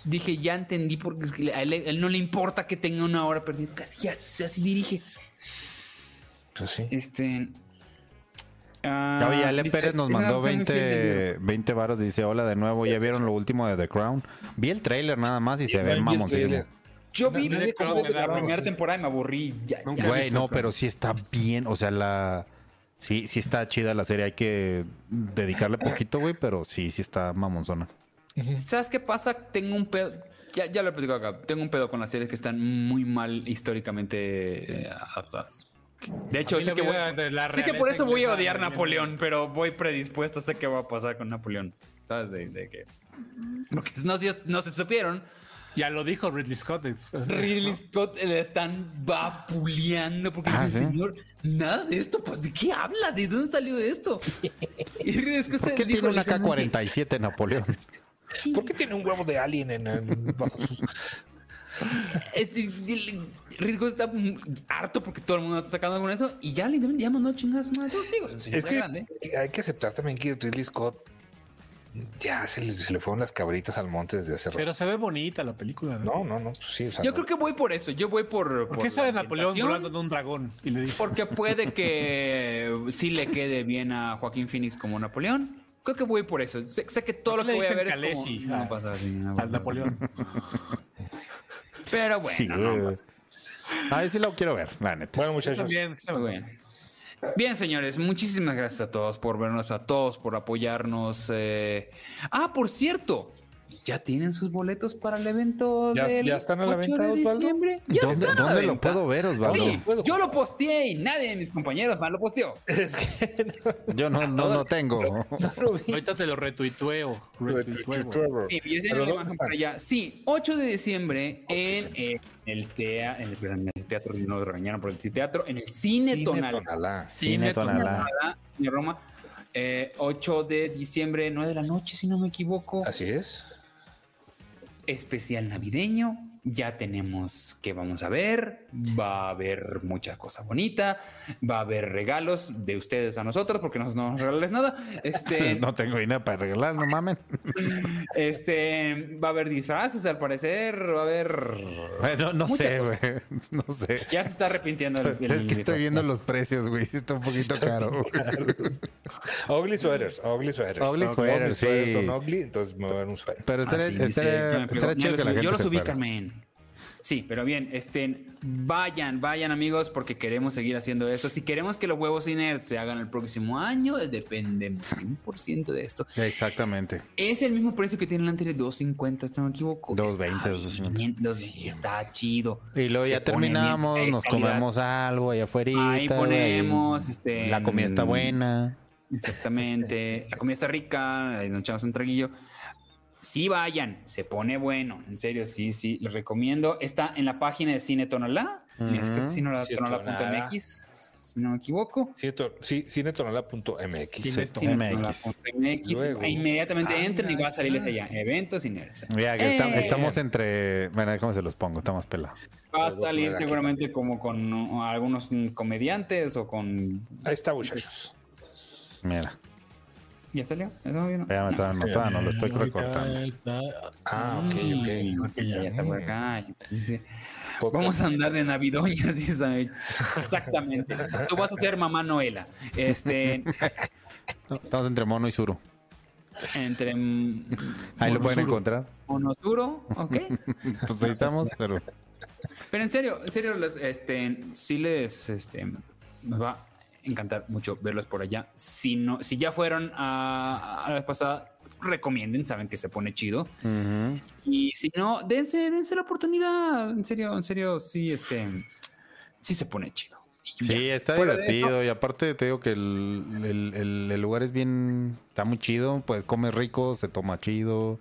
S2: dije, ya entendí, porque es que a él, a él no le importa que tenga una hora perdida, casi así, así dirige.
S3: Pues sí.
S2: Este.
S1: Ya,
S2: ah,
S1: oye, Ale
S2: dice-
S1: Pérez nos
S2: dice,
S1: mandó
S2: "Ah, soy muy fiel del libro".
S1: 20, 20 varos. Dice: Hola de nuevo. ¿Ya vieron lo último de The Crown? Vi el trailer nada más y se ve
S3: También vi el
S1: mamoncísimo.
S3: trailer.
S2: Yo
S4: No,
S2: vi
S4: no
S2: la
S4: le creo que
S2: primera
S4: la
S2: primera
S4: vamos.
S2: temporada y me aburrí. Ya, ya.
S1: Güey, no, pero sí está bien. O sea, la. Sí, sí está chida la serie. Hay que dedicarle poquito, güey, pero sí, sí está mamonzona.
S2: ¿Sabes qué pasa? Tengo un pedo. Ya, ya lo he platicado acá. Tengo un pedo con las series que están muy mal históricamente eh, adaptadas. De hecho,
S4: A mí
S2: sé
S4: la
S2: que, voy,
S4: vida de la
S2: sé que por
S4: realeza
S2: eso voy a
S4: inglesa
S2: odiar
S4: me viene
S2: Napoleón, pero voy predispuesto. Sé qué va a pasar con Napoleón. ¿Sabes? De, de que. Porque no, se- no se supieron.
S4: Ya lo dijo Ridley Scott. es-
S2: Ridley Scott eh, le están vapuleando porque
S1: Ah,
S2: el
S1: ¿sí?
S2: señor, nada de esto, pues ¿de qué habla? ¿De dónde salió esto? Y Ridley Scott
S1: ¿Por
S2: se
S1: qué
S2: dijo
S1: tiene una
S2: literalmente,
S1: K-47 Napoleón?
S6: ¿Por qué tiene un huevo de alien en el bajo su-
S2: este, el- Ridley Scott está mm, harto porque todo el mundo está atacando con eso y ya le ya mandó chingadas más. Digo, es un señor
S3: Es
S2: ya
S3: que
S2: grande.
S3: hay que aceptar también que Ridley Scott ya se le, se le fueron las cabritas al monte desde hace rato.
S4: Pero se ve bonita la película.
S3: No, no, no. pues sí, o sea,
S2: Yo
S3: no.
S2: creo que voy por eso. Yo voy por.
S4: ¿Por qué sale Napoleón volando
S2: volando?
S4: de un dragón? Y le dice,
S2: Porque puede que sí le quede bien a Joaquín Phoenix como Napoleón. Creo que voy por eso. Sé, sé que todo lo
S4: ¿Por qué
S2: que voy
S4: le
S2: a
S4: dicen
S2: ver es como,
S4: Khaleesi?
S2: no
S4: Ah,
S2: pasa así, no
S4: al
S2: pasa así.
S4: Napoleón.
S2: Pero bueno,
S1: Sí,
S2: no,
S1: güey.
S2: pues,
S1: Ah, sí lo quiero ver, la neta.
S3: Bueno, muchachos.
S4: También,
S2: está bien. Bien, señores, muchísimas gracias a todos por vernos, a todos por apoyarnos. eh. Ah, por cierto, ya tienen sus boletos para el evento.
S3: Ya-
S2: del
S3: ya están a la
S2: 8
S3: venta,
S2: de
S3: Osvaldo.
S2: diciembre. Ya
S1: ¿Dónde,
S2: están a la
S1: dónde lo
S2: venta.
S1: puedo ver, Osvaldo?
S2: Sí, yo lo posteé y nadie de mis compañeros más lo posteó.
S1: Yo no, no, no tengo.
S4: Ahorita te lo retuitueo. retuitueo.
S3: Trevor.
S2: Sí, yo sé
S3: Pero
S2: que
S3: ¿dónde
S2: van a
S3: están?
S2: comprar ya. Sí, 8 de diciembre en, eh, el, tea- en, el, perdón, en el teatro, no lo regañaron por el teatro, en el cine,
S3: Cine
S2: tonal.
S3: Tonalá.
S1: Cine Tonalá.
S2: Tonalá, en Roma. Eh, 8 de diciembre, 9 de la noche, si no me equivoco.
S3: Así es.
S2: Especial navideño. Ya tenemos que vamos a ver. Va a haber mucha cosa bonita. Va a haber regalos de ustedes a nosotros, porque nosotros no vamos a regalarles nada. Este,
S1: No tengo dinero para arreglar, no mamen.
S2: este, va a haber disfraces, al parecer. Va a haber.
S1: Bueno, no
S2: Mucha
S1: sé,
S2: cosa.
S1: güey. No sé.
S2: Ya se está arrepintiendo el, el-
S1: Es que estoy viendo los precios, güey. Está un poquito caro. güey.
S3: Ugly sweaters. Ugly sweaters.
S1: Ugly sweaters, sí.
S3: son ugly, entonces me voy a dar un suéter.
S1: Pero
S2: Ah,
S1: estaría,
S2: sí, dice,
S1: estaría-
S2: ya me pegó.
S1: estaría chido
S2: Ya lo
S1: que la
S2: subí,
S1: gente
S2: Yo los
S1: se
S2: subí,
S1: fuera.
S2: Carmen. Sí, pero bien, estén, vayan, vayan amigos, porque queremos seguir haciendo esto. Si queremos que los huevos inert se hagan el próximo año, dependemos 100% de esto.
S1: Exactamente.
S2: Es el mismo precio que tiene el anterior, 250, si no me equivoco.
S1: 2.20,
S2: Está bien,
S1: 2.50.
S2: dos- está chido.
S1: Y luego
S2: Se
S1: ya
S2: pone bien,
S1: terminamos,
S2: es
S1: nos
S2: calidad.
S1: comemos algo allá afuera.
S2: Ahí ponemos, este,
S1: La comida está
S2: mm,
S1: buena.
S2: Exactamente. La comida está rica, ahí nos echamos un traguillo. Sí, vayan, se pone bueno. En serio, sí, sí, lo recomiendo. Está en la página de Cine Tonalá. Mira, es que
S1: Ujú.
S2: Cine Tonalá.mx.
S3: Tonalá.
S2: si no me equivoco.
S3: Cine- sí, cinetonala.mx.
S4: Cine-
S2: Sí,
S1: MX.
S2: no la pongo en MX,
S3: Luego.
S2: e inmediatamente
S5: Ah,
S2: entren y va
S5: mira,
S2: a salir
S5: está.
S2: desde allá. Eventos y nerds.
S1: Mira, que esta-
S2: Eh.
S1: estamos entre. Bueno, ¿cómo se los pongo? Estamos pelados.
S2: Va a
S3: Lo voy a poner
S2: salir
S3: aquí
S2: seguramente como con uh, algunos mm, comediantes o con.
S3: Ahí está, muchachos.
S1: Mira,
S2: ¿Ya salió? ¿Eso bien?
S1: ya me
S2: No.
S1: estaban notando, lo estoy recortando.
S3: Ah,
S1: Mm,
S3: ok, ok.
S2: Ok, Mm, ya está por acá. Dice,
S3: Podcast.
S2: Vamos a andar de navidoñas, dice Samuel. Exactamente. Tú vas a ser mamá Noela. Este,
S1: Estamos entre Mono y Suru.
S2: entre.
S1: Ahí lo
S2: Monosuro.
S1: pueden encontrar.
S2: Monosuro, ok.
S1: Pues ahí estamos, pero.
S2: Pero en serio, en serio, los, este, sí les, este, nos va a encantar mucho verlos por allá. Si no, si ya fueron a, a la vez pasada, recomienden, saben que se pone chido.
S1: Ujú.
S2: Y si no, dense, dense la oportunidad. En serio, en serio, sí, este, sí se pone chido. Y ya.
S1: Sí, está
S2: Fuera de
S1: divertido. Y aparte te digo que el, el- el- el lugar es bien, está muy chido, pues come rico, se toma chido.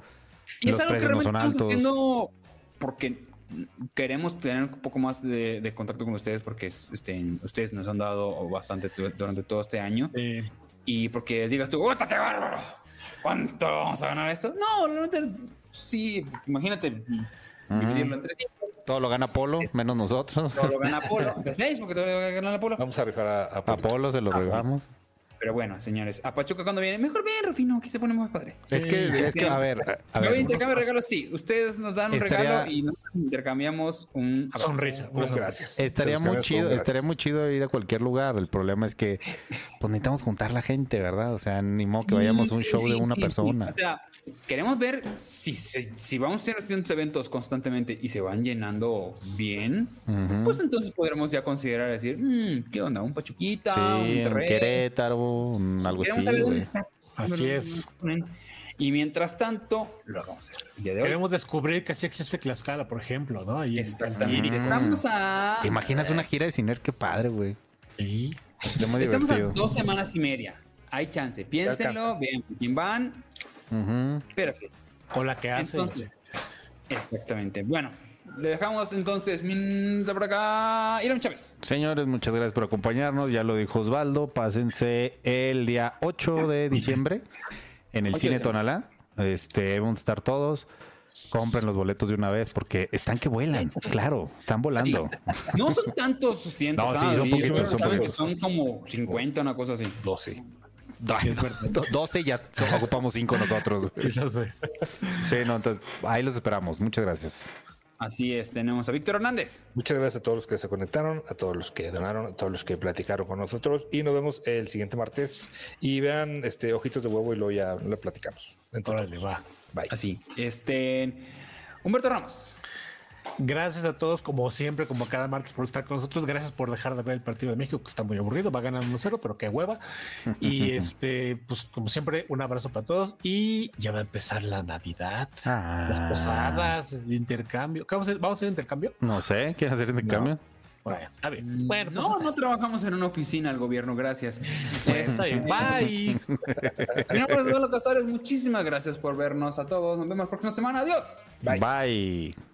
S2: Y es
S1: los
S2: algo que
S1: precios no
S2: realmente
S1: son
S2: estamos
S1: altos.
S2: haciendo porque queremos tener un poco más de, de contacto con ustedes porque es- este, ustedes nos han dado bastante tu- durante todo este año.
S4: Eh,
S2: y porque digas tú, ¡Uta, qué bárbaro! ¿Cuánto vamos a ganar esto? No, realmente sí, imagínate
S1: Ujú.
S2: dividirlo entre cinco,
S1: Todo lo gana Polo, menos nosotros.
S2: todo lo gana Polo, entre seis, porque todo lo gana Apolo.
S3: Vamos a rifar a, a
S1: A
S3: Polo.
S1: Polo se lo regalamos.
S2: Pero bueno, señores, a Pachuca cuando viene, mejor bien, Rufino, que se pone más padre.
S1: Es que, es que, a ver, a
S2: Me voy a
S1: ver.
S2: intercambiar regalos, sí. Ustedes nos dan un
S1: Estaría-
S2: regalo y nos intercambiamos un abrazo.
S4: sonrisa. una
S3: Muchas
S4: sonrisa.
S3: gracias.
S1: Estaría
S3: Se
S1: muy
S3: los cambias con
S1: chido,
S3: gracias.
S1: estaría muy chido ir a cualquier lugar. El problema es que pues necesitamos juntar la gente, ¿verdad? O sea, ni modo que vayamos a un
S2: Sí,
S1: show
S2: sí,
S1: de una
S2: sí,
S1: persona.
S2: sí. O sea, queremos ver si, si, si vamos a hacer estos eventos constantemente y se van llenando bien,
S1: Ujú.
S2: pues entonces podremos ya considerar decir, "Mm, ¿qué onda? ¿Un Pachuquita?
S1: Sí,
S2: ah, ¿Un
S1: en
S2: Monterrey?".
S1: Querétaro, un- algo
S2: Queremos
S1: así.
S2: saber dónde
S1: güey.
S2: está.
S4: Así
S2: Bueno,
S4: es.
S2: Y mientras tanto, lo vamos a hacer el día de hoy.
S4: Queremos descubrir que sí existe Tlaxcala, por ejemplo, ¿no? Ahí en
S2: Exactamente.
S1: Mm.
S2: Estamos a.
S1: ¿Te imaginas una gira de Ciner? Qué padre, güey.
S4: Sí.
S1: Sería muy
S2: Estamos a
S1: divertido.
S2: dos semanas y media. Hay chance. Piénsenlo,
S3: alcanza.
S2: vean con quién van.
S1: Ujú.
S2: Pero sí.
S4: O la que hace.
S2: Entonces, exactamente. Bueno, le dejamos entonces min- por acá. Irán Chávez.
S1: Señores, muchas gracias por acompañarnos. Ya lo dijo Osvaldo. Pásense el día 8 de diciembre en el
S2: 8 de
S1: Cine
S2: diciembre.
S1: Tonalá. Este, vamos a estar todos. Compren los boletos de una vez porque están que vuelan. Claro, están volando.
S2: No son tantos cientos.
S1: No, sí,
S2: ah,
S1: son poquitos,
S2: pero
S1: son
S2: saben que
S1: poquitos.
S2: son como 50, una cosa así.
S3: 12.
S1: Ay, no, 12 ya so- ocupamos 5 nosotros. Sí, no, entonces ahí los esperamos. Muchas gracias.
S2: Así es, tenemos a Víctor Hernández.
S3: Muchas gracias a todos los que se conectaron, a todos los que donaron, a todos los que platicaron con nosotros y nos vemos el siguiente martes. Y vean este ojitos de huevo y luego ya lo platicamos. Entonces,
S4: Órale, va.
S3: bye.
S2: Así. Este. Humberto Ramos.
S4: Gracias a todos, como siempre, como cada martes, por estar con nosotros. Gracias por dejar de ver el partido de México, que está muy aburrido, va ganando 1-0, pero qué hueva. Y este, pues como siempre, un abrazo para todos. Y ya va a empezar la Navidad, las posadas, el intercambio. ¿Qué vamos a hacer? ¿Vamos a hacer intercambio?
S1: No sé, ¿quieren hacer este intercambio?
S4: Bueno, está bien. Bueno, pues,
S2: No, no trabajamos en una oficina al gobierno, gracias.
S4: pues, está bien. Bye.
S2: Mi nombre es Eduardo Casares, muchísimas gracias por vernos a todos. Nos vemos la próxima semana. Adiós.
S1: Bye.